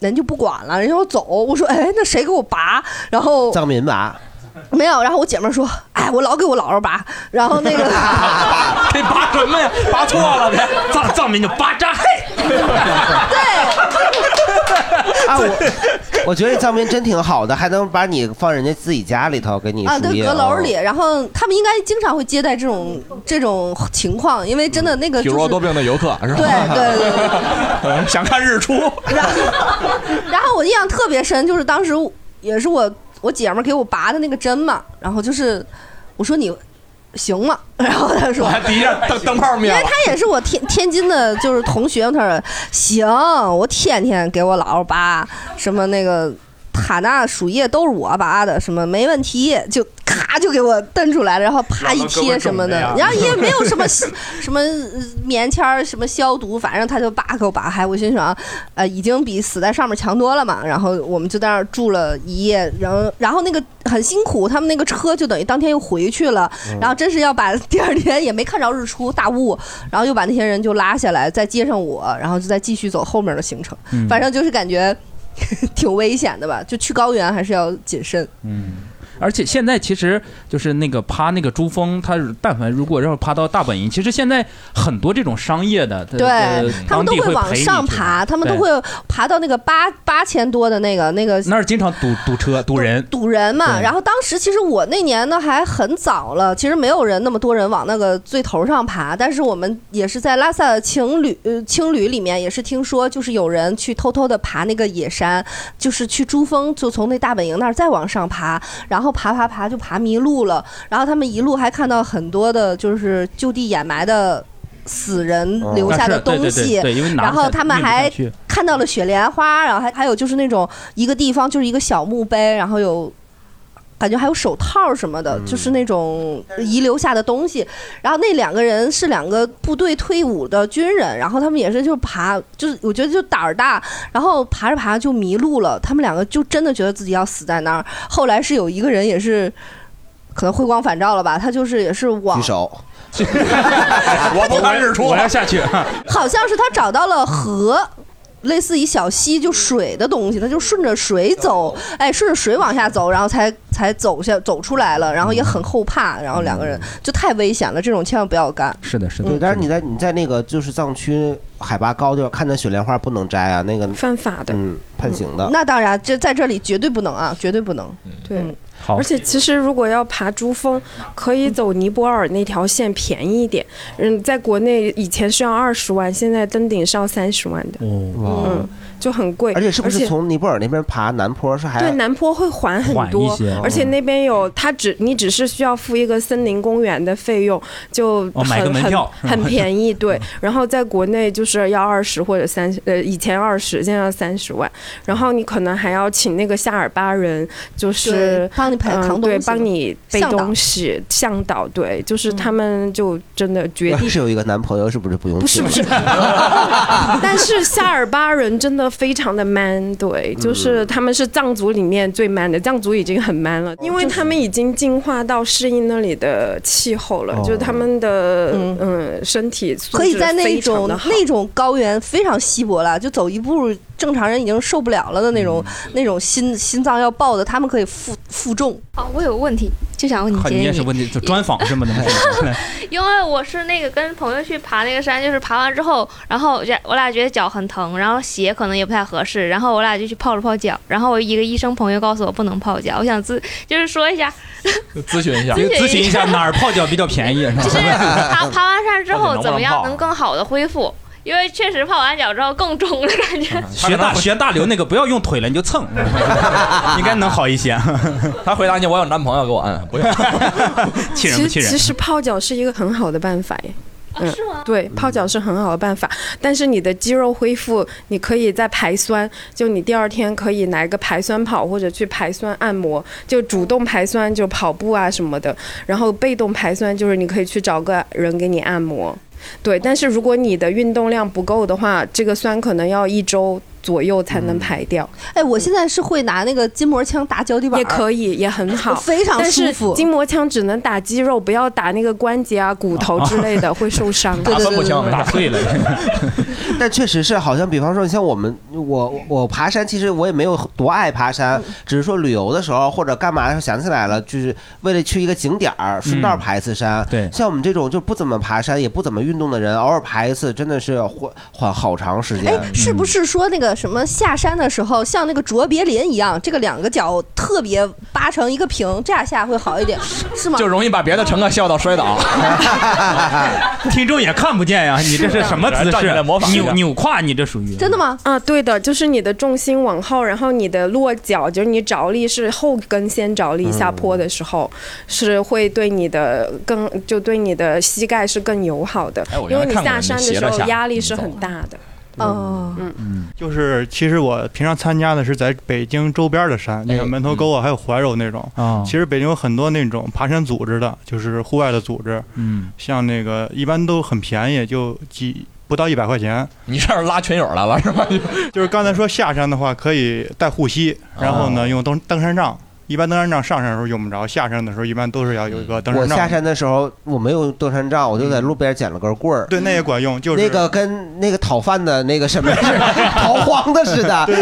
Speaker 4: 人就不管了，人要走。我说，哎，那谁给我拔？然后
Speaker 3: 藏民吧，
Speaker 4: 没有，然后我姐们儿说，哎，我老给我姥姥拔，然后那个
Speaker 1: 这拔什么呀？拔错了呗！ *laughs* 藏藏民就巴
Speaker 5: *laughs*
Speaker 1: 扎嘿，
Speaker 3: 啊，我我觉得藏民真挺好的，还能把你放人家自己家里头给你
Speaker 4: 啊，
Speaker 3: 输
Speaker 4: 对，
Speaker 3: 液
Speaker 4: 阁楼里，
Speaker 3: 哦
Speaker 4: 然后他们应该经常会接待这种这种情况，因为真的那个
Speaker 5: 体
Speaker 4: 就是
Speaker 5: 弱多病的游客是吧？
Speaker 4: 对对对
Speaker 5: *laughs* 对，想看日出，
Speaker 4: 然后我印象特别深，就是当时也是我我姐们儿给我拔的那个针嘛，然后就是我说你行吗？ *laughs* 然后她说
Speaker 5: 还底下灯灯泡灭
Speaker 4: 因
Speaker 5: 了
Speaker 4: 为她也是我天天津的，就是同学，她说行，我天天给我姥姥拔什么那个。塔纳鼠液都是我拔的，什么没问题，就咔就给我蹬出来了，然后啪一贴什么的，
Speaker 14: 老
Speaker 4: 然
Speaker 14: 大
Speaker 4: 后
Speaker 14: 胳膊
Speaker 4: 也
Speaker 14: 肿的呀
Speaker 4: 没有什么什么呃棉签儿、什么消毒，反正他就拔给我拔开。我心想，呃，已经比死在上面强多了嘛。然后我们就在那儿住了一夜，然后然后那个很辛苦，他们那个车就等于当天又回去了。
Speaker 14: 嗯
Speaker 4: 然后真是要把 *laughs* 第二天也没看着日出，大雾，然后又把那些人就拉下来，再接上我，然后就再继续走后面的行程。
Speaker 1: 嗯
Speaker 4: *laughs* 反正就是感觉挺危险的吧，就去高原还是要谨慎。
Speaker 1: 嗯，而且现在其实就是那个趴那个珠峰，它但凡如果要是趴到大本营，其实现在很多这种商业的，它
Speaker 4: 对
Speaker 1: 呃
Speaker 4: 他
Speaker 1: 当
Speaker 4: 们都
Speaker 1: 地
Speaker 4: 会
Speaker 1: 会
Speaker 4: 往
Speaker 1: 陪你
Speaker 4: 上
Speaker 1: 去
Speaker 4: 爬，他们都
Speaker 1: 对
Speaker 4: 会爬到那个八八千多的那个那个
Speaker 1: 那儿经常堵堵车堵人，
Speaker 4: 堵人嘛。
Speaker 1: 对
Speaker 4: 然后当时其实我那年呢还很早了，其实没有人那么多人往那个最头上爬，但是我们也是在拉萨的情侣呃青旅里面也是听说，就是有人去偷偷的爬那个野山，就是去珠峰，就从那大本营那儿再往上爬，然后爬爬爬就爬迷路了，然后他们一路还看到很多的就是就地掩埋的。死人
Speaker 1: 哦
Speaker 4: 留下的
Speaker 1: 那是
Speaker 4: 东
Speaker 1: 对对对
Speaker 4: 西，
Speaker 1: 对因为拿
Speaker 4: 然
Speaker 1: 不
Speaker 4: 后
Speaker 1: 下
Speaker 4: 他们
Speaker 1: 运不
Speaker 4: 还
Speaker 1: 下去
Speaker 4: 看到了雪莲花，然后还还有就是那种一个地方就是一个小墓碑，然后有感觉还有手套什么的，就是那种遗留下的东西。然后那两个人是两个部队退伍的军人，然后他们也是就爬，就是我觉得就胆儿大，然后爬着爬着就迷路了，他们两个就真的觉得自己要死在那儿。后来是有一个人也是。可能回光返照了吧？他就是也是往
Speaker 3: 举
Speaker 4: *laughs*
Speaker 3: 手，
Speaker 1: 我不看日出，我要下去。啊
Speaker 4: 好像是他找到了河，类似于小溪，就水的东西，他就顺着水
Speaker 18: 哦
Speaker 4: 走，哎，顺着水往下走，然后才才走下走出来了，然后也很后怕，然后两个人
Speaker 18: 嗯
Speaker 4: 就太危险了，这种千万不要干。
Speaker 1: 是的，是
Speaker 4: 的
Speaker 3: 对，但是你在你在那个就是藏区海拔高地方看到雪莲花不能摘啊，那个
Speaker 18: 犯法的，
Speaker 3: 嗯，判刑
Speaker 18: 啊
Speaker 3: 的。
Speaker 4: 那当然，这在这里绝对不能啊，绝对不能。嗯
Speaker 18: 对，
Speaker 1: 好
Speaker 18: 而且其实如果要爬珠峰，可以走尼泊尔那条线便宜一点。嗯，在国内以前是要二十万，现在登顶是要三十万的。
Speaker 3: 哇
Speaker 18: 嗯，就很贵。
Speaker 3: 啊而且是不是从尼泊尔那边爬南坡是还
Speaker 18: 对南坡会缓很
Speaker 3: 缓
Speaker 18: 多
Speaker 3: 一些，
Speaker 18: 而且
Speaker 3: 哦
Speaker 18: 那边有它只你只是需要付一个森林公园的费用，就
Speaker 1: 哦买个
Speaker 18: 很
Speaker 1: 门
Speaker 18: 很
Speaker 1: 票是吧
Speaker 18: 很
Speaker 3: *laughs*
Speaker 18: 便宜。
Speaker 3: 嗯
Speaker 18: 对，然后在国内就是要二十或者三十，呃，以前二十，现在要三十万。然后你可能还要请那个夏尔巴人，就是
Speaker 4: 对帮你抬
Speaker 18: 嗯
Speaker 4: 扛东
Speaker 18: 对，
Speaker 4: 西
Speaker 18: 帮你背
Speaker 4: 向导嗯
Speaker 18: 东西，向导，对，就是他们就真的绝
Speaker 3: *laughs*
Speaker 18: 地
Speaker 3: 是有一个男朋友是不是不用？
Speaker 18: 不是不是，但是夏尔巴人真的非常的 man，对，就是他们是藏族里面最 man 的，藏族已经很 man 了，因为他们已经进化到适应那里的气候了，就是他们的嗯身体素
Speaker 4: 可以
Speaker 18: 质
Speaker 4: 在那
Speaker 18: 非
Speaker 4: 种
Speaker 18: 常的好。
Speaker 4: 那种高原非常稀薄了，就走一步正常人已经受不了了的那种、
Speaker 18: 嗯
Speaker 4: 那种心心脏要爆的，他们可以负负重。
Speaker 8: 啊，我有个问题，就想问你
Speaker 1: 好，
Speaker 8: 建
Speaker 1: 你也是
Speaker 8: 议，
Speaker 1: 问题，就专访是吗？
Speaker 7: *laughs*
Speaker 1: 那是
Speaker 7: 因为我是那个跟朋友去爬那个山，就是爬完之后，然后我俩我俩觉得脚很疼，然后鞋可能也不太合适，然后我俩就去泡了泡脚，然后我一个医生朋友告诉我不能泡脚，我想咨 *laughs* 就是说一下，
Speaker 5: *laughs* 咨询一下，
Speaker 7: 咨询
Speaker 1: 咨
Speaker 7: 一下
Speaker 1: 询一下哪儿泡脚比较便宜是吧？ *laughs*
Speaker 7: 爬爬完山之后
Speaker 1: 到底能不能
Speaker 7: 怎么样
Speaker 1: 泡
Speaker 5: 啊
Speaker 1: *laughs*
Speaker 7: 能更好的恢复？因为确实泡完脚之后更肿了感
Speaker 1: *laughs*
Speaker 7: 觉。
Speaker 1: 学大学大刘那个不要用腿了，你就蹭， *laughs* 应该能好一些。啊
Speaker 5: *laughs* 他回答你，我有男朋友，给我摁，
Speaker 1: *laughs*
Speaker 5: 不用。
Speaker 1: 气人
Speaker 18: 其
Speaker 1: 不
Speaker 18: 实
Speaker 1: 气人啊
Speaker 18: 其？实泡脚是一个很好的办法耶。嗯，对，泡脚是很好的办法，但是你的肌肉恢复，你可以再排酸，就你第二天可以来个排酸跑，或者去排酸按摩，就主动排酸就跑步啊什么的，然后被动排酸就是你可以去找个人给你按摩，对，但是如果你的运动量不够的话，这个酸可能要一周左右才能排掉。
Speaker 4: 哎，我现在是会拿那个筋膜枪打脚底板，
Speaker 18: 也可以，也很好，
Speaker 4: 非常
Speaker 18: 但是
Speaker 4: 舒服。
Speaker 18: 筋膜枪只能打肌肉，不要打那个关节啊、骨头之类的，会受伤。
Speaker 6: *laughs*
Speaker 5: 打分不行，打碎了。 *laughs*
Speaker 3: *laughs* 但确实是，好像比方说，像我们，我我爬山，其实我也没有多爱爬
Speaker 4: 嗯
Speaker 3: 山，只是说旅游的时候或者干嘛的时候想起来了，就是为了去一个景点儿，顺
Speaker 4: 嗯
Speaker 3: 道爬一次山。
Speaker 1: 对，
Speaker 3: 像我们这种就不怎么爬山，也不怎么运动的人，偶尔爬一次，真的是缓缓好长时间嗯
Speaker 4: 哎，。是不是说那个什么下山的时候，像那个卓别林一样，这个两个脚特别扒成一个平，这样下会好一点，是吗？
Speaker 5: 就容易把别的乘客笑到摔倒。
Speaker 1: *laughs*
Speaker 5: 啊
Speaker 1: 听众也看不见呀，啊你这是什么姿
Speaker 5: 站起
Speaker 1: 势
Speaker 5: 来模仿？一下
Speaker 1: 扭扭胯，你这属于
Speaker 4: 真的吗？
Speaker 18: 啊，对的，就是你的重心往后，然后你的落脚，就是你着力是后跟先着力下坡的时候，是会对你的更就对你的膝盖是更友好的，
Speaker 6: 哎我
Speaker 18: 因
Speaker 6: 原来
Speaker 18: 为你
Speaker 6: 看过
Speaker 18: 下
Speaker 6: 你
Speaker 18: 山的
Speaker 6: 斜
Speaker 18: 时
Speaker 6: 着
Speaker 18: 候
Speaker 6: 下嗯
Speaker 18: 压力是很大的。
Speaker 4: 哦，
Speaker 18: 嗯，
Speaker 6: 就是其实我平常参加的是在北京周边的山，
Speaker 3: 哎
Speaker 6: 那个门
Speaker 3: 嗯
Speaker 6: 头沟啊，还有怀柔那种。
Speaker 1: 啊
Speaker 6: 其实北京有很多那种爬山组织的，就是户外的组织。
Speaker 1: 嗯，
Speaker 6: 像那个一般都很便宜，就几不到一百块钱。
Speaker 5: 你这是拉群友
Speaker 6: *laughs*
Speaker 5: 来了是吧？啊
Speaker 6: 就是刚才说下山的话，可以带护膝，然后呢用登登山杖。一般登山杖上山的时候用不着，下山的时候一般都是要有一个登
Speaker 3: 我
Speaker 6: 山杖。
Speaker 3: 下山的时候我没有登山杖，我
Speaker 4: 嗯
Speaker 3: 就在路边捡了根棍儿。
Speaker 6: 对，那也管用，就是
Speaker 3: 那个跟那个讨饭的那个
Speaker 6: *laughs*
Speaker 3: 什么是 *laughs* 逃荒的似的，就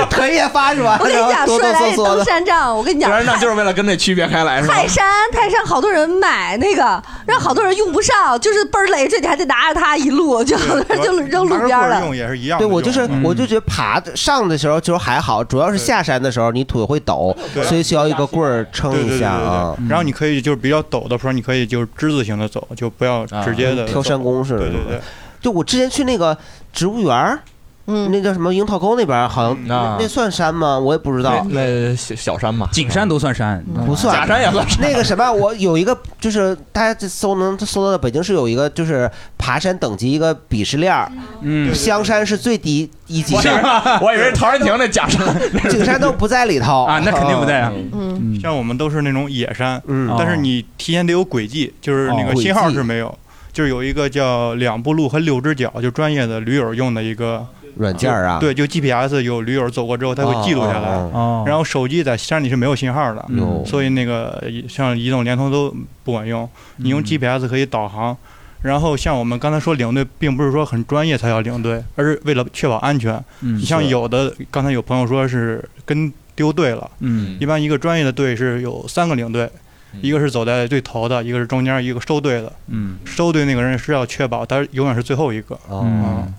Speaker 3: 是腿也发软，
Speaker 4: 我跟你讲，
Speaker 3: 然后哆
Speaker 4: 说
Speaker 3: 哆
Speaker 4: 来
Speaker 3: 嗦嗦
Speaker 4: 登
Speaker 3: 的。
Speaker 4: 山杖，我跟你讲，
Speaker 5: 那就是为了跟这区别开来是吧？
Speaker 4: 泰山，泰山好多人买那个，让好多人用不上，就是倍儿累赘，你还得拿着它一路，就好多人 *laughs* 就扔路边了。
Speaker 6: 也是一样
Speaker 3: 对我就是，
Speaker 6: 嗯
Speaker 3: 我就觉得爬上的时候其实还好，主要是下山的时候你腿会抖，
Speaker 6: 对
Speaker 3: 所以需要一个棍儿撑
Speaker 6: 对对
Speaker 3: 一
Speaker 6: 对对
Speaker 3: 下啊。
Speaker 6: 对，然后你可以就是比较陡的坡，你可以就是之字形的走，就不要
Speaker 5: 啊
Speaker 6: 直接的
Speaker 3: 挑山
Speaker 6: 工
Speaker 3: 工似的。
Speaker 6: 对对对，
Speaker 3: 就我之前去那个植物园儿，
Speaker 4: 嗯
Speaker 3: 那叫什么樱桃沟那边儿，好像
Speaker 5: 啊
Speaker 3: 那那算山吗？我也
Speaker 1: 啊
Speaker 3: 不知道。嗯
Speaker 5: 那那小小山嘛，
Speaker 1: 景山都算山，嗯
Speaker 3: 不算，
Speaker 5: 假山也算山。
Speaker 3: 那个什么，我有一个就是大家搜能搜到的，北京市有一个就是爬山等级一个鄙视链儿，
Speaker 1: 嗯，
Speaker 3: 香山是最低一级
Speaker 5: 我以为
Speaker 1: *laughs*
Speaker 3: 山，
Speaker 5: 我以为是陶然亭那假山，
Speaker 3: 景山都不在里头
Speaker 6: 啊那肯定不在啊
Speaker 4: 嗯，
Speaker 6: 像我们都是那种野山，
Speaker 3: 嗯
Speaker 6: 但是你提前得有轨迹，就是那
Speaker 3: 哦
Speaker 6: 个信号是没有，就是有一个叫两步路和六只脚，就专业的驴友用的一个
Speaker 3: 软件儿啊
Speaker 6: 对，就 GPS 有驴友走过之后，它会记录下来
Speaker 3: 哦哦哦，
Speaker 6: 然后手机在山里是没有信号的
Speaker 3: 哟，
Speaker 6: 所以那个像移动、联通都不管用，你用 GPS 可以导航。然后像我们刚才说领队，并不是说很专业才叫领队，而是为了确保安全。
Speaker 1: 嗯
Speaker 6: 你像
Speaker 1: 是
Speaker 6: 有的刚才有朋友说是跟丢队了，
Speaker 1: 嗯
Speaker 6: 一般一个专业的队是有三个领队，一个是走在最头的，一个是中间，一个收队的。
Speaker 1: 嗯
Speaker 6: 收队那个人是要确保他永远是最后一个。
Speaker 3: 哦
Speaker 6: 嗯，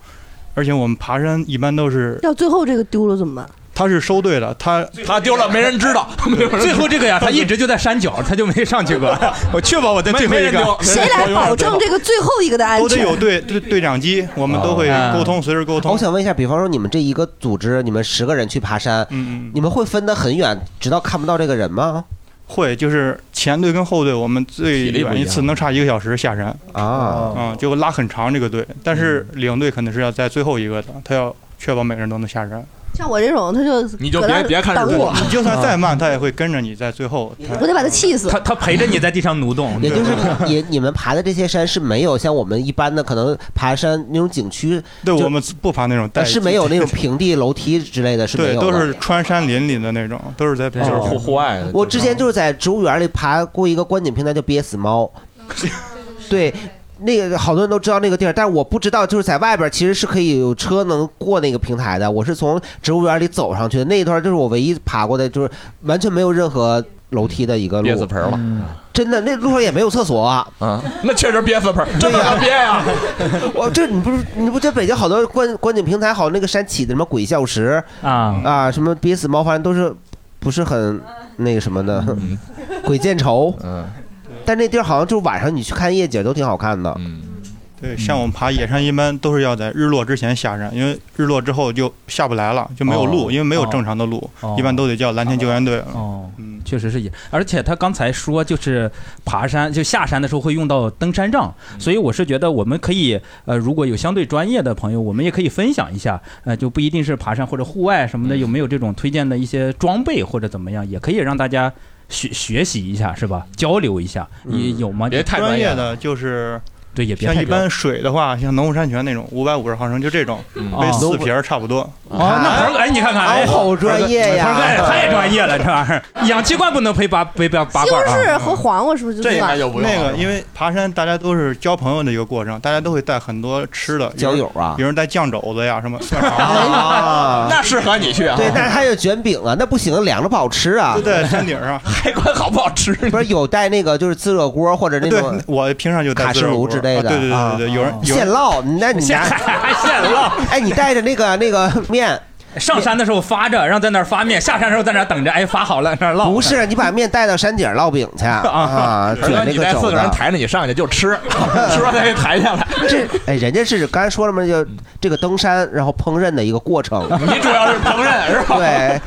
Speaker 6: 而且我们爬山一般都是
Speaker 4: 要最后这个丢了怎么办？
Speaker 6: 他是收队的，他
Speaker 5: 他丢了没人
Speaker 6: *laughs*
Speaker 5: 知道，没有人
Speaker 1: 最后这个呀，他一直 *laughs* 就在山脚，他就没上
Speaker 5: *laughs*
Speaker 1: 去过。我确保我在最后一 *laughs* 个。
Speaker 4: 谁来保证这个最后一个的安
Speaker 6: 都得
Speaker 4: 全？
Speaker 6: 有队队队长机，我们都会
Speaker 1: 哦
Speaker 6: 沟通，随时沟通。
Speaker 3: 我想问一下，比方说你们这一个组织，你们十个人去爬
Speaker 6: 嗯
Speaker 3: 山，你们会分得很远，直到看不到这个人吗？
Speaker 6: 会，就是前队跟后队，我们最
Speaker 3: 体力不一样
Speaker 6: 远一次能差一个小时下山
Speaker 4: 哦
Speaker 3: 啊，嗯
Speaker 6: 嗯，就拉很长这个队，但是领队肯定是要在最后一个的，他要确保每个人都能下山。
Speaker 4: 像我这种，他就
Speaker 6: 你
Speaker 4: 搁那儿等我，
Speaker 6: 你就算再
Speaker 3: 嗯
Speaker 6: 慢，他也会跟着你在最后。
Speaker 4: 我得把他气死。
Speaker 1: 他陪着你在地上蠕动，
Speaker 3: 也就是也你们爬的这些山是没有像我们一般的可能爬山那种景区，呃
Speaker 6: 对我们不爬那种带
Speaker 3: 是没有那种平地楼梯之类的，是没
Speaker 6: 对，
Speaker 3: 有
Speaker 6: 都
Speaker 3: 的
Speaker 6: 是穿山林里的那种，都是在就是
Speaker 3: 户户
Speaker 5: 外
Speaker 3: 我之前就是在植物园里爬过一个观景平台，叫憋死猫。对，那个好多人都知道那个地儿，但是我不知道，就是在外边其实是可以有车能过那个平台的。我是从植物园里走上去的，那一段就是我唯一爬过的，就是完全没有任何楼梯的一个路。
Speaker 5: 憋死盆了，
Speaker 3: 真的，那路上也没有厕所、
Speaker 5: 啊， *laughs* 那确实憋死盆儿，真的能憋呀！
Speaker 3: *laughs* 我哦这你不是你不觉得北京好多观观景平台好那个山起的什么鬼笑石
Speaker 1: 啊
Speaker 3: 啊什么憋死猫，反正都是不是很那个什么的， *laughs* 鬼见愁。
Speaker 5: 嗯，
Speaker 3: 但那地儿好像就是晚上你去看夜景都挺好看的。
Speaker 5: 嗯，
Speaker 6: 对，像我们爬野山一般都是要在日落之前下山，因为日落之后就下不来了，就没有路，
Speaker 1: 哦
Speaker 6: 因为没有
Speaker 1: 哦
Speaker 6: 正常的路，
Speaker 1: 哦
Speaker 6: 一般都得叫蓝天救援队了。嗯
Speaker 1: 哦，确实是也，而且他刚才说就是爬山，就下山的时候会用到登山杖，
Speaker 6: 嗯
Speaker 1: 所以我是觉得我们可以，呃，如果有相对专业的朋友，我们也可以分享一下，呃，就不一定是爬山或者户外什么的，有没有这种推荐的一些装备或者怎么样，也可以让大家学学习一下，是吧？交流一下，
Speaker 3: 嗯
Speaker 1: 你有吗？
Speaker 6: 嗯专业的，就是
Speaker 1: 对，也别
Speaker 6: 像
Speaker 1: 太
Speaker 6: 一
Speaker 1: 专业
Speaker 6: 般水的话，像农夫山泉那种五百五十毫升，就这种，
Speaker 1: 哦
Speaker 3: 嗯
Speaker 6: 跟四瓶儿差不多。
Speaker 1: 哦，那
Speaker 5: 啊
Speaker 1: 鹏哥，哎，你看看，哎，
Speaker 3: 哦好专业呀
Speaker 1: 鹏哥也太专业了，这玩意儿，氧气罐不能配八背八八
Speaker 4: 西
Speaker 1: 罐
Speaker 4: 红
Speaker 1: 啊。
Speaker 4: 柿和黄瓜是不是就
Speaker 6: 这
Speaker 4: 算了？
Speaker 6: 那个，因为爬山大家都是交朋友的一个过程，大家都会带很多吃的，
Speaker 3: 交友啊
Speaker 6: 有人带酱肘子呀，什么蒜肠 *laughs*
Speaker 3: 啊
Speaker 5: 那适合你去啊
Speaker 3: 对，但是还有卷饼啊，那不行，凉了不好吃啊。
Speaker 6: 都在
Speaker 5: *laughs*
Speaker 6: 山顶上，
Speaker 5: 还管好不好吃？
Speaker 3: 不是有带那个就是自热锅或者那种
Speaker 6: 对，我平常就带
Speaker 3: 卡
Speaker 6: 自
Speaker 3: 式
Speaker 6: 热
Speaker 3: 炉
Speaker 6: 锅
Speaker 3: 之类的。
Speaker 6: 啊对对对对对
Speaker 3: 啊
Speaker 6: 有人有人
Speaker 3: 现烙，那你拿
Speaker 5: *laughs*
Speaker 1: 现烙，
Speaker 3: 哎，你带着那个那个面。
Speaker 1: 上山的时候发着，然后在那儿发面；下山的时候在那儿等着，哎，发好了，那儿烙。
Speaker 3: 不是，你把面带到山顶烙饼去啊，
Speaker 5: *laughs*
Speaker 3: 卷那
Speaker 5: 你
Speaker 3: 个
Speaker 5: 带
Speaker 3: 肘
Speaker 5: 四个人
Speaker 3: 子。
Speaker 5: 抬着你上去就
Speaker 3: *laughs*
Speaker 5: 吃，吃完再给抬下来。 *laughs*
Speaker 3: 这哎，人家是刚才说了嘛，就这个登山然后烹饪的一个过程。
Speaker 5: 你主要是烹饪是吧？
Speaker 3: 对，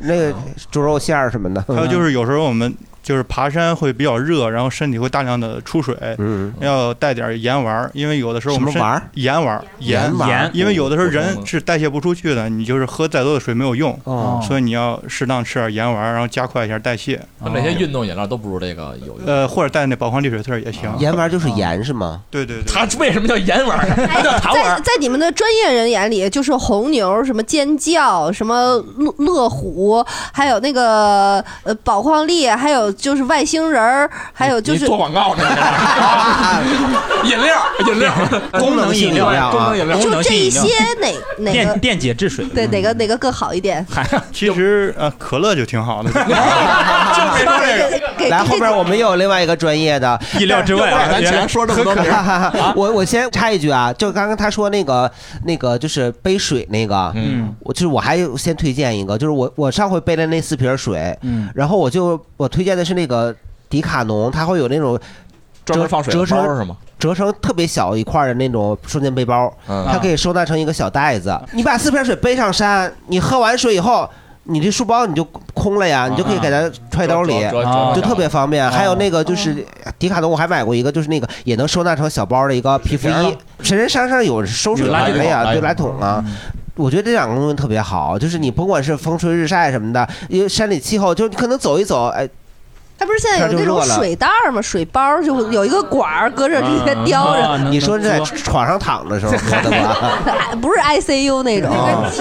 Speaker 3: 那个猪肉馅儿什么的。嗯
Speaker 6: 还有就是有时候我们就是爬山会比较热，然后身体会大量的出水，
Speaker 3: 嗯，
Speaker 6: 要带点盐丸儿，因为有的时候我们
Speaker 3: 什么
Speaker 6: 身
Speaker 3: 丸儿
Speaker 6: 盐丸儿，盐
Speaker 3: 盐丸儿
Speaker 6: 因为有的时候
Speaker 3: 我懂
Speaker 6: 人
Speaker 3: 了
Speaker 6: 是代谢不出去的，你就是喝再多的水没有用，
Speaker 5: 哦
Speaker 6: 所以你要适当吃点盐丸儿，然后加快一下代谢。
Speaker 5: 那
Speaker 1: 哦
Speaker 5: 哪些运动饮料都不如这个有用。
Speaker 6: 呃，或者带那宝矿力水特儿也行。
Speaker 3: 盐丸就是盐是吗？
Speaker 6: 对对对。
Speaker 5: 它为什么叫盐丸儿？它叫糖丸
Speaker 4: 在
Speaker 5: 儿。
Speaker 4: 在你们的专业人眼里，就是红牛、什么尖叫、什么乐乐虎，还有那个呃宝矿力，还有就是外星人儿，还有就
Speaker 5: 你
Speaker 4: 是
Speaker 5: 做广告呢？饮料，饮料，
Speaker 1: 功能饮料啊
Speaker 5: 功能饮料，
Speaker 1: 功
Speaker 4: 就
Speaker 1: 能
Speaker 4: 这
Speaker 1: 性饮
Speaker 4: 一
Speaker 1: 料
Speaker 4: 些哪哪个
Speaker 1: 电电解质水。
Speaker 4: 对哪个哪个更好一点？
Speaker 6: 其实呃，可乐就挺好的。
Speaker 4: *laughs* 给
Speaker 3: 来，后边我们又有另外一个专业的
Speaker 1: 意料之外啊
Speaker 3: 但是
Speaker 1: 原来可可啊
Speaker 3: *laughs* 我我先插一句啊，就刚刚他说那个那个就是背水那个，
Speaker 1: 嗯，
Speaker 3: 我就是我还有先推荐一个，就是我我上回背了那四瓶水，
Speaker 1: 嗯
Speaker 3: 然后我就我推荐的是那个迪卡侬，它会有那种
Speaker 5: 专门放水的
Speaker 3: 折
Speaker 5: 包
Speaker 3: 成
Speaker 5: 是吗？
Speaker 3: 折成特别小一块的那种双肩背包，
Speaker 5: 嗯
Speaker 3: 它可以收纳成一个小袋子。你把四瓶水背上山，你喝完水以后，你这书包你就空了呀，你
Speaker 1: 嗯
Speaker 3: 就可以给它揣兜里
Speaker 5: 折折折折，
Speaker 3: 就特别方便。
Speaker 5: 哦
Speaker 3: 还有那个就是迪卡侬，我还买过一个，就是那个也能收纳成小包的一个皮肤
Speaker 5: 儿
Speaker 3: 衣，神人山上有收水
Speaker 5: 有垃圾
Speaker 3: 桶的呀，
Speaker 5: 桶
Speaker 3: 对
Speaker 5: 哎
Speaker 3: 垃圾桶啊。我觉得这两个东西特别好，就是你甭管是风吹日晒什么的，因为山里气候，就是你可能走一走，
Speaker 5: *laughs*
Speaker 3: 哎，
Speaker 4: 它不是现在有那种水袋儿吗？水包儿就有一个管儿，搁着这些叼着。
Speaker 3: 你说这在床上躺的时候喝的吧？
Speaker 4: 哎不是 ICU 那种。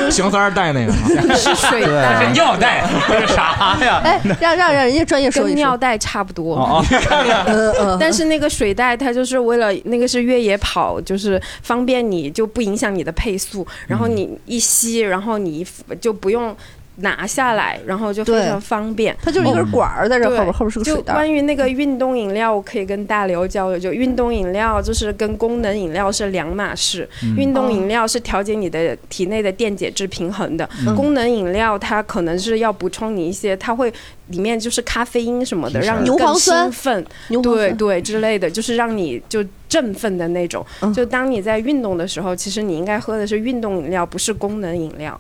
Speaker 5: 邢三儿带那个
Speaker 4: 是水
Speaker 5: 袋
Speaker 4: 袋
Speaker 5: 是尿袋，这是啥呀？
Speaker 4: *laughs* 哎，让让让人家专业说
Speaker 18: 跟
Speaker 4: 一
Speaker 18: 尿
Speaker 4: 说。
Speaker 18: 袋差不多。
Speaker 5: 哦哦你看看
Speaker 4: *laughs* 嗯嗯
Speaker 18: 但是那个水袋它就是为了那个是越野跑，就是方便你就不影响你的配速，然后
Speaker 5: 嗯
Speaker 18: 你一吸，然后你就不用。拿下来，然后就非
Speaker 4: 对
Speaker 18: 常方便。哦
Speaker 4: 它就是一根管儿在这儿
Speaker 18: 对
Speaker 4: 后边后边是个水袋
Speaker 18: 就关于那个运动饮料，我可以跟大刘交流。就运动饮料就是跟功能饮料是两码事，
Speaker 4: 嗯
Speaker 18: 运动饮料是调节你的体内的电解质平衡的，
Speaker 4: 嗯
Speaker 18: 功能饮料它可能是要补充你一些，它会里面就是咖啡因什么的，
Speaker 4: 提神
Speaker 18: 让你
Speaker 4: 牛
Speaker 18: 更
Speaker 4: 磺酸
Speaker 18: 兴奋，
Speaker 4: 牛磺
Speaker 18: 对
Speaker 4: 酸
Speaker 18: 对之类的，就是让你就振奋的那种。
Speaker 4: 嗯
Speaker 18: 就当你在运动的时候，其实你应该喝的是运动饮料，不是功能饮料。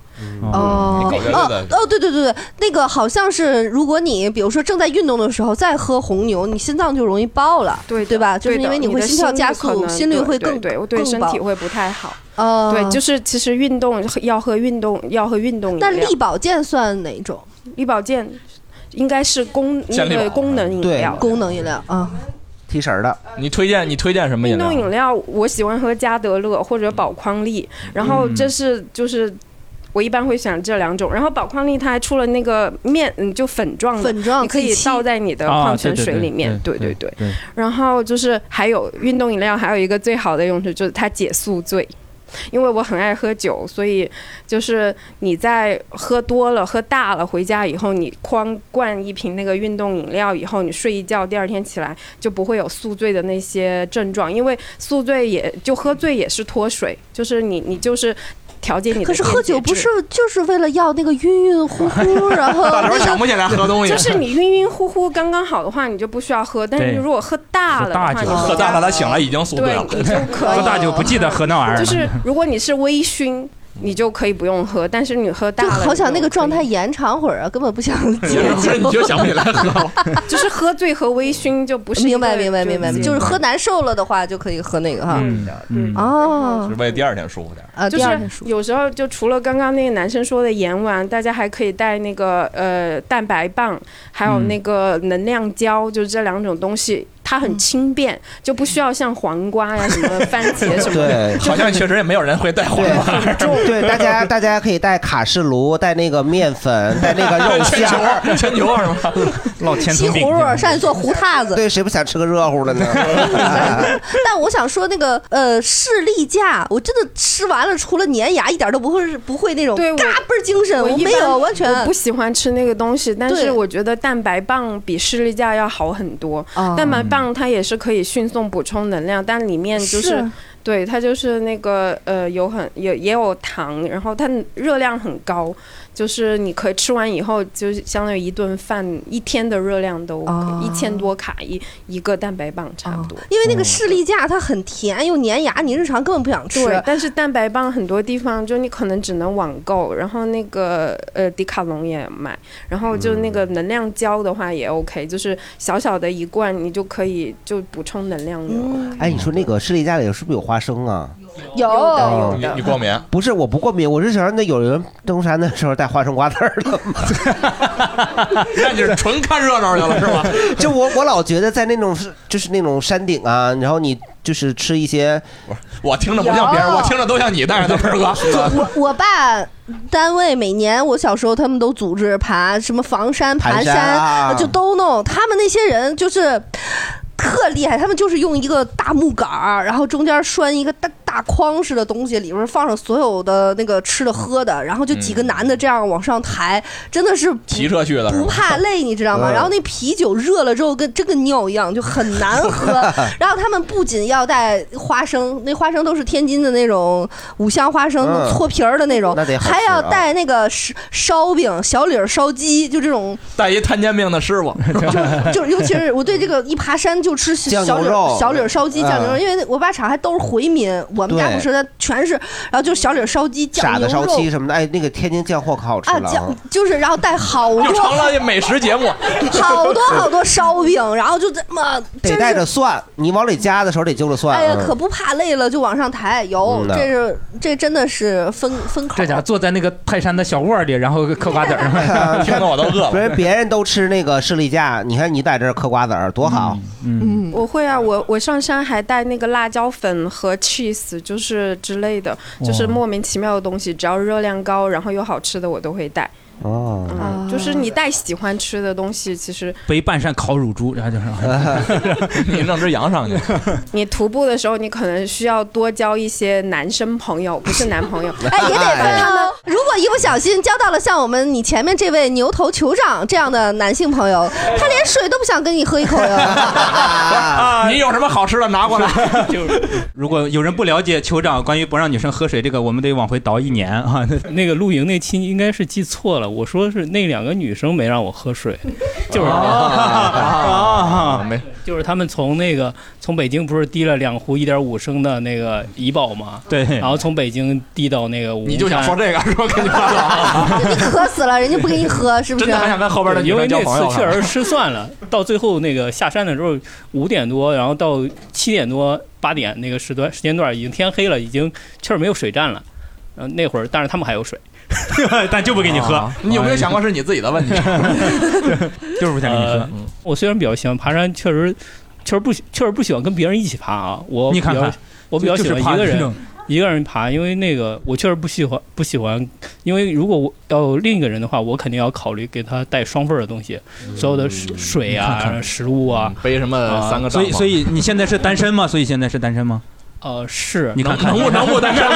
Speaker 4: 哦
Speaker 18: 你搞这个
Speaker 4: 哦
Speaker 18: 的
Speaker 4: 哦，对对对对，那个好像是，如果你比如说正在运动的时候再喝红牛，你心脏就容易爆了，对
Speaker 18: 对
Speaker 4: 对吧？就是
Speaker 18: 对
Speaker 4: 因
Speaker 18: 的
Speaker 4: 为你
Speaker 18: 你
Speaker 4: 会
Speaker 18: 的
Speaker 4: 心跳
Speaker 18: 心
Speaker 4: 加
Speaker 18: 率可
Speaker 4: 速，
Speaker 18: 能
Speaker 4: 心率
Speaker 18: 对
Speaker 4: 会
Speaker 18: 对
Speaker 4: 更
Speaker 18: 对对
Speaker 4: 更
Speaker 18: 身
Speaker 4: 爆
Speaker 18: 体会不太好。
Speaker 4: 哦
Speaker 18: 对，就是其实运动要喝运动，要喝运动饮料。
Speaker 4: 但力保健算哪种？
Speaker 18: 力保健应该是功那
Speaker 5: 健力
Speaker 18: 个
Speaker 5: 宝
Speaker 18: 功能饮料。
Speaker 4: 功能饮料啊，
Speaker 3: 提神的。
Speaker 5: 你推荐你推荐什么饮
Speaker 18: 运动
Speaker 5: 料？
Speaker 18: 饮料我喜欢喝加德乐或者宝矿力，然后这是就是。我一般会选这两种，然后宝矿力它还出了那个面，嗯，就粉状的，
Speaker 4: 粉状
Speaker 18: 你可以
Speaker 4: 气气
Speaker 18: 倒在你的
Speaker 16: 啊
Speaker 18: 矿泉水里面，对对对。然后就是还有运动饮料，还有一个最好的用处就是它解宿醉。因为我很爱喝酒，所以就是你在喝多了、喝大了回家以后，你哐灌一瓶那个运动饮料以后，你睡一觉，第二天起来就不会有宿醉的那些症状，因为宿醉也就喝醉也是脱水，就是你你就是调节你的。
Speaker 4: 可是喝酒不是就是为了要那个晕晕乎乎，然后
Speaker 5: 大
Speaker 4: 那
Speaker 5: 刘
Speaker 4: 个
Speaker 5: 想不起来喝东西，啊
Speaker 18: 就是你晕晕乎乎刚刚好的话，你就不需要喝；但是
Speaker 5: 对
Speaker 18: 你如果喝大了的话，你
Speaker 5: 喝大了，他醒了已经宿醉了，
Speaker 18: 对你就
Speaker 1: *laughs*
Speaker 18: 可以
Speaker 5: 喝大
Speaker 18: 就不
Speaker 5: 记得喝那
Speaker 18: *laughs* 就是如果你是微醺，你就可以不用喝；但是你喝大
Speaker 4: 就
Speaker 18: 了，
Speaker 4: 好想
Speaker 18: 你
Speaker 4: 那个状态延长会儿啊，根本不想解
Speaker 5: 不是你就想不起来喝了。
Speaker 18: *laughs* 就是喝醉和微醺就不是嗯
Speaker 4: 明白明白明白，就是喝
Speaker 18: 难
Speaker 4: 难受了的话就可以喝那个哈。
Speaker 5: 嗯
Speaker 4: 哦
Speaker 5: 是，为第二天舒服点儿。
Speaker 4: 啊
Speaker 18: 就
Speaker 4: 第
Speaker 18: 是
Speaker 4: 二天
Speaker 18: 有时候就除了刚刚那个男生说的盐丸，大家还可以带那个呃蛋白棒，还有
Speaker 4: 嗯
Speaker 18: 那个能量胶，就是这两种东西，它
Speaker 4: 嗯
Speaker 18: 很轻便，就不需要像黄瓜呀、什么番茄什么的，
Speaker 3: 对
Speaker 18: 就
Speaker 5: 好像确实也没有人会带黄瓜，
Speaker 3: 对，大家大家可以带卡式炉，带那个面粉，带那个
Speaker 5: *laughs*
Speaker 3: 肉
Speaker 5: 全球
Speaker 3: 馅，
Speaker 5: 全球是吗？
Speaker 3: 烙
Speaker 4: 西葫
Speaker 3: *laughs*
Speaker 4: 芦上去做糊榻子，
Speaker 3: 对，谁不想吃个热
Speaker 5: *laughs*
Speaker 3: 乎的呢？ *laughs*
Speaker 4: *laughs* 但我想说那个呃士力架，我真的吃完了，除了粘牙，一点都不会不会那种
Speaker 18: 对
Speaker 4: 嘎倍儿精神，
Speaker 18: 我
Speaker 4: 我
Speaker 18: 一
Speaker 4: 没
Speaker 18: 般
Speaker 4: 有完全
Speaker 18: 我不喜欢吃那个东西，但
Speaker 4: 对
Speaker 18: 是我觉得蛋白棒比士力架要好很多。
Speaker 4: 哦
Speaker 18: 蛋白棒它也是可以迅速补充能量，但里面就是
Speaker 4: 是
Speaker 18: 对它就是那个呃有很有也有糖，然后它热量很高，就是你可以吃完以后，就是相当于一顿饭一天的热量都一千多卡一一个蛋白棒差不多。
Speaker 4: 哦因为那个士力架它很甜又粘牙，你日常根本不想吃。
Speaker 18: 对，但是蛋白棒很多地方就你可能只能网购，然后那个呃迪卡侬也买，然后就那个能量胶的话也 OK，、就是小小的一罐你就可以就补充能量流。
Speaker 3: 哎，你说那个士力架里是不是有花生啊？
Speaker 4: 有
Speaker 3: 哦
Speaker 5: 你你过敏？
Speaker 3: 不是，我不过敏，我是想让那有人登山的时候带花生瓜子儿的嘛。 *laughs*
Speaker 5: 那就是纯看热闹去了是吧？
Speaker 3: 就我我老觉得在那种就是那种山顶啊，然后你就是吃一些，
Speaker 5: 我听着不像别人，我听着都像你，但是都是哥，
Speaker 4: 我我爸单位每年，我小时候他们都组织爬什么房山、
Speaker 5: 盘
Speaker 4: 盘
Speaker 5: 山啊
Speaker 4: 就都弄。他们那些人就是特厉害，他们就是用一个大木杆儿，然后中间拴一个大大筐似的东西，里边放上所有的那个吃的喝的，然后就几个男的这样往上抬，真的是
Speaker 5: 嗯骑车去的是吧
Speaker 4: 不怕累，你知道
Speaker 5: *laughs*
Speaker 4: 吗？
Speaker 5: 嗯
Speaker 4: 然后那啤酒热了之后跟真跟尿一样，就很难
Speaker 5: *laughs*
Speaker 4: 喝。然后他们不仅要带花生，那花生都是天津的那种五香花生，
Speaker 3: 嗯
Speaker 4: 搓皮儿的那种，
Speaker 3: 那得好吃啊
Speaker 4: 还要带那个烧烧饼、小李儿烧鸡，就
Speaker 3: *laughs*
Speaker 4: 这种。
Speaker 5: 带一摊煎饼的师傅，
Speaker 4: 就是尤其是我对这个一爬山就吃小
Speaker 5: 酱
Speaker 4: 小
Speaker 5: 牛
Speaker 4: 李
Speaker 5: 肉
Speaker 4: 儿小李儿烧鸡、
Speaker 5: 嗯
Speaker 4: 酱牛肉，因为我爸厂还都是回民，我们家
Speaker 3: 对
Speaker 4: 不是，那全是，然后就小李儿烧鸡、酱
Speaker 3: 傻
Speaker 4: 牛
Speaker 3: 子烧
Speaker 4: 肉
Speaker 3: 鸡什么的。哎，那个天津酱货可好吃
Speaker 4: 啊，
Speaker 3: 了啊
Speaker 4: 酱。就是然后带好多
Speaker 5: 又成了美食节目。
Speaker 4: 好多好多烧饼，然后就这么
Speaker 3: 得
Speaker 4: 真
Speaker 3: 带
Speaker 4: 是
Speaker 3: 着蒜，你往里夹的时候得揪着蒜。
Speaker 4: 哎呀，
Speaker 3: 嗯 *laughs*
Speaker 4: 可不怕累了就往上抬，有
Speaker 3: 嗯呐
Speaker 4: 这是这真的是分分口
Speaker 14: 这家伙坐在那个泰山的小窝里，然后嗑瓜
Speaker 1: *laughs*
Speaker 3: *laughs*
Speaker 14: 子儿，
Speaker 3: 听得我都不是别人都吃那个士力架，你看你在这儿嗑瓜子儿多好。
Speaker 14: 嗯，
Speaker 18: 我会啊，我我上山还带那个辣椒粉和 cheese，就是之类的，就是
Speaker 3: 哇
Speaker 18: 莫名其妙的东西，只要热量高，然后又好吃的我都会带。
Speaker 3: 哦，
Speaker 18: 嗯，就是你带喜欢吃的东西，其实
Speaker 14: 背半扇烤乳猪，然
Speaker 1: *laughs*
Speaker 14: 后就是，
Speaker 5: 你弄只羊上去，
Speaker 18: 你徒步的时候，你可能需要多交一些男生朋友，不是男朋友，
Speaker 4: 哎，也得分他们。如果一不小心交到了像我们你前面这位牛头酋长这样的男性朋友，他连水都不想跟你喝一口 *laughs*
Speaker 1: *laughs*
Speaker 4: 哟。
Speaker 5: 你有什么好吃的拿过来？
Speaker 1: 如果有人不了解酋长关于不让女生喝水这个，我们得往回倒一
Speaker 5: *laughs*
Speaker 1: 年啊。
Speaker 14: 那个露营那期应该是记错了，我说是那两个女生没让我喝水，就是
Speaker 5: 啊，没，
Speaker 14: 就是他们从那个从北京不是滴了两壶一点五升的那个怡宝嘛，
Speaker 1: 对
Speaker 14: 然后从北京滴到那个武
Speaker 5: 你就想说这个是吧？跟你
Speaker 4: *laughs* 你渴死了，人家不给你喝，是不是？
Speaker 14: 对因为那次
Speaker 5: 啊
Speaker 14: 确实失算了，到最后那个下山的时候五点多，然后到七点多八点那个时段时间段已经天黑了，已经确实没有水站了。然后那会儿，但是他们还有水，但就不给你喝。
Speaker 5: 啊你有没有想过是你自己的问题？
Speaker 14: 就是不想
Speaker 5: 跟你喝
Speaker 14: 呃我虽然比较喜欢爬山，确实确实不喜确实不喜欢跟别人一起爬啊。我
Speaker 1: 你看
Speaker 14: 比较
Speaker 1: 看
Speaker 14: 我比较喜
Speaker 1: 就
Speaker 14: 欢
Speaker 1: 就是怕
Speaker 14: 一个
Speaker 1: 这种
Speaker 14: 人。一个人爬，因为那个我确实不喜欢，不喜欢，因为如果我要另一个人的话，我肯定要考虑给他带双份儿的东西，所有的水水啊、
Speaker 1: 看看
Speaker 14: 食物啊，
Speaker 5: 嗯背什么三个
Speaker 1: 呃所以，所以你现在是单身吗？所以现在是单身吗？
Speaker 14: 呃，是
Speaker 1: 你看看
Speaker 5: 能不能不单身
Speaker 1: *laughs*
Speaker 5: 吗？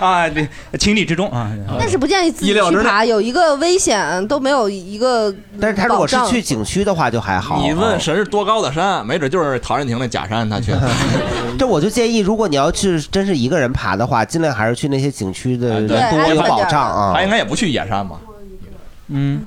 Speaker 1: 啊，这情理之中啊。
Speaker 4: 但是不建议自己
Speaker 3: 意料之
Speaker 4: 去
Speaker 3: 内
Speaker 4: 爬，有一个危险都没有一个
Speaker 3: 但是他如
Speaker 4: 保
Speaker 3: 果是
Speaker 4: 障
Speaker 3: 去景区的话就还好。
Speaker 5: 你问神是多高的山，没准就是陶然亭那假山，他去。
Speaker 3: 这我就建议，如果你要去真是一个人爬的话，尽量还是去那些景区
Speaker 18: 嗯
Speaker 3: 的
Speaker 5: 对
Speaker 3: 人多有保障啊。
Speaker 5: 他应该也不去野山吧？
Speaker 1: 嗯，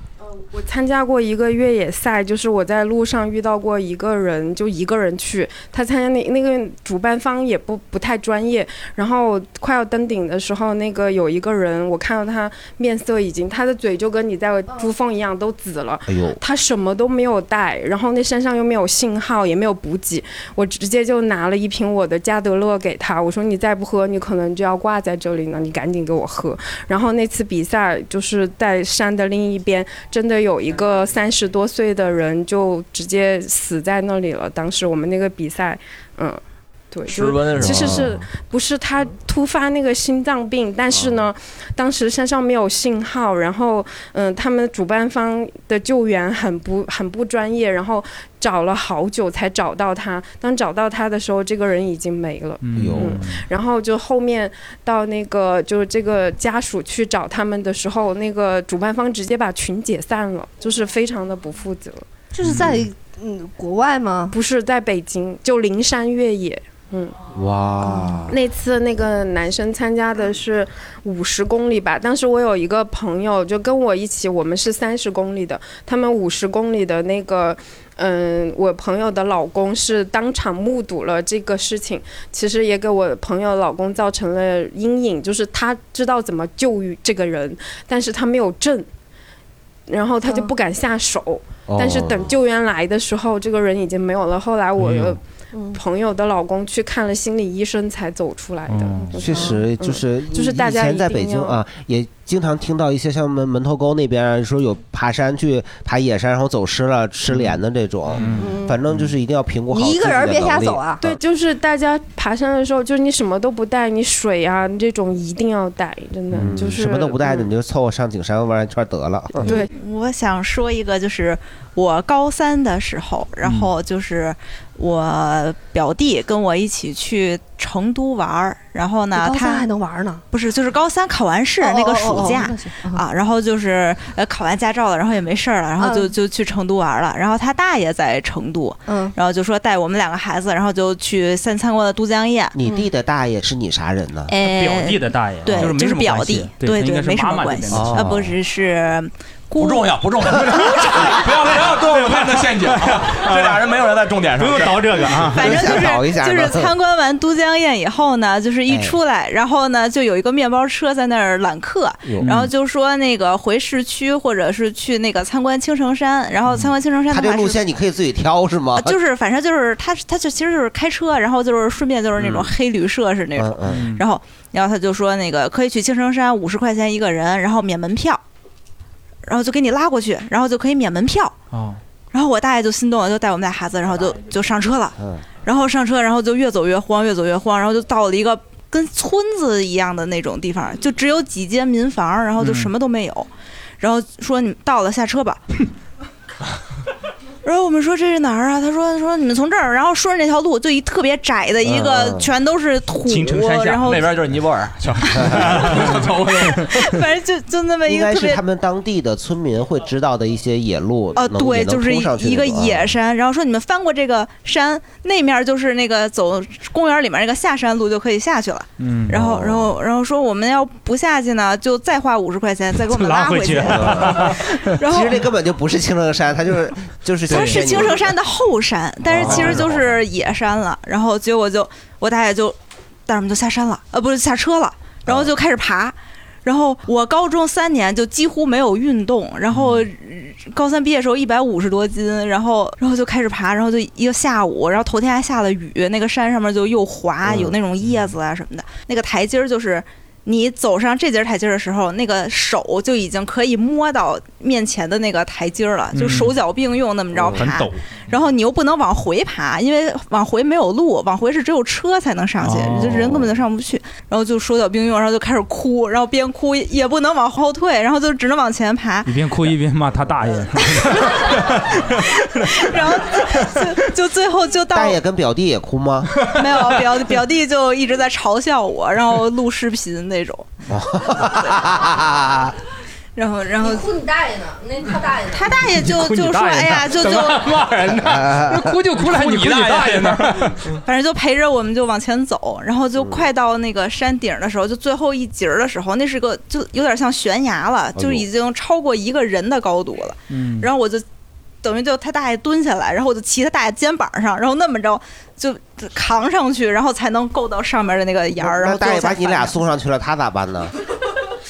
Speaker 18: 我参加过一个越野赛，就是我在路上遇到过一个人，就一个人去。他参加那那个主办方也不不太专业，然后快要登顶的时候，那个有一个人，我看到他面色已经，他的嘴就跟你在珠峰一样都紫了。
Speaker 3: 哎呦
Speaker 18: 他什么都没有带，然后那山上又没有信号，也没有补给，我直接就拿了一瓶我的加德乐给他，我说你再不喝，你可能就要挂在这里呢，你赶紧给我喝。然后那次比赛就是在山的另一边，真的有一个三十多岁的人就直接死在那里了。当时我们那个比赛，嗯。对，
Speaker 5: 失温吧啊
Speaker 18: 就是其实是不是他突发那个心脏病？但是
Speaker 5: 啊
Speaker 18: 呢，当时山上没有信号，然后嗯、他们主办方的救援很不很不专业，然后找了好久才找到他。当找到他的时候，这个人已经没了。
Speaker 5: 嗯
Speaker 18: 嗯
Speaker 3: 哎呦
Speaker 18: 然后就后面到那个就是这个家属去找他们的时候，那个主办方直接把群解散了，就是非常的不负责。
Speaker 4: 这是在嗯国外吗？
Speaker 18: 不是在北京，就灵山越野。嗯，
Speaker 3: 哇，
Speaker 18: 那次那个男生参加的是五十公里吧，当时我有一个朋友就跟我一起，我们是三十公里的，他们五十公里的那个。嗯，我朋友的老公是当场目睹了这个事情，其实也给我朋友老公造成了阴影，就是他知道怎么救这个人，但是他没有证，然后他就不敢下手。
Speaker 3: 哦
Speaker 18: 但是等救援来的时候，这个人已经没有了。后来我
Speaker 3: 哎
Speaker 18: 的
Speaker 3: 呦
Speaker 18: 朋友的老公去看了心理医生才走出来的。嗯
Speaker 3: 确实，就是
Speaker 18: 嗯就是大家
Speaker 3: 以前在
Speaker 18: 一定
Speaker 3: 北京
Speaker 18: 要
Speaker 3: 啊，也经常听到一些像门门头沟那边啊说有爬山去爬野山，然后走失了、失联的这种，
Speaker 18: 嗯
Speaker 3: 反正就是一定要评估好。！啊
Speaker 18: 对，就是大家爬山的时候，就是你什么都不带，你水啊这种一定要带，真的、
Speaker 3: 嗯
Speaker 18: 就是
Speaker 3: 什么都
Speaker 18: *laughs*
Speaker 3: 不带的，你就凑合上景山玩一圈得了。
Speaker 18: 对，
Speaker 13: 我想说一个，就是我高三的时候，然后就是我表弟跟我一起去成都玩儿，然后呢，
Speaker 4: 高三
Speaker 13: 他
Speaker 4: 还能玩呢？
Speaker 13: 不是，就是高三考完试
Speaker 4: 哦哦
Speaker 13: 那个
Speaker 4: 哦
Speaker 13: 暑
Speaker 4: 哦
Speaker 13: 假
Speaker 4: 那行
Speaker 13: 啊，然后就是呃考完驾照了，然后也没事儿了，然后就
Speaker 4: 嗯
Speaker 13: 就去成都玩了。然后他大爷在成都，
Speaker 4: 嗯，
Speaker 13: 然后就说带我们两个孩子，然后就去先参观了都江堰。
Speaker 3: 你弟的大爷是你啥人呢？
Speaker 13: 哎表弟的
Speaker 1: 大爷
Speaker 13: 对，
Speaker 3: 啊就是没什么
Speaker 13: 表
Speaker 3: 关系
Speaker 13: 弟，
Speaker 3: 对
Speaker 13: 对
Speaker 3: 他应该是
Speaker 13: 没什
Speaker 3: 妈
Speaker 13: 么
Speaker 3: 妈
Speaker 13: 关
Speaker 3: 这
Speaker 13: 系
Speaker 3: 边的
Speaker 13: 啊，不是是
Speaker 3: 哦
Speaker 5: 不重要，不重要，不要不要对我看的陷阱，这俩人没有人在重点上，不用
Speaker 6: 倒这个啊
Speaker 13: 反正就是就是参
Speaker 3: 嗯
Speaker 5: 观。
Speaker 13: 观完都江堰以后呢，就是一
Speaker 5: 哎
Speaker 13: 出来，然后呢就有一个面包车在那儿揽客
Speaker 3: 哟，
Speaker 13: 然后就说那个回市区或者是去那个参观青城山，然后参观青城山
Speaker 3: 他
Speaker 13: 的
Speaker 3: 这
Speaker 13: 话
Speaker 3: 路
Speaker 13: 是。
Speaker 3: 线你可以自己挑是吗？
Speaker 13: 啊就是，反正就是他，他就其实就是开车，然后就是顺便就是那种
Speaker 3: 嗯
Speaker 13: 黑旅社是那种，
Speaker 3: 嗯嗯
Speaker 13: 然后，然后他就说那个可以去青城山，五十块钱一个人，然后免门票，然后就给你拉过去，然后就可以免门票，
Speaker 1: 哦，
Speaker 13: 然后我大爷就心动了，就带我们俩孩子，然后就就上车了，
Speaker 3: 嗯，
Speaker 13: 然后上车，然后就越走越慌，越走越慌，然后就到了一个跟村子一样的那种地方，就只有几间民房，然后
Speaker 5: 嗯
Speaker 13: 就什么都没有，然后说你到了下
Speaker 5: *laughs*
Speaker 13: 车吧。然后我们说这是哪儿啊？他说说你们从这儿，然后顺着那条路，就一特别窄的一
Speaker 5: 嗯嗯
Speaker 13: 个，
Speaker 5: 嗯
Speaker 13: 全都是土，
Speaker 5: 青城山下
Speaker 13: 然后
Speaker 5: 那边就是尼泊尔，就
Speaker 13: 反正就就那么一
Speaker 3: 应
Speaker 13: 个
Speaker 3: 该
Speaker 13: 特
Speaker 3: 是
Speaker 13: 别
Speaker 3: 他们当地的村民会知道的一些野路，
Speaker 13: 呃，
Speaker 3: 能
Speaker 13: 对，
Speaker 3: 也能
Speaker 13: 就是
Speaker 3: 通上去
Speaker 13: 一个
Speaker 3: 那种啊
Speaker 13: 野山。然后说你们翻过这个山，那面就是那个走公园里面那个下山路就可以下去了。
Speaker 1: 嗯
Speaker 13: 然
Speaker 3: 哦
Speaker 13: 后，然后，然后说我们要不下去呢，就再花五十块钱再给我们 *laughs* 拉去。
Speaker 5: 啊
Speaker 13: *laughs* 然后
Speaker 3: 其实这根本就不是青城山，它就是就是
Speaker 13: 它是青城山的后山，但是其实就是野山了。然后结果就我大爷就带着我们就下山了，呃，不是下车了，然后就开始爬。然后我高中三年就几乎没有运动，然后呃高三毕业的时候一百五十多斤，然后然后就开始爬，然后就一个下午，然后头天还下了雨，那个山上面就又滑，有那种叶子啊什么的。那个台阶儿就是你走上这节台阶儿的时候，那个手就已经可以摸到面前的那个台阶儿了，就
Speaker 14: 嗯
Speaker 13: 手脚并用那么
Speaker 4: 哦
Speaker 13: 着爬。
Speaker 14: 很陡
Speaker 13: 然后你又不能往回爬，因为往回没有路，往回是只有车才能上去，
Speaker 4: 哦
Speaker 13: 就人根本就上不去。然后就手脚并用，然后就开始哭，然后边哭也不能往后退，然后就只能往前
Speaker 4: *laughs*
Speaker 13: 爬，
Speaker 1: 一边哭一边骂他大爷，
Speaker 13: *laughs* 然后就就就最后就到
Speaker 3: 大爷跟表弟也哭吗？
Speaker 13: 没有表表弟就一直在嘲笑我，然后录视频那
Speaker 4: *laughs*
Speaker 13: 种，然后然后
Speaker 4: 你哭你大爷呢？那他大爷呢？
Speaker 13: 他大爷就
Speaker 4: 哭你
Speaker 13: 就说
Speaker 4: 大爷呢
Speaker 13: 哎呀就
Speaker 4: 怎
Speaker 13: 就
Speaker 4: 么
Speaker 5: 骂人
Speaker 13: *laughs*
Speaker 5: 呢，哭就哭了，你哭你大爷呢？
Speaker 13: 反正就陪着我们就往前走，然后就快到那个山顶的时候，就最后一节儿的时候，那是个就有点像悬崖了，
Speaker 3: 哎
Speaker 14: 呦
Speaker 13: 就是已经超过一个人的高度了。
Speaker 14: 嗯
Speaker 13: 然后我就等于就他大爷蹲下来，然后我就骑他大爷肩膀上，然后那么着就扛上去，然后才能够到上面的那个沿儿。然
Speaker 3: 那
Speaker 13: 后
Speaker 3: 大
Speaker 13: 最
Speaker 3: 爷
Speaker 13: 后
Speaker 3: 把
Speaker 13: 才
Speaker 3: 你
Speaker 13: 翻
Speaker 3: 俩送上去了，他咋办呢？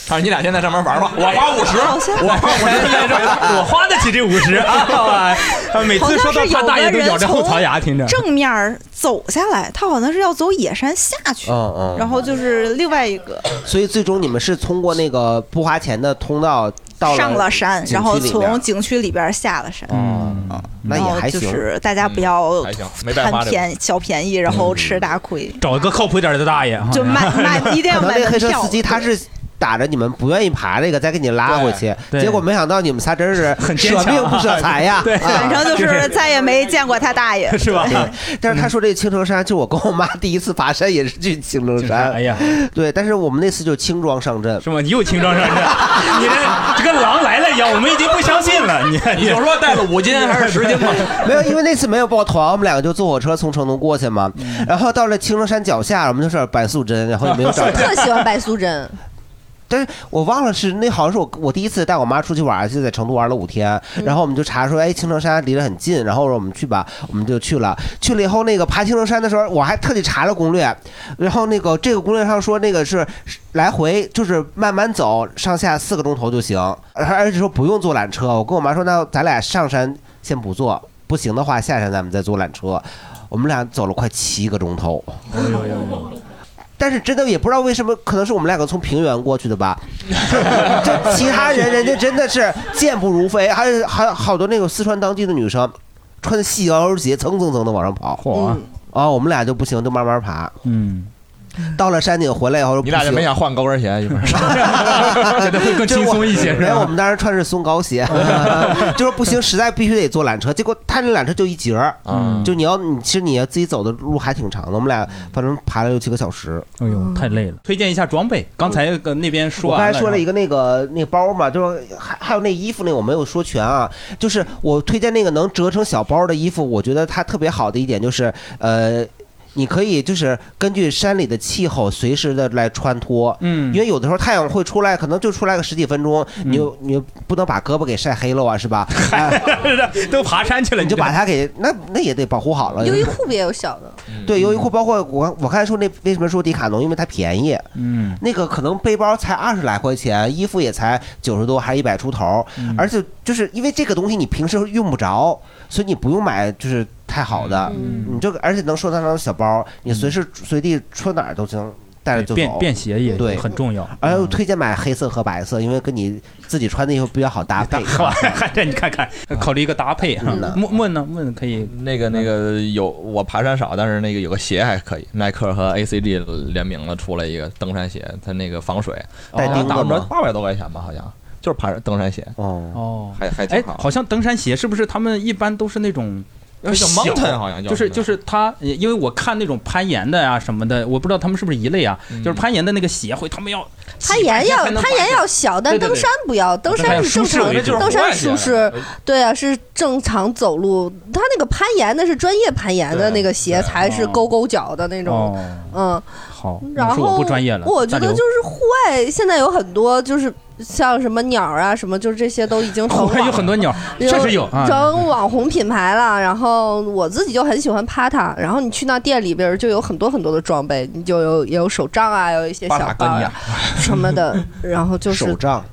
Speaker 5: 他说你俩先在上面玩吧，我花五十，
Speaker 13: 好像
Speaker 5: 我花五
Speaker 13: *laughs*
Speaker 5: 十，我花得起这五十哎
Speaker 1: 啊！每
Speaker 13: 好
Speaker 1: 次说
Speaker 13: 像
Speaker 1: 到
Speaker 13: 是有
Speaker 1: 他大
Speaker 13: 个
Speaker 1: 爷都咬着
Speaker 13: 人从
Speaker 1: 后槽牙，听着。
Speaker 13: 正面儿走下来，他好像是要走野山下去，
Speaker 3: 嗯嗯
Speaker 13: 然后就是另外一个
Speaker 3: 所以最终你们是通过那个不花钱的通道到
Speaker 13: 上了山，然后
Speaker 3: 景区里边
Speaker 13: 从景区里边下了山。
Speaker 3: 嗯，那也
Speaker 13: 然后
Speaker 3: 还
Speaker 13: 就
Speaker 3: 行，
Speaker 13: 是大家不要
Speaker 1: 嗯还行没白花这
Speaker 13: 贪
Speaker 1: 个
Speaker 13: 便小便宜，然后吃大亏。
Speaker 1: *laughs* 找一个靠谱一点的大爷，
Speaker 3: *laughs*
Speaker 13: 就卖卖一定要
Speaker 3: 可能
Speaker 13: 买
Speaker 3: 那个
Speaker 13: 门
Speaker 3: 黑车
Speaker 13: 票
Speaker 3: 司机他是打着你们不愿意爬这个再给你拉回去，
Speaker 1: 对
Speaker 3: 结果没想到你们仨真是
Speaker 1: *laughs* 很坚
Speaker 3: 舍
Speaker 1: 强啊
Speaker 3: 命不舍财呀，
Speaker 1: *laughs* 对嗯
Speaker 3: 啊
Speaker 1: 反正
Speaker 13: 就是再也没见过他大爷，
Speaker 1: *laughs*
Speaker 3: 对 *laughs* 但是他说这个青城山，就我跟我妈第一次爬山也是去青城山。哎
Speaker 1: 呀，
Speaker 3: 对，但是我们那次就轻装上阵，
Speaker 1: 是吗？你又轻装上阵，你这这跟狼来了一样，我们已经不相信了。你
Speaker 5: 你就说带了五斤还是十 *laughs* 斤吧？
Speaker 3: *laughs* 没有，因为那次没有抱团，我们两个就坐火车从成都过去嘛。然后到了青城山脚下，我们就是白素贞，然后
Speaker 1: *laughs*
Speaker 3: 也没有找
Speaker 4: 我
Speaker 3: 到。
Speaker 4: 特喜欢白
Speaker 3: *laughs*
Speaker 4: 素贞，
Speaker 3: 但是我忘了是那好像是我我第一次带我妈出去玩，就在成都玩了五天，然后我们就查说，哎，青城山离得很近，然后我们去吧，我们就去了。去了以后，那个爬青城山的时候，我还特地查了攻略，然后那个这个攻略上说那个是来回就是慢慢走，上下四个钟头就行，而而且说不用坐缆车。我跟我妈说，那咱俩上山先不坐，不行的话下山咱们再坐缆车。我们俩走了快七个钟头。但是真的也不知道为什么，可能是我们两个从平原过去的吧。 *laughs* 就其他人，人家真的是健步如飞，还有还有好多那种四川当地的女生，穿着细高跟鞋蹭蹭蹭的往上跑。
Speaker 5: 嚯
Speaker 3: 啊，我们俩就不行，就慢慢爬。
Speaker 1: 嗯，
Speaker 3: 到了山顶回来以后，
Speaker 5: 你俩就没
Speaker 3: *laughs*
Speaker 5: 想换高跟鞋一 *laughs* 会儿？
Speaker 3: 觉
Speaker 5: 得会更轻松一些是吧
Speaker 3: 没有，我们当时穿的是松
Speaker 5: *laughs*
Speaker 3: 糕鞋，就是不行，实在必须得坐缆车。结果他那缆车就一节儿，
Speaker 1: 嗯
Speaker 3: 就你要你其实你要自己走的路还挺长的，我们俩反正爬了六七个小时。
Speaker 1: 哎呦，太累了。推荐一下装备，刚才跟那边说
Speaker 3: 我刚
Speaker 1: 完了
Speaker 3: 才说了一个那个那个包嘛，就是还还有那衣服那个我没有说全啊，就是我推荐那个能折成小包的衣服，我觉得它特别好的一点就是呃。你可以就是根据山里的气候随时的来穿脱，
Speaker 1: 嗯
Speaker 3: 因为有的时候太阳会出来，可能就出来个十几分钟，你就你就不能把胳膊给晒黑了啊，
Speaker 1: *laughs*
Speaker 3: 是吧？
Speaker 1: 是的都爬山去了，
Speaker 3: 你就把它给那那也得保护好了。
Speaker 4: 优衣库不也有小的？
Speaker 1: 嗯
Speaker 3: 对优衣库，包括我我刚才说那为什么说迪卡侬，因为它便宜，
Speaker 1: 嗯，
Speaker 3: 那个可能背包才二十来块钱，衣服也才九十多，还一百出头，
Speaker 1: 嗯
Speaker 3: 而且就是因为这个东西你平时用不着，所以你不用买就是太好的，
Speaker 4: 嗯
Speaker 1: 嗯
Speaker 3: 你这个而且能收纳成小包，你随时随地穿哪儿都行。带着就走，
Speaker 1: 便便携也
Speaker 3: 对
Speaker 1: 很重要。嗯
Speaker 3: 而且我推荐买黑色和白色，因为跟你自己穿的衣服比较好
Speaker 1: *laughs*
Speaker 3: 搭配。 *laughs*
Speaker 1: 这你看看，考虑一个搭配
Speaker 13: 嗯
Speaker 1: 哈。莫莫呢？莫可以
Speaker 5: 那个那个有我爬山少，但是那个有个鞋还可以，耐克和 ACG 联名了出了一个登山鞋，它那个防水，啊
Speaker 1: 带钉子吗
Speaker 5: 打折八百多块钱吧，好像就是爬登山鞋。
Speaker 1: 哦
Speaker 5: 还还挺
Speaker 1: 哎，
Speaker 5: 好。
Speaker 1: 好像登山鞋是不是他们一般都是那种？
Speaker 5: 呃小 mountain 好像叫
Speaker 1: 就是
Speaker 5: 什么
Speaker 1: 就是他，呃因为我看那种攀岩的呀、什么的，我不知道他们是不是一类啊。就是攀岩的那个鞋会，他们要
Speaker 4: 攀岩要攀岩要小，但
Speaker 1: 对对对
Speaker 4: 登山不要，登
Speaker 1: 登山
Speaker 4: 山
Speaker 1: 要
Speaker 4: 是正
Speaker 1: 舒适
Speaker 4: 常
Speaker 1: 为
Speaker 4: 的，
Speaker 1: 主
Speaker 4: 登山是舒
Speaker 1: 户外
Speaker 4: 适
Speaker 1: 的呀，
Speaker 4: 对啊，是正常走路。他那个攀岩那是专业攀岩的那个鞋，才
Speaker 1: 哦
Speaker 4: 是勾勾脚的那种，嗯。
Speaker 1: 好
Speaker 4: 然
Speaker 1: 我说
Speaker 4: 后
Speaker 1: 我不专业了，
Speaker 4: 我觉
Speaker 1: 大
Speaker 4: 得
Speaker 1: 刘
Speaker 4: 就是户外现在有很多就是像什么鸟啊什么，就是这些都已经成
Speaker 1: 户外
Speaker 4: 网
Speaker 1: 有很多鸟，
Speaker 4: 有
Speaker 1: 确实有啊。
Speaker 4: 成网红品牌了，然后我自己就很喜欢趴它，然后你去那店里边儿就有很多很多的装备，你就有也有手杖啊，有一些
Speaker 3: 巴
Speaker 4: 小
Speaker 3: 塔哥
Speaker 4: 包
Speaker 3: 尼亚
Speaker 4: 啊什
Speaker 1: *laughs*
Speaker 4: 么的，然后就是
Speaker 3: 手杖，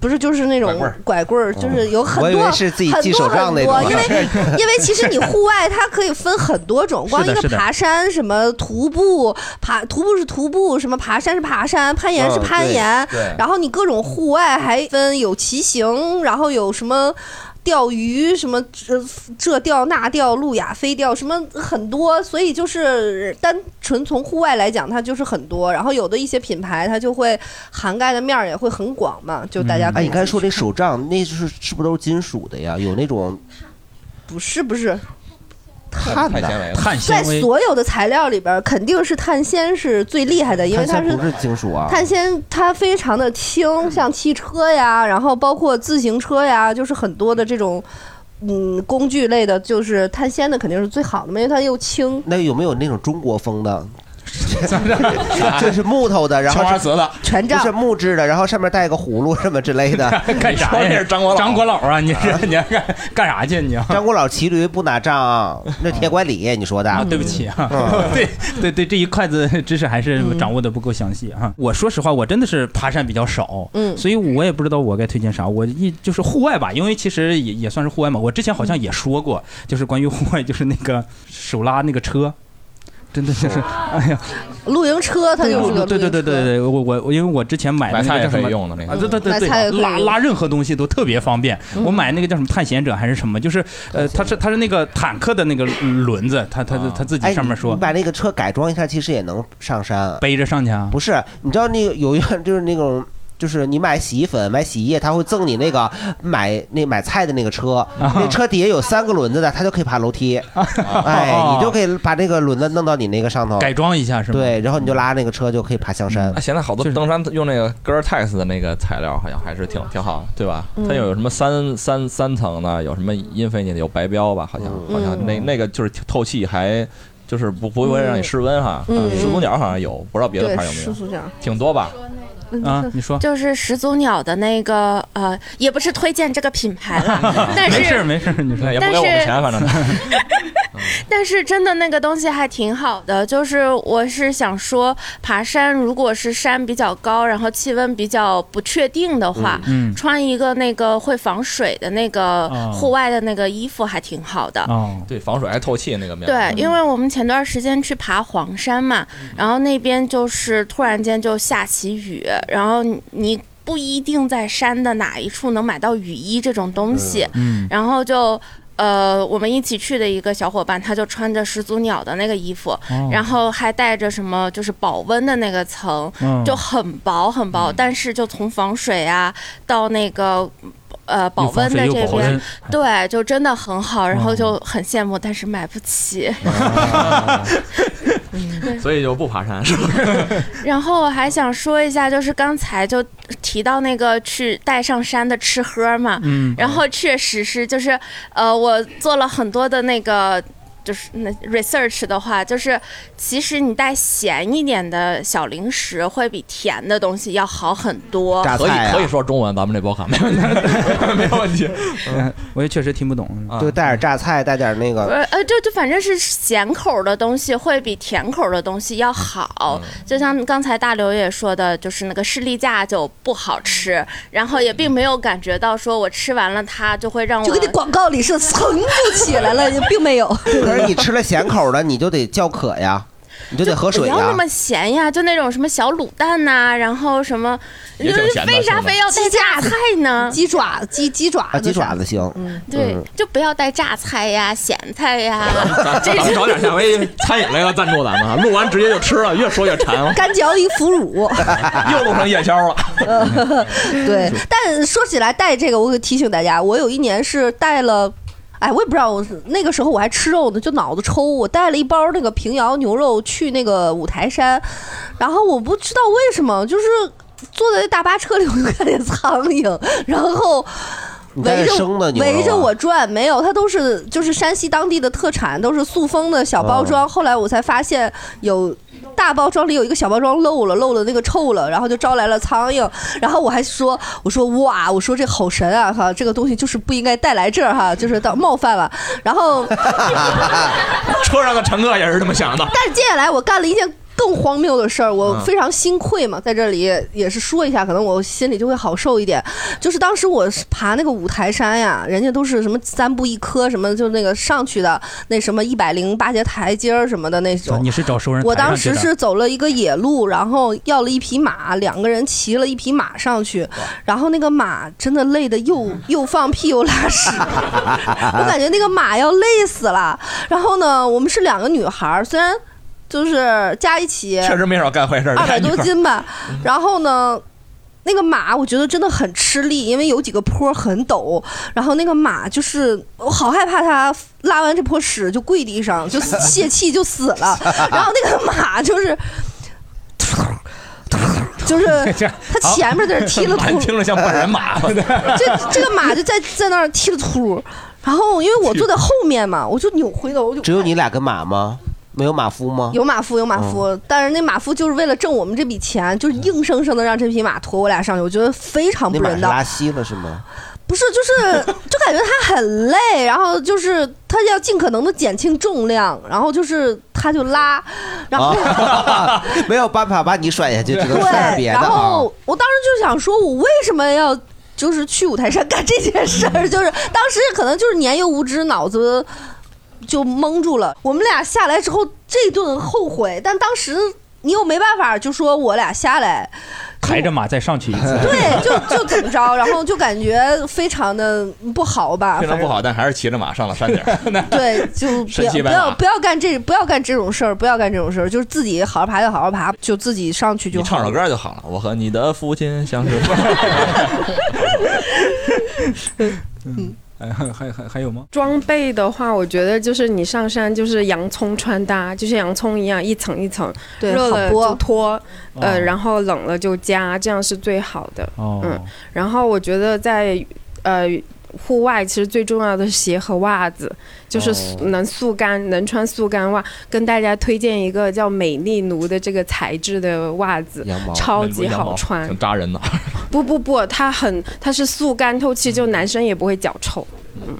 Speaker 4: 不是就是那种
Speaker 3: 拐棍儿哦
Speaker 4: 拐棍儿，就是有很
Speaker 3: 我以
Speaker 4: 多
Speaker 3: 为是自己
Speaker 4: 很
Speaker 3: 系
Speaker 4: 多
Speaker 3: 手杖
Speaker 4: 很
Speaker 3: 那
Speaker 4: 多，
Speaker 3: 种啊
Speaker 4: 因为
Speaker 3: *laughs*
Speaker 4: 因为其实你户外它可以分很多种，光
Speaker 3: 是的
Speaker 4: 一个
Speaker 3: 是的
Speaker 4: 爬山什么徒步爬徒步是徒步，什么爬山是爬山，攀岩是
Speaker 3: 嗯
Speaker 4: 攀
Speaker 3: 对
Speaker 4: 岩
Speaker 3: 对，
Speaker 4: 然后你各种户外还分有骑行，然后有什么。钓鱼什么这这钓那钓路亚非钓什么很多，所以就是单纯从户外来讲，它就是很多。然后有的一些品牌，它就会涵盖的面儿也会很广嘛，就大
Speaker 1: 嗯
Speaker 4: 家可
Speaker 3: 哎，
Speaker 4: 以
Speaker 3: 你刚才说这手杖，那是是不是都是金属的呀？有那种
Speaker 4: 不是不是，
Speaker 5: 碳
Speaker 3: 碳的
Speaker 5: 纤维
Speaker 1: 碳
Speaker 4: 在所有的材料里边儿，肯定是碳纤是最厉害的，因为它
Speaker 3: 碳纤
Speaker 4: 是
Speaker 3: 不是金属啊？
Speaker 4: 碳纤，它非常的
Speaker 1: 嗯
Speaker 4: 轻，像汽车呀，然后包括自行车呀，就是很多的这种嗯工具类的，就是碳纤的肯定是最好的嘛，因为它又轻。
Speaker 3: 那有没有那种中国风
Speaker 1: *laughs*
Speaker 3: 的？就是木头的，然后
Speaker 5: 青花
Speaker 3: 是
Speaker 5: 瓷的
Speaker 1: 权。
Speaker 3: 不是木质的，然后上面带个葫芦什么之类的
Speaker 1: *laughs* 干啥呀？
Speaker 3: 那
Speaker 1: 张国老，张国老啊！你是你还干干啥去？你啊？
Speaker 3: 张国老骑驴不拿杖，那铁拐李你说的嗯
Speaker 1: 啊，对不起啊， *laughs* 对对对，这一块子知识还
Speaker 4: 嗯
Speaker 1: 是掌握的不够详细啊。我说实话，我真的是爬山比较少，
Speaker 4: 嗯
Speaker 1: 所以我也不知道我该推荐啥。我一就是户外吧，因为其实也也算是户外嘛。我之前好像
Speaker 4: 嗯
Speaker 1: 也说过，就是关于户外，就是那个手拉那个车。真的就是，哎呀，
Speaker 4: 露营 *laughs* 车它就是个
Speaker 1: 对对
Speaker 4: 露营
Speaker 1: 对对
Speaker 4: 车，
Speaker 1: 对，我我我因为我之前买的
Speaker 5: 买
Speaker 1: 那
Speaker 5: 菜
Speaker 1: 个
Speaker 5: 也
Speaker 1: 叫什
Speaker 5: 可以
Speaker 1: 么
Speaker 5: 用的那个
Speaker 1: 啊对对对
Speaker 4: 买菜也可
Speaker 1: 对，
Speaker 4: 以
Speaker 1: 拉
Speaker 4: 用嗯
Speaker 1: 拉任何东西都特别方便。我买那个叫什么探险者还是什么，就是呃，它是它是那个坦克的那个轮子，它它它自己上面
Speaker 3: 哎
Speaker 1: 说
Speaker 3: 你你把那个车改装一下，其实也能上山。
Speaker 1: 背着上去啊。
Speaker 3: 不是，你知道那个有一个就是那种就是你买洗衣粉、买洗衣液，他会赠你那个买那买菜的那个车，
Speaker 1: 啊
Speaker 3: 那车底下有三个轮子的，他就可以爬楼梯。哎，你就可以把那个轮子弄到你那个上头，
Speaker 1: 改装一下是吗？，
Speaker 3: 对，然后你就拉那个车就可以爬象山
Speaker 5: *laughs* 嗯那。现在好多登山用那个 Gore-Tex 的那个材料，好像还是挺挺好，对吧？
Speaker 3: 嗯
Speaker 5: 它有什么三三三层的，有什么 Infinity，有白标吧？好像好像那那个就是透气还。就是不不会让你失温哈，
Speaker 10: 嗯嗯
Speaker 5: 始祖鸟好像有，不知道别的牌有没有，挺多吧？啊，你说
Speaker 10: 嗯就是始祖鸟的那个呃，也不是推荐这个品牌了 *laughs*
Speaker 5: *laughs*
Speaker 10: 但
Speaker 1: 没事儿
Speaker 10: 是
Speaker 1: 没事儿，你说
Speaker 10: 也不给我们但是钱反
Speaker 5: 正。
Speaker 10: 但是真的那个东西还挺好的，就是我是想说，爬山如果是山比较高，然后气温比较不确定的话，
Speaker 21: 嗯嗯
Speaker 10: 穿一个那个会防水的那个
Speaker 5: 哦
Speaker 10: 户外的那个衣服还挺好的。
Speaker 5: 哦，对，防水还透气那个面料。
Speaker 22: 嗯
Speaker 10: 对，因为我们前段时间去爬黄山嘛，然后那边就是突然间就下起雨，然后你你不一定在山的哪一处能买到雨衣这种东西，
Speaker 22: 嗯嗯
Speaker 10: 然后就。呃，我们一起去的一个小伙伴，他就穿着始祖鸟的那个衣服，
Speaker 22: 哦
Speaker 10: 然后还带着什么就是保温的那个层，
Speaker 22: 嗯
Speaker 10: 就很薄很薄，但是就从防水啊到那个呃保温的
Speaker 22: 又防水又
Speaker 10: 这
Speaker 22: 保
Speaker 10: 边
Speaker 22: 温，
Speaker 10: 对，就真的很好，然后
Speaker 5: 哦
Speaker 10: 就很羡慕，但是买不起。
Speaker 22: 啊
Speaker 5: 所以就不爬山是吧？
Speaker 10: *laughs* 然后我还想说一下，就是刚才就提到那个去带上山的吃喝嘛，
Speaker 22: 嗯
Speaker 10: 然后确实是，就是呃，我做了很多的那个。就是那 research 的话，就是其实你带咸一点的小零食会比甜的东西要好很多。
Speaker 5: 可以可以说中文，咱们这包卡没问
Speaker 1: *laughs*
Speaker 5: 题，嗯没有问题。
Speaker 1: 我也确实听不懂，
Speaker 5: 啊
Speaker 3: 就带点榨菜，带点那个。
Speaker 10: 呃呃，就就反正是咸口的东西会比甜口的东西要
Speaker 3: 嗯
Speaker 10: 好，就像刚才大刘也说的，就是那个士力架就不好
Speaker 3: 嗯
Speaker 10: 吃，然后也并没有感觉到说我吃完了它就会让我
Speaker 4: 就跟那广
Speaker 10: *laughs*
Speaker 4: 告里是层就起来了，
Speaker 3: *laughs*
Speaker 4: 并没有。
Speaker 3: 可是你吃了咸口的，你就得叫渴呀，你就得喝
Speaker 10: 不
Speaker 3: 水
Speaker 10: 要那
Speaker 3: 呀。
Speaker 10: 么咸呀，就那种什么小卤蛋呐、然后什么，就
Speaker 3: 也挺
Speaker 10: 是
Speaker 3: 咸的
Speaker 10: 为
Speaker 3: 是
Speaker 10: 啥
Speaker 3: 吗
Speaker 10: 非要带榨菜呢？
Speaker 4: 鸡爪鸡鸡爪
Speaker 3: 啊，鸡爪子行。
Speaker 10: 对
Speaker 3: 嗯，
Speaker 10: 就不要带榨菜呀、咸菜呀
Speaker 5: *laughs*
Speaker 3: *laughs*
Speaker 5: 咱，
Speaker 10: 这
Speaker 5: 咱们找点夏威夷餐饮来个赞助咱们啊，录完直接就吃了，越说越馋了，
Speaker 4: 干嚼一腐乳，
Speaker 5: *laughs* 又弄成夜宵 *laughs* 了。
Speaker 4: 呃， *laughs* 对，但说起来带这个，我可提醒大家，我有一年是带了。哎，我也不知道，我是那个时候我还吃肉呢，就脑子抽。我带了一包那个平遥牛肉去那个五台山，然后我不知道为什么，就是坐在大巴车里，我就看见苍蝇，然后
Speaker 3: 你带
Speaker 4: 围着
Speaker 3: 生的牛肉啊
Speaker 4: 围
Speaker 3: *laughs*
Speaker 4: 着我转，没有，它都是就是山西当地的特产，都是塑封的小
Speaker 3: 嗯
Speaker 4: 包装。后来我才发现有大包装里有一个小包装漏了，漏了那个臭了，然后就招来了苍蝇。然后我还说，我说哇，我说这好神啊哈，这个东西就是不应该带来这儿哈，就是到冒犯了。然后
Speaker 5: 车上的乘客也是这么想的。
Speaker 4: 但是接下来我干了一件更荒谬的事儿，我
Speaker 5: 嗯
Speaker 4: 非常心愧嘛，在这里也是说一下，可能我心里就会好受一点。就是当时我是爬那个五台山呀，人家都是什么三步一磕什么，就那个上去的那什么一百零八节台阶儿什么的那种。
Speaker 21: 啊你是找熟人
Speaker 4: 我
Speaker 21: 抬上
Speaker 4: 当
Speaker 21: 去
Speaker 4: 时
Speaker 21: 的
Speaker 4: 是走了一个野路，然后要了一匹马，两个人骑了一匹马上去，然后那个马真的累得又又放屁又拉屎， *laughs* 我感觉那个马要累死了。然后呢，我们是两个女孩儿，虽然就是加一起
Speaker 5: 确实没少干坏事儿，嗯
Speaker 4: 二百多斤吧。然后呢，那个马我觉得真的很吃力，因为有几个坡很陡，然后那个马就是我好害怕它拉完这泼屎就跪地上就泄气就死了，然后那个马就是。
Speaker 5: *laughs*
Speaker 4: 就是它前面在那踢了秃
Speaker 5: 好 *laughs* 听着像半人马。 *laughs*
Speaker 4: 这这个马就在在那儿踢了秃，然后因为我坐在后面嘛，我就扭回头，我就
Speaker 3: 只有你俩跟马吗？没有马夫吗？
Speaker 4: 有马夫，有
Speaker 3: 啊
Speaker 4: 马夫，但是那马夫就是为了挣我们这笔钱，就是硬生生的让这匹马驮我俩上去，我觉得非常
Speaker 3: 那
Speaker 4: 不
Speaker 3: 马
Speaker 4: 人
Speaker 3: 是
Speaker 4: 道
Speaker 3: 拉。稀了是吗？
Speaker 4: *laughs* 不是，就是就感觉他很累，然后就是他要尽可能的减轻重量，然后就是他就拉，然后、
Speaker 3: 啊， *laughs* 没有办法把你甩下去，只能甩点
Speaker 4: 对，
Speaker 3: 别的
Speaker 4: 然
Speaker 3: 啊。
Speaker 4: 后我当时就想说，我为什么要就是去五台山干这件事儿？就是当时可能就是年幼无知，脑子就蒙住了。我们俩下来之后，这顿后悔，但当时你又没办法，就说我俩下来。
Speaker 1: 抬着马再上去一次。
Speaker 4: 对，就就怎么着，然后就感觉非常的不好吧，
Speaker 5: 非常不
Speaker 4: 反
Speaker 5: 好，但还是骑着马上了山顶儿。
Speaker 4: 正。对，
Speaker 5: *laughs*
Speaker 4: 就不
Speaker 5: 神
Speaker 4: 要
Speaker 5: 奇
Speaker 4: 不
Speaker 5: 白
Speaker 4: 要
Speaker 5: 马
Speaker 4: 不要干这不要干这种事儿，不要干这种事儿，就是自己好好爬就好好爬，就自己上去
Speaker 5: 你
Speaker 4: 就好
Speaker 5: 唱。首歌就好了。我和你的父亲相识。
Speaker 1: 嗯，哎，还还还还有
Speaker 18: *laughs*
Speaker 1: 吗？
Speaker 18: 装备的话，我觉得就是你上山就是洋葱穿搭，就像洋葱一样一层一层，
Speaker 4: 对
Speaker 18: 热了
Speaker 4: 好剥
Speaker 18: 就脱，呃，
Speaker 4: 哦
Speaker 18: 然后冷了就加，这样是最好的。
Speaker 1: 哦
Speaker 18: 嗯，然后我觉得在呃户外其实最重要的是鞋和袜子，就是速能速干能穿速干袜。跟大家推荐一个叫美丽奴的这个材质的袜子
Speaker 5: 羊毛，
Speaker 18: 超级
Speaker 5: 羊毛
Speaker 18: 好穿
Speaker 5: 挺。扎人的。
Speaker 18: 不不不，它很它是速干透气，就男生也不会脚臭。嗯。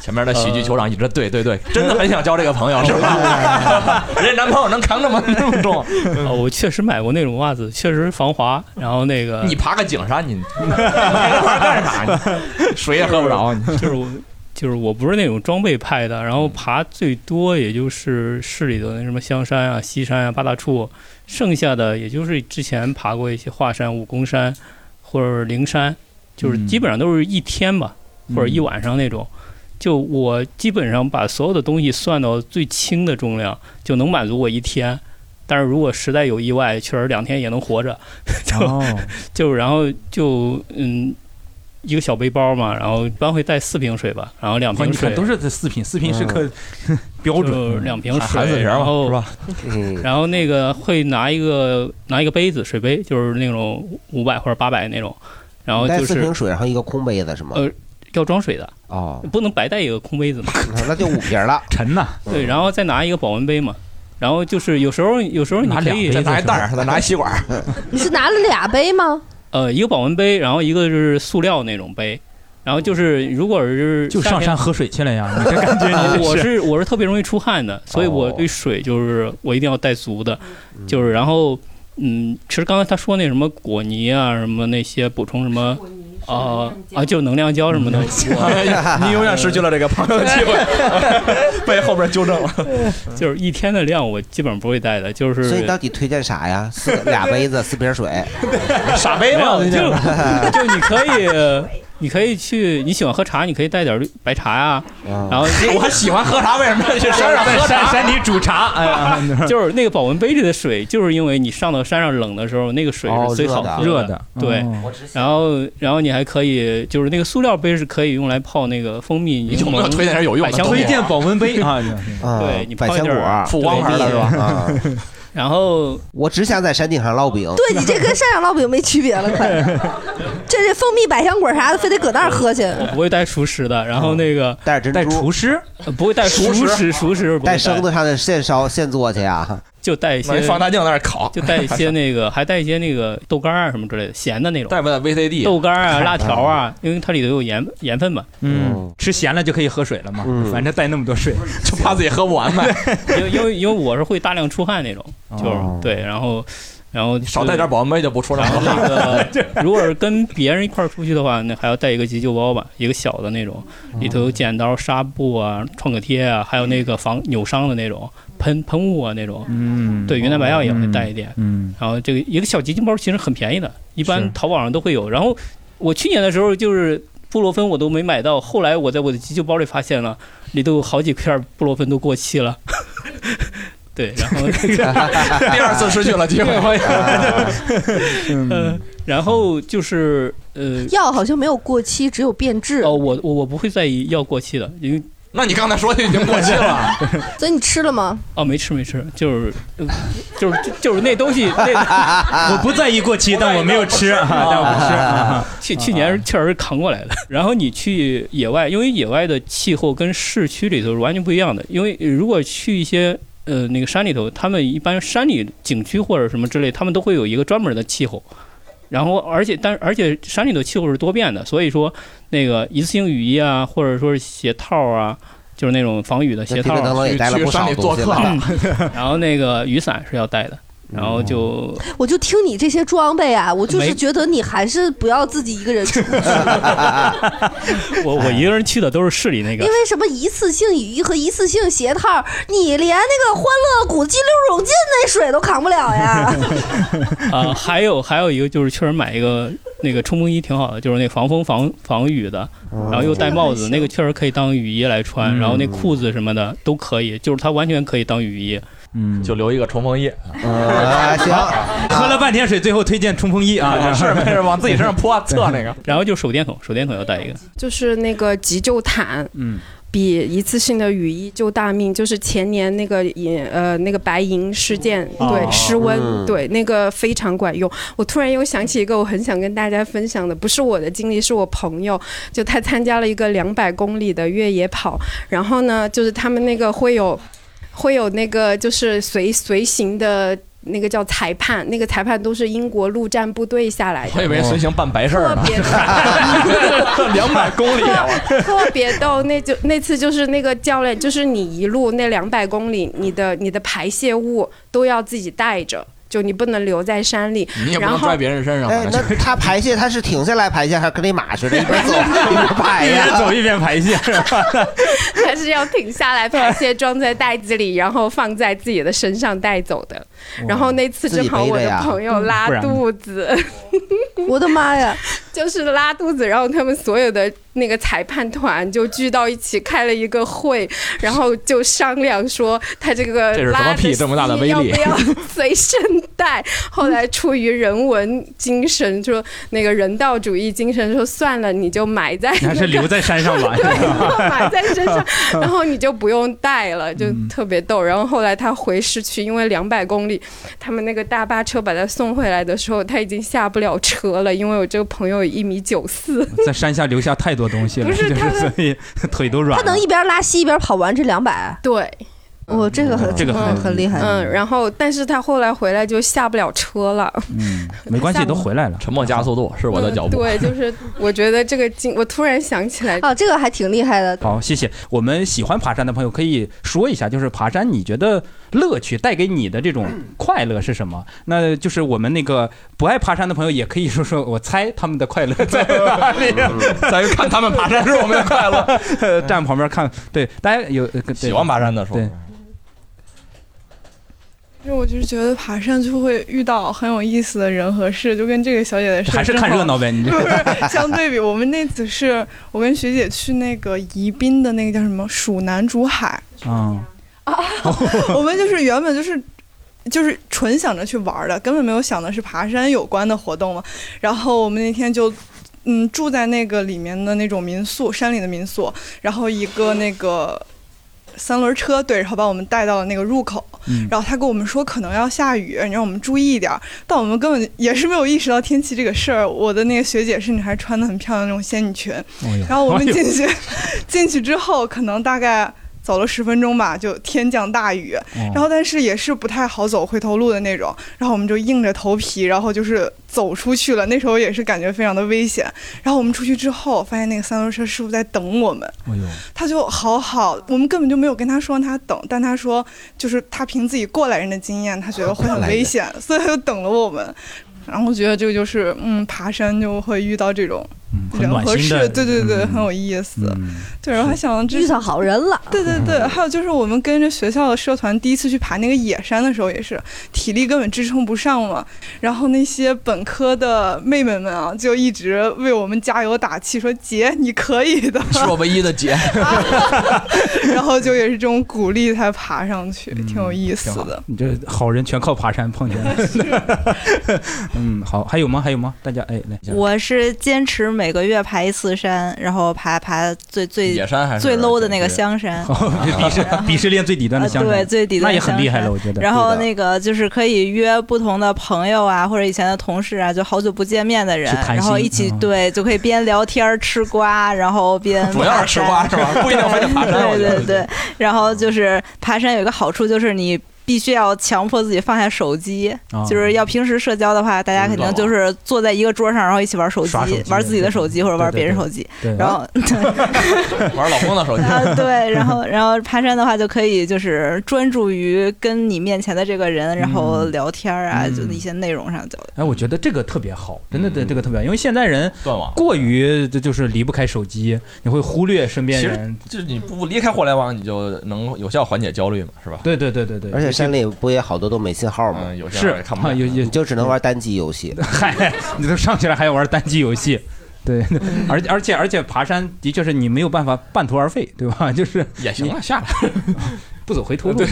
Speaker 5: 前面的喜剧酋长一直对对对，真的很想交这个朋友是吧？ *laughs* 人家男朋友能扛这么那么重，
Speaker 14: 哦，我确实买过那种袜子，确实防滑。然后那个
Speaker 5: 你爬个井啥你？干啥呢？ *laughs* 水也喝不着。
Speaker 14: *laughs*
Speaker 5: 嗯
Speaker 14: 就是我，就是我不是那种装备派的，然后爬最多也就是市里头那什么香山啊、西山啊、八大处，剩下的也就是之前爬过一些华山、武功山或者灵山，就是
Speaker 5: 嗯
Speaker 14: 基本上都是一天吧，或者一晚上那种。就我基本上把所有的东西算到最轻的重量，就能满足我一天。但是如果实在有意外，确实两天也能活着。就、
Speaker 1: 哦
Speaker 14: *laughs* 就然后就嗯，一个小背包嘛，然后一般会带四瓶水吧，然后两
Speaker 1: 哦
Speaker 14: 瓶
Speaker 1: 你看
Speaker 14: 水嗯
Speaker 1: 都是这四品，四品是个标
Speaker 14: 就
Speaker 1: 准，嗯
Speaker 14: 两瓶水，
Speaker 1: 韩四瓶
Speaker 14: 然
Speaker 1: 嘛，
Speaker 14: 后嗯
Speaker 1: 是吧？
Speaker 3: 嗯
Speaker 14: 然后那个会拿一个拿一个杯子，水杯就是那种五百或者八百那种，然后
Speaker 3: 带
Speaker 14: 就
Speaker 3: 四瓶
Speaker 14: 是
Speaker 3: 水，然啊后一个空杯子是吗？
Speaker 14: 呃要装水的，
Speaker 3: 哦，
Speaker 14: 不能白带一个空杯
Speaker 5: *laughs*
Speaker 14: 子嘛，
Speaker 3: 那就五瓶了，
Speaker 1: 沉呐。
Speaker 14: 对，然后再拿一个保温杯嘛，然后就是有时候有时候你
Speaker 5: 拿
Speaker 14: 可
Speaker 5: 两
Speaker 14: 以
Speaker 5: 杯再拿一袋儿再拿一吸管，
Speaker 4: 你是拿了俩杯吗？
Speaker 14: 呃，一个保温杯，然后一个就是塑料那种杯，然后就是如果是
Speaker 1: 就
Speaker 14: 夏
Speaker 1: 上
Speaker 14: 天
Speaker 1: 山
Speaker 14: 啊
Speaker 1: 喝水去了
Speaker 5: 啊 *laughs*
Speaker 1: 呀？你这感觉你这
Speaker 14: 我是我是特别容易出汗的，所以我对水就是我一定要带足的，就是然后嗯，其实刚才他说那什么果泥啊，什么那些补充什么。啊啊！就能量胶什么的， *laughs* 我
Speaker 5: 你永远失去了这个朋友的机会，被后边纠正了。
Speaker 14: 就是一天的量，我基本上不会带的，就是
Speaker 3: 所以到底推荐啥呀？四个俩杯子，四瓶水，
Speaker 14: 傻
Speaker 3: 杯嘛这就
Speaker 14: 就
Speaker 3: 是
Speaker 14: *laughs* 就你可以，你可以去，你喜欢喝茶，你可以带点绿白茶呀、
Speaker 5: *laughs*
Speaker 14: 然后
Speaker 5: 我喜欢喝茶为什
Speaker 14: *laughs*
Speaker 5: 么要去山上喝茶
Speaker 14: 在
Speaker 5: 山里煮茶哎呀
Speaker 14: *laughs* 就是那个保温杯里的水，就是因为你上到山上冷的时候，那个水
Speaker 1: 哦
Speaker 14: 是最好喝
Speaker 1: 热的热的
Speaker 14: 对
Speaker 1: 哦我，
Speaker 14: 然后然后你还可以，就是那个塑料杯是可以用来泡那个蜂蜜柠
Speaker 1: 有没有
Speaker 14: 檬，
Speaker 1: 推荐点有用的
Speaker 14: 百香
Speaker 1: 推
Speaker 14: 果
Speaker 1: 荐保温杯啊
Speaker 14: 对你泡
Speaker 3: 百
Speaker 14: 一
Speaker 3: 香
Speaker 14: 点
Speaker 3: 果
Speaker 14: 儿，
Speaker 3: 富
Speaker 14: 对
Speaker 3: 光牌的是吧？啊，
Speaker 14: *laughs* 然后
Speaker 3: 我只想在山顶上烙饼。
Speaker 4: *laughs* 对你这跟山上烙饼没区别了，快！这这蜂蜜百香果啥的，非得搁那儿喝去。
Speaker 14: 我 *laughs* 不会带熟食的，然后那个
Speaker 3: 嗯带珍珠带厨
Speaker 1: 师
Speaker 14: 呃不会带熟
Speaker 3: 熟
Speaker 14: 食，
Speaker 3: 食
Speaker 14: 熟食不会
Speaker 3: 带生的上的现烧现做去啊！
Speaker 14: 就带一些
Speaker 5: 放大镜在那儿烤，
Speaker 14: 就带一些
Speaker 1: *laughs*
Speaker 14: 那个，还带一些那个豆干儿啊什么之类的，咸的那种。
Speaker 5: 带不带 VCD？
Speaker 14: 豆干儿啊、辣条啊，因为它里头有盐盐分嘛。
Speaker 1: 嗯，吃咸了就可以喝水了嘛，反正带那么多水，
Speaker 5: 嗯 *laughs* 就怕自己喝不
Speaker 1: *laughs*
Speaker 5: 完呗。
Speaker 14: 因为因为因为我是会大量出汗那种，就是、
Speaker 5: 哦
Speaker 14: 对，然后然后
Speaker 5: 少带点保温杯就不出来
Speaker 14: 然后
Speaker 5: 了。
Speaker 14: 那
Speaker 1: *laughs*
Speaker 14: 个 *laughs* 如果是跟别人一块儿出去的话，那还要带一个急救包吧，一个小的那种，
Speaker 1: 哦
Speaker 14: 里头有剪刀、纱布啊、创可贴啊，还有那个防扭伤的那种喷喷雾啊那种。
Speaker 1: 嗯，
Speaker 14: 对，云南白药也会带一点。
Speaker 1: 嗯，
Speaker 14: 然后这个一个小结晶包其实很便宜的，一般淘宝上都会有。然后我去年的时候就是布洛芬我都没买到，后来我在我的急救包里发现了，里头有好几片布洛芬都过期
Speaker 1: *laughs*
Speaker 14: 了。对，然后
Speaker 5: *laughs* 第二次失去了机会 *laughs*
Speaker 14: 嗯，呃然后就是呃，
Speaker 4: *laughs* 药好像没有过期，只有变质。
Speaker 14: 哦，我我我不会在意药过期的，因为
Speaker 5: 那你刚才说的已经过期了。
Speaker 4: 所以你吃了吗？
Speaker 14: 哦，没吃没吃，就是呃就是就就是那东西，
Speaker 1: *laughs*
Speaker 14: 那
Speaker 1: 我不在意过期，但我没有吃啊，但我不吃啊。
Speaker 14: 去去年是确实是扛过来的。然后你去野外，因为野外的气候跟市区里头是完全不一样的。因为如果去一些呃那个山里头，他们一般山里景区或者什么之类，他们都会有一个专门的气候。然后，而且，但而且山里头气候是多变的，所以说那个一次性雨衣啊，或者说是鞋套啊，就是那种防雨的鞋套
Speaker 3: 那
Speaker 14: 啊、
Speaker 3: 皮特德罗也带了不少东西了吧
Speaker 14: 嗯然后那个雨伞是要带的，然后就
Speaker 4: 我就听你这些装备啊，我就是
Speaker 14: 没
Speaker 4: 觉得你还是不要自己一个人出去，
Speaker 14: *laughs* 我我一个人去的都是市里那个
Speaker 4: 因，为什么一次性雨衣和一次性鞋套，你连那个欢乐谷激流勇进那水都扛不了
Speaker 18: *laughs*
Speaker 4: 呀。
Speaker 14: 啊，还有还有一个就是确实买一个那个冲锋衣挺好的，就是那防风防防雨的，然后又戴帽子，那个确实可以当雨衣来穿，然后那裤子什么的都可以，就是它完全可以当雨衣。
Speaker 1: 嗯，
Speaker 5: 就留一个冲锋衣。
Speaker 3: 啊，行，
Speaker 1: 喝了半天水，最后推荐冲锋衣啊，
Speaker 14: 是没
Speaker 5: 事，往自己身上泼，
Speaker 14: 测那个。然后就手电筒，手电筒要带一个。
Speaker 18: 就是那个急救毯，
Speaker 1: 嗯，
Speaker 18: 比一次性的雨衣救大命。就是前年那个银呃那个白银事件，
Speaker 21: 哦
Speaker 18: 对失温，
Speaker 21: 嗯
Speaker 18: 对那个非常管用。我突然又想起一个我很想跟大家分享的，不是我的经历，是我朋友，就他参加了一个两百公里的越野跑，然后呢，就是他们那个会有会有那个就是随随行的。那个叫裁判，那个裁判都是英国陆战部队下来的。
Speaker 5: 我以为随行办白事儿呢， *laughs* 两百公里啊，我
Speaker 18: 特别逗，那就那次就是那个教练，就是你一路那两百公里，你的你的排泄物都要自己带着，就你不能留在山里。 *laughs*
Speaker 5: 你也不
Speaker 18: 然
Speaker 5: 能
Speaker 18: 后
Speaker 5: 拽别人身上
Speaker 3: 哎
Speaker 5: 吧，？
Speaker 3: 那他排泄他是停下来排泄，还是跟那马似的，一边走一边排呀？
Speaker 1: 一边走一边排泄。
Speaker 18: 还是要停下来排泄，装在袋子里，然后放在自己的身上带走的。然后那次
Speaker 4: 自
Speaker 18: 正
Speaker 4: 己
Speaker 18: 好
Speaker 4: 背着
Speaker 18: 我的
Speaker 4: 呀
Speaker 18: 朋友拉
Speaker 4: 不然呢
Speaker 18: 肚子，
Speaker 1: *laughs*
Speaker 4: 我的妈呀！
Speaker 18: *laughs* 就是拉肚子，然后他们所有的那个裁判团就聚到一起开了一个会，然后就商量说他这个
Speaker 5: 这是什么
Speaker 18: 拉的
Speaker 5: 屁这么大的
Speaker 18: 稀
Speaker 5: 威力
Speaker 18: 要 *laughs* 不要随身带？后来出于人文精神，说那个人道主义精神，说算了，你就埋哎在、那
Speaker 1: 你还是
Speaker 18: 个
Speaker 1: 留在山上吧
Speaker 18: 对， *laughs* 埋在身上，
Speaker 1: *laughs*
Speaker 18: 然后你就不用带了，就
Speaker 1: 嗯
Speaker 18: 特别逗。然后后来他回市区，因为两百公里，他们那个大巴车把他送回来的时候，他已经下不了车了，因为我这个朋友一米九四。
Speaker 1: *laughs* 在山下留下太多东西了，
Speaker 18: 不是
Speaker 1: 就是
Speaker 18: 他们
Speaker 1: 所以腿都软
Speaker 4: 他
Speaker 1: 了。嗯
Speaker 4: 能一边拉稀一边跑完这两百，
Speaker 18: 对，
Speaker 4: 我、这个很
Speaker 1: 这个很
Speaker 4: 很很厉害。
Speaker 18: 嗯，然后但是他后来回来就下不了车了。
Speaker 1: 嗯，没关系，都回来了。
Speaker 5: 沉默加速度是我的脚步。
Speaker 18: 对，就是我觉得这个经，我突然想起来，
Speaker 4: 哦，这个还挺厉害的。
Speaker 1: 好，谢谢。我们喜欢爬山的朋友可以说一下，就是爬山你觉得乐趣带给你的这种快乐是什么？那就是我们那个不爱爬山的朋友也可以说说，我猜他们的快乐
Speaker 5: *laughs*
Speaker 1: 在哪
Speaker 5: 哎
Speaker 1: 里，啊
Speaker 5: 嗯
Speaker 1: 在于看他们爬山是我们的快乐。呃 *laughs* 站旁边看，对，大家有呃对
Speaker 5: 喜欢爬山的说
Speaker 1: 对，
Speaker 22: 就我就是觉得爬山就会遇到很有意思的人和事，就跟这个小姐的事
Speaker 1: 还是
Speaker 22: 正
Speaker 1: 看
Speaker 22: 好
Speaker 1: 热闹呗你这
Speaker 22: 不是 *laughs* 相对比，我们那次是我跟学姐去那个宜宾的那个叫什么蜀南竹海，
Speaker 1: 嗯，
Speaker 22: *laughs* 我们就是原本就是。就是纯想着去玩儿的，根本没有想的是爬山有关的活动嘛。然后我们那天就，嗯，住在那个里面的那种民宿，山里的民宿，然后一个那个三轮车，对，然后把我们带到了那个入口，
Speaker 23: 嗯
Speaker 22: 然后他跟我们说可能要下雨，你让我们注意一点儿。但我们根本也是没有意识到天气这个事儿。我的那个学姐甚至还穿的很漂亮的那种仙女裙，
Speaker 23: 哎呦
Speaker 22: 然后我们
Speaker 23: 哎呦
Speaker 22: 进去， *laughs* 进去之后可能大概。走了十分钟吧，就天降大雨，
Speaker 23: 哦
Speaker 22: 然后但是也是不太好走回头路的那种，然后我们就硬着头皮，然后就是走出去了。那时候也是感觉非常的危险。然后我们出去之后，发现那个三轮车师傅在等我们，
Speaker 1: 哎呦，
Speaker 22: 他就好好，我们根本就没有跟他说让他等，但他说就是他凭自己过来人的经验，他觉得会很危险，所以他就等了我们。然后我觉得这个就是，嗯，爬山就会遇到这种
Speaker 1: 嗯很
Speaker 22: 人
Speaker 1: 暖
Speaker 22: 和
Speaker 1: 心的
Speaker 22: 事，对对对，
Speaker 1: 嗯
Speaker 22: 很有意思。
Speaker 1: 嗯
Speaker 22: 对，然后还想遇
Speaker 4: 到好人了。嗯
Speaker 22: 对对对，还有就是我们跟着学校的社团第一次去爬那个野山的时候，也是体力根本支撑不上嘛。然后那些本科的妹妹们啊，就一直为我们加油打气，说姐你可以的。
Speaker 5: 是我唯一的姐，
Speaker 22: *laughs* 然后就也是这种鼓励才爬上去，挺有意思的。
Speaker 1: 你这嗯好人全靠爬山碰见
Speaker 13: *laughs*
Speaker 1: 了。 *laughs* 嗯，好，还有吗？还有吗？大家哎，来，
Speaker 13: 我是坚持每个月爬一次山，然后爬爬最最
Speaker 1: 野山还是
Speaker 13: 最 low 的那个香山。
Speaker 1: *laughs* *laughs* 鄙
Speaker 13: *laughs*
Speaker 1: 视鄙视链最底端的
Speaker 13: 呃
Speaker 1: 香山，
Speaker 13: 对，最底
Speaker 1: 那
Speaker 13: 端
Speaker 1: 也很
Speaker 13: 香
Speaker 1: 厉害
Speaker 13: 山
Speaker 1: 了，我觉得。
Speaker 13: 然后那个就是可以约不同的朋友啊，或者以前的同事啊，就好久不见面的人
Speaker 1: 去，谈
Speaker 13: 然后
Speaker 1: 心
Speaker 13: 一起
Speaker 1: 嗯
Speaker 13: 对，就可以边聊天儿吃瓜，然后边
Speaker 5: *laughs* 主要
Speaker 13: 嗯爬
Speaker 5: 是吃 *laughs*
Speaker 13: 山
Speaker 5: 瓜是吧？不一定非得爬山，我
Speaker 13: *laughs* 对
Speaker 5: 觉得
Speaker 13: 对对，然后就是爬山有一个好处就是你必须要强迫自己放下手机，
Speaker 1: 啊
Speaker 13: 就是要平时社交的话，大家肯定就是坐在一个桌上，然后一起玩手机，
Speaker 5: 刷手机
Speaker 13: 玩自己的手机或者玩
Speaker 5: 对对
Speaker 13: 别人
Speaker 5: 对
Speaker 13: 手机，
Speaker 5: 对
Speaker 13: 然后
Speaker 5: *laughs*
Speaker 13: *laughs*
Speaker 5: 玩老公的手机。
Speaker 13: 啊，对，然后然后爬山的话就可以就是专注于跟你面前的这个人，然后
Speaker 5: 嗯
Speaker 13: 聊天儿啊，就一些内容上就。
Speaker 1: 哎，我觉得这个特别好，真的，这这个特别好，因为现在人过于就就是离不开手机，你会忽略身边
Speaker 5: 其
Speaker 1: 人
Speaker 5: 实。就是你不离开互联网，你就能有效缓解焦虑嘛，是吧？
Speaker 1: 对对对 *laughs* 对对，
Speaker 3: 而且山里不也好多都没信号吗？
Speaker 5: 有
Speaker 1: 些是也看不见有
Speaker 3: 你就只能玩单机游戏。
Speaker 1: *laughs* 嗨，你都上去了还要玩单机游戏，对， *laughs* 而而且而且爬山的确是你没有办法半途而废，对吧？ *laughs* 就是
Speaker 5: 也行啊，下来
Speaker 1: 不走回头 *laughs* 路，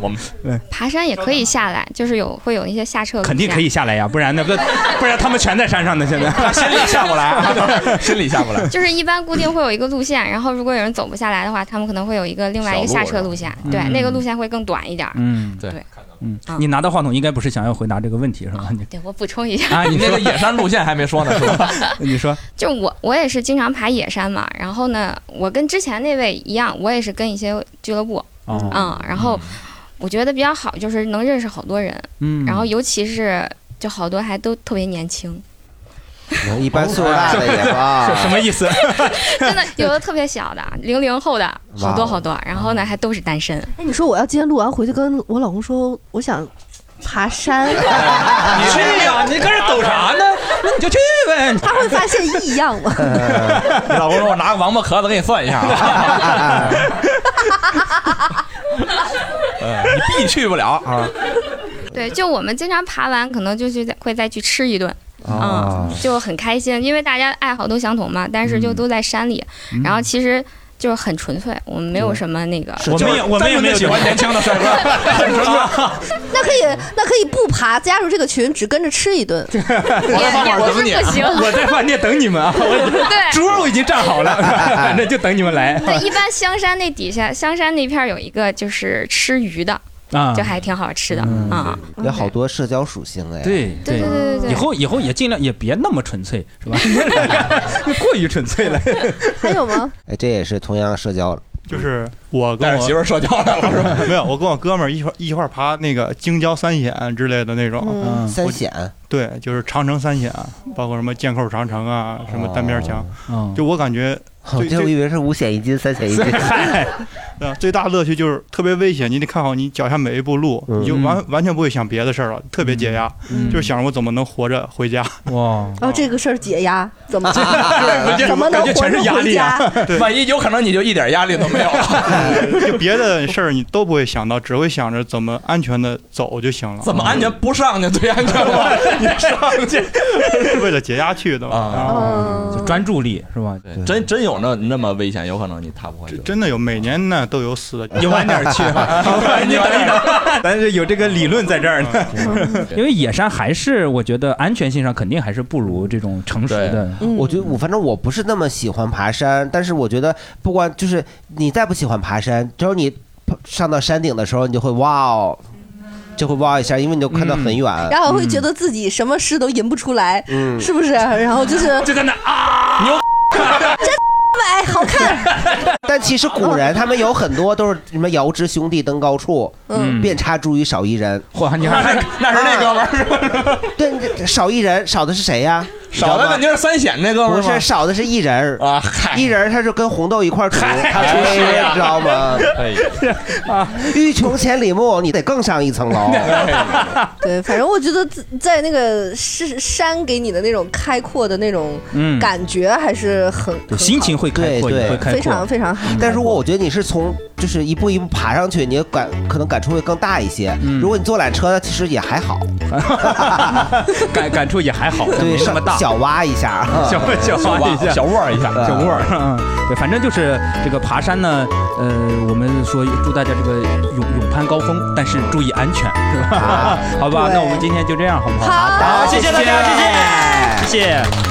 Speaker 5: 我们
Speaker 2: *laughs* 爬山也可以下来，就是有会有一些下撤路线。
Speaker 1: 肯定可以下来呀，不然那不不然他们全在山上呢，现在
Speaker 5: 心里下不
Speaker 1: *laughs*
Speaker 5: 来，啊心里下不来。
Speaker 2: *laughs* 就是一般固定会有一个路线，然后如果有人走不下来的话，他们可能会有一个另外一个下车路线，
Speaker 1: 小路是吧
Speaker 2: 对，
Speaker 1: 嗯
Speaker 2: 那个路线会更短一点儿。
Speaker 1: 嗯，
Speaker 5: 对，
Speaker 1: 嗯，你拿到话筒应该不是想要回答这个问题是吧？你
Speaker 2: 对我补充一
Speaker 5: *laughs*
Speaker 2: 下
Speaker 1: 啊，
Speaker 5: 你
Speaker 1: 你
Speaker 5: 那个野山路线还没说呢，是吧？
Speaker 1: *laughs* 你说，
Speaker 2: 就我我也是经常爬野山嘛，然后呢，我跟之前那位一样，我也是跟一些俱乐部，
Speaker 1: 哦
Speaker 2: 嗯，然后我觉得比较好就是能认识好多人，
Speaker 1: 嗯
Speaker 2: 然后尤其是就好多还都特别年轻， *laughs*
Speaker 3: 嗯一般岁数大的也啊吧
Speaker 1: 是什么意思？
Speaker 2: 真的有的特别小的，零零后的
Speaker 1: 哦
Speaker 2: 好多好多，然后呢还都是单身，
Speaker 4: 哎，你说我要今天录完回去跟我老公说，我想爬山，
Speaker 1: 你去呀，你搁这抖啥
Speaker 4: *laughs*
Speaker 1: 呢？那你就去呗。
Speaker 4: 他会发现异样
Speaker 1: *laughs*
Speaker 4: 吗？
Speaker 5: 你 *laughs* 老公说我拿个王八壳子给你算一下啊，呃你必去不了啊。
Speaker 2: 对，就我们经常爬完，可能就去再会再去吃一顿。
Speaker 1: 哦
Speaker 5: 啊
Speaker 2: 嗯，就很开心，因为大家爱好都相同嘛，但是就都在山里，
Speaker 1: 嗯
Speaker 2: 然后其实就是很纯粹，我们没有什么那个，
Speaker 1: 我们也我们也没有
Speaker 5: 喜欢年轻的帅 *laughs* 哥，很纯粹。
Speaker 2: *laughs*
Speaker 4: 那可以，那可以不爬，加入这个群，只跟着吃
Speaker 1: *laughs*
Speaker 4: 一顿。
Speaker 1: 我在饭馆等你，我在饭店等你们啊！我
Speaker 2: 对
Speaker 1: 猪肉已经站好了，
Speaker 5: *laughs*
Speaker 1: 反正就等你们来。
Speaker 2: 对，一般香山那底下，香山那片儿有一个就是吃鱼的，
Speaker 1: 啊
Speaker 2: 就还挺好吃的啊。
Speaker 3: 嗯有好多社交属性
Speaker 1: 嗯
Speaker 3: 哎。
Speaker 1: 对
Speaker 2: 对对对对对
Speaker 1: 以后以后也尽量也别那么纯粹， *laughs* 是吧？过于纯粹 *laughs* 了。
Speaker 4: 还有吗？
Speaker 3: 哎，这也是同样社交了。
Speaker 6: 就是我跟
Speaker 5: 但
Speaker 6: 我
Speaker 5: 是媳妇儿社交了，我说
Speaker 6: *laughs* 没有，我跟我哥们儿一块儿一块儿爬那个京郊三险之类的那种，
Speaker 3: 嗯三
Speaker 6: 我
Speaker 3: 险
Speaker 6: 对，就是长城三险，包括什么剑扣长城啊，什么单边墙，
Speaker 1: 哦
Speaker 6: 就我感觉
Speaker 3: *laughs* *laughs* 我
Speaker 6: 最
Speaker 3: 就
Speaker 6: 最
Speaker 3: 以为是五险一金、三
Speaker 6: *laughs*
Speaker 3: 险一金。
Speaker 6: 对啊最大乐趣就是特别危险，你得看好你脚下每一步路，
Speaker 3: 嗯
Speaker 6: 你
Speaker 1: 嗯
Speaker 6: 就完完全不会想别的事儿了，特别解压，就是想着我怎么能活着回家。
Speaker 1: 哇，
Speaker 4: 哦，这个事儿解压，
Speaker 1: *laughs*
Speaker 4: 怎么
Speaker 5: 感
Speaker 1: 啊
Speaker 4: 怎么能
Speaker 5: 觉
Speaker 4: 活
Speaker 5: 全是
Speaker 4: 着
Speaker 5: 压
Speaker 4: 回
Speaker 5: 力
Speaker 4: 家？
Speaker 5: 啊！万一有可能你就一点压力都没有
Speaker 6: *laughs*
Speaker 5: 了，
Speaker 6: 就别的事儿你都不会想到，只会想着怎么安全的走就行了。
Speaker 5: 怎么安全不上去最安全了？你上去，
Speaker 6: *laughs* 为了解压去的
Speaker 4: 嗯
Speaker 1: 啊，就专注力是吧？
Speaker 5: 真真有那那么危险，有可能你踏不回去。
Speaker 6: 真的有，每年呢都有
Speaker 5: *laughs*
Speaker 6: 死的。 *laughs*
Speaker 1: 你晚点去
Speaker 5: 你等一等。
Speaker 1: 咱是有这个理论在这儿呢，因为野山还是我觉得安全性上肯定还是不如这种成熟的。
Speaker 4: 嗯
Speaker 3: 我觉得我反正我不是那么喜欢爬山，但是我觉得不管就是你再不喜欢爬山，只要你上到山顶的时候，你就会哇哦，就会哇一下，因为你就看到
Speaker 5: 嗯
Speaker 3: 很远，
Speaker 4: 然后会觉得自己什么事都吟不出来，
Speaker 3: 嗯
Speaker 4: 是不是？然
Speaker 1: *laughs*
Speaker 4: 后就是
Speaker 1: 就在那啊，
Speaker 4: 牛， *laughs* 真哎，好看。
Speaker 3: *laughs* 但其实古人他们有很多都是什么遥知兄弟登高处，
Speaker 1: 嗯
Speaker 3: 遍插茱萸少一人。
Speaker 1: 嚯，你
Speaker 3: *laughs*
Speaker 5: 还那是那哥们儿，
Speaker 3: 对，你这少一人，少的是谁呀？
Speaker 5: 少的肯定是三险那哥们儿
Speaker 3: 不
Speaker 5: 吗
Speaker 3: 是少的是一人
Speaker 5: 啊，
Speaker 3: 一人他就跟红豆一块儿煮，他出
Speaker 5: 哎
Speaker 3: 师
Speaker 5: 呀
Speaker 3: 你知道吗？啊
Speaker 5: 哎
Speaker 3: 欲穷千里目，你得更上一层楼。
Speaker 4: 对，反正我觉得自在那个是山给你的那种开阔的那种
Speaker 3: 嗯
Speaker 4: 感觉，还是很
Speaker 1: 对 *laughs* 心情会开阔，
Speaker 3: 对
Speaker 1: 也
Speaker 3: 对
Speaker 1: 会开阔，
Speaker 4: 非常非常好。
Speaker 3: 但如果我觉得你是从就是一步一步爬上去，你也感可能感触会更大一些。
Speaker 1: 嗯
Speaker 3: 如果你坐缆车，其实也
Speaker 1: *laughs*
Speaker 3: 还好， *laughs*
Speaker 1: 感感触也还好，
Speaker 3: 对，
Speaker 1: 没那么
Speaker 3: 上
Speaker 1: 大。
Speaker 3: 小挖一下，
Speaker 1: 小小挖一下，小窝儿。嗯对，反正就是这个爬山呢，呃，我们说祝大家这个勇勇攀高峰，但是注意安全，啊 *laughs* 是吧？好吧，那我们今天就这样，好不好？
Speaker 5: 好
Speaker 1: 谢谢大家，谢谢，谢谢。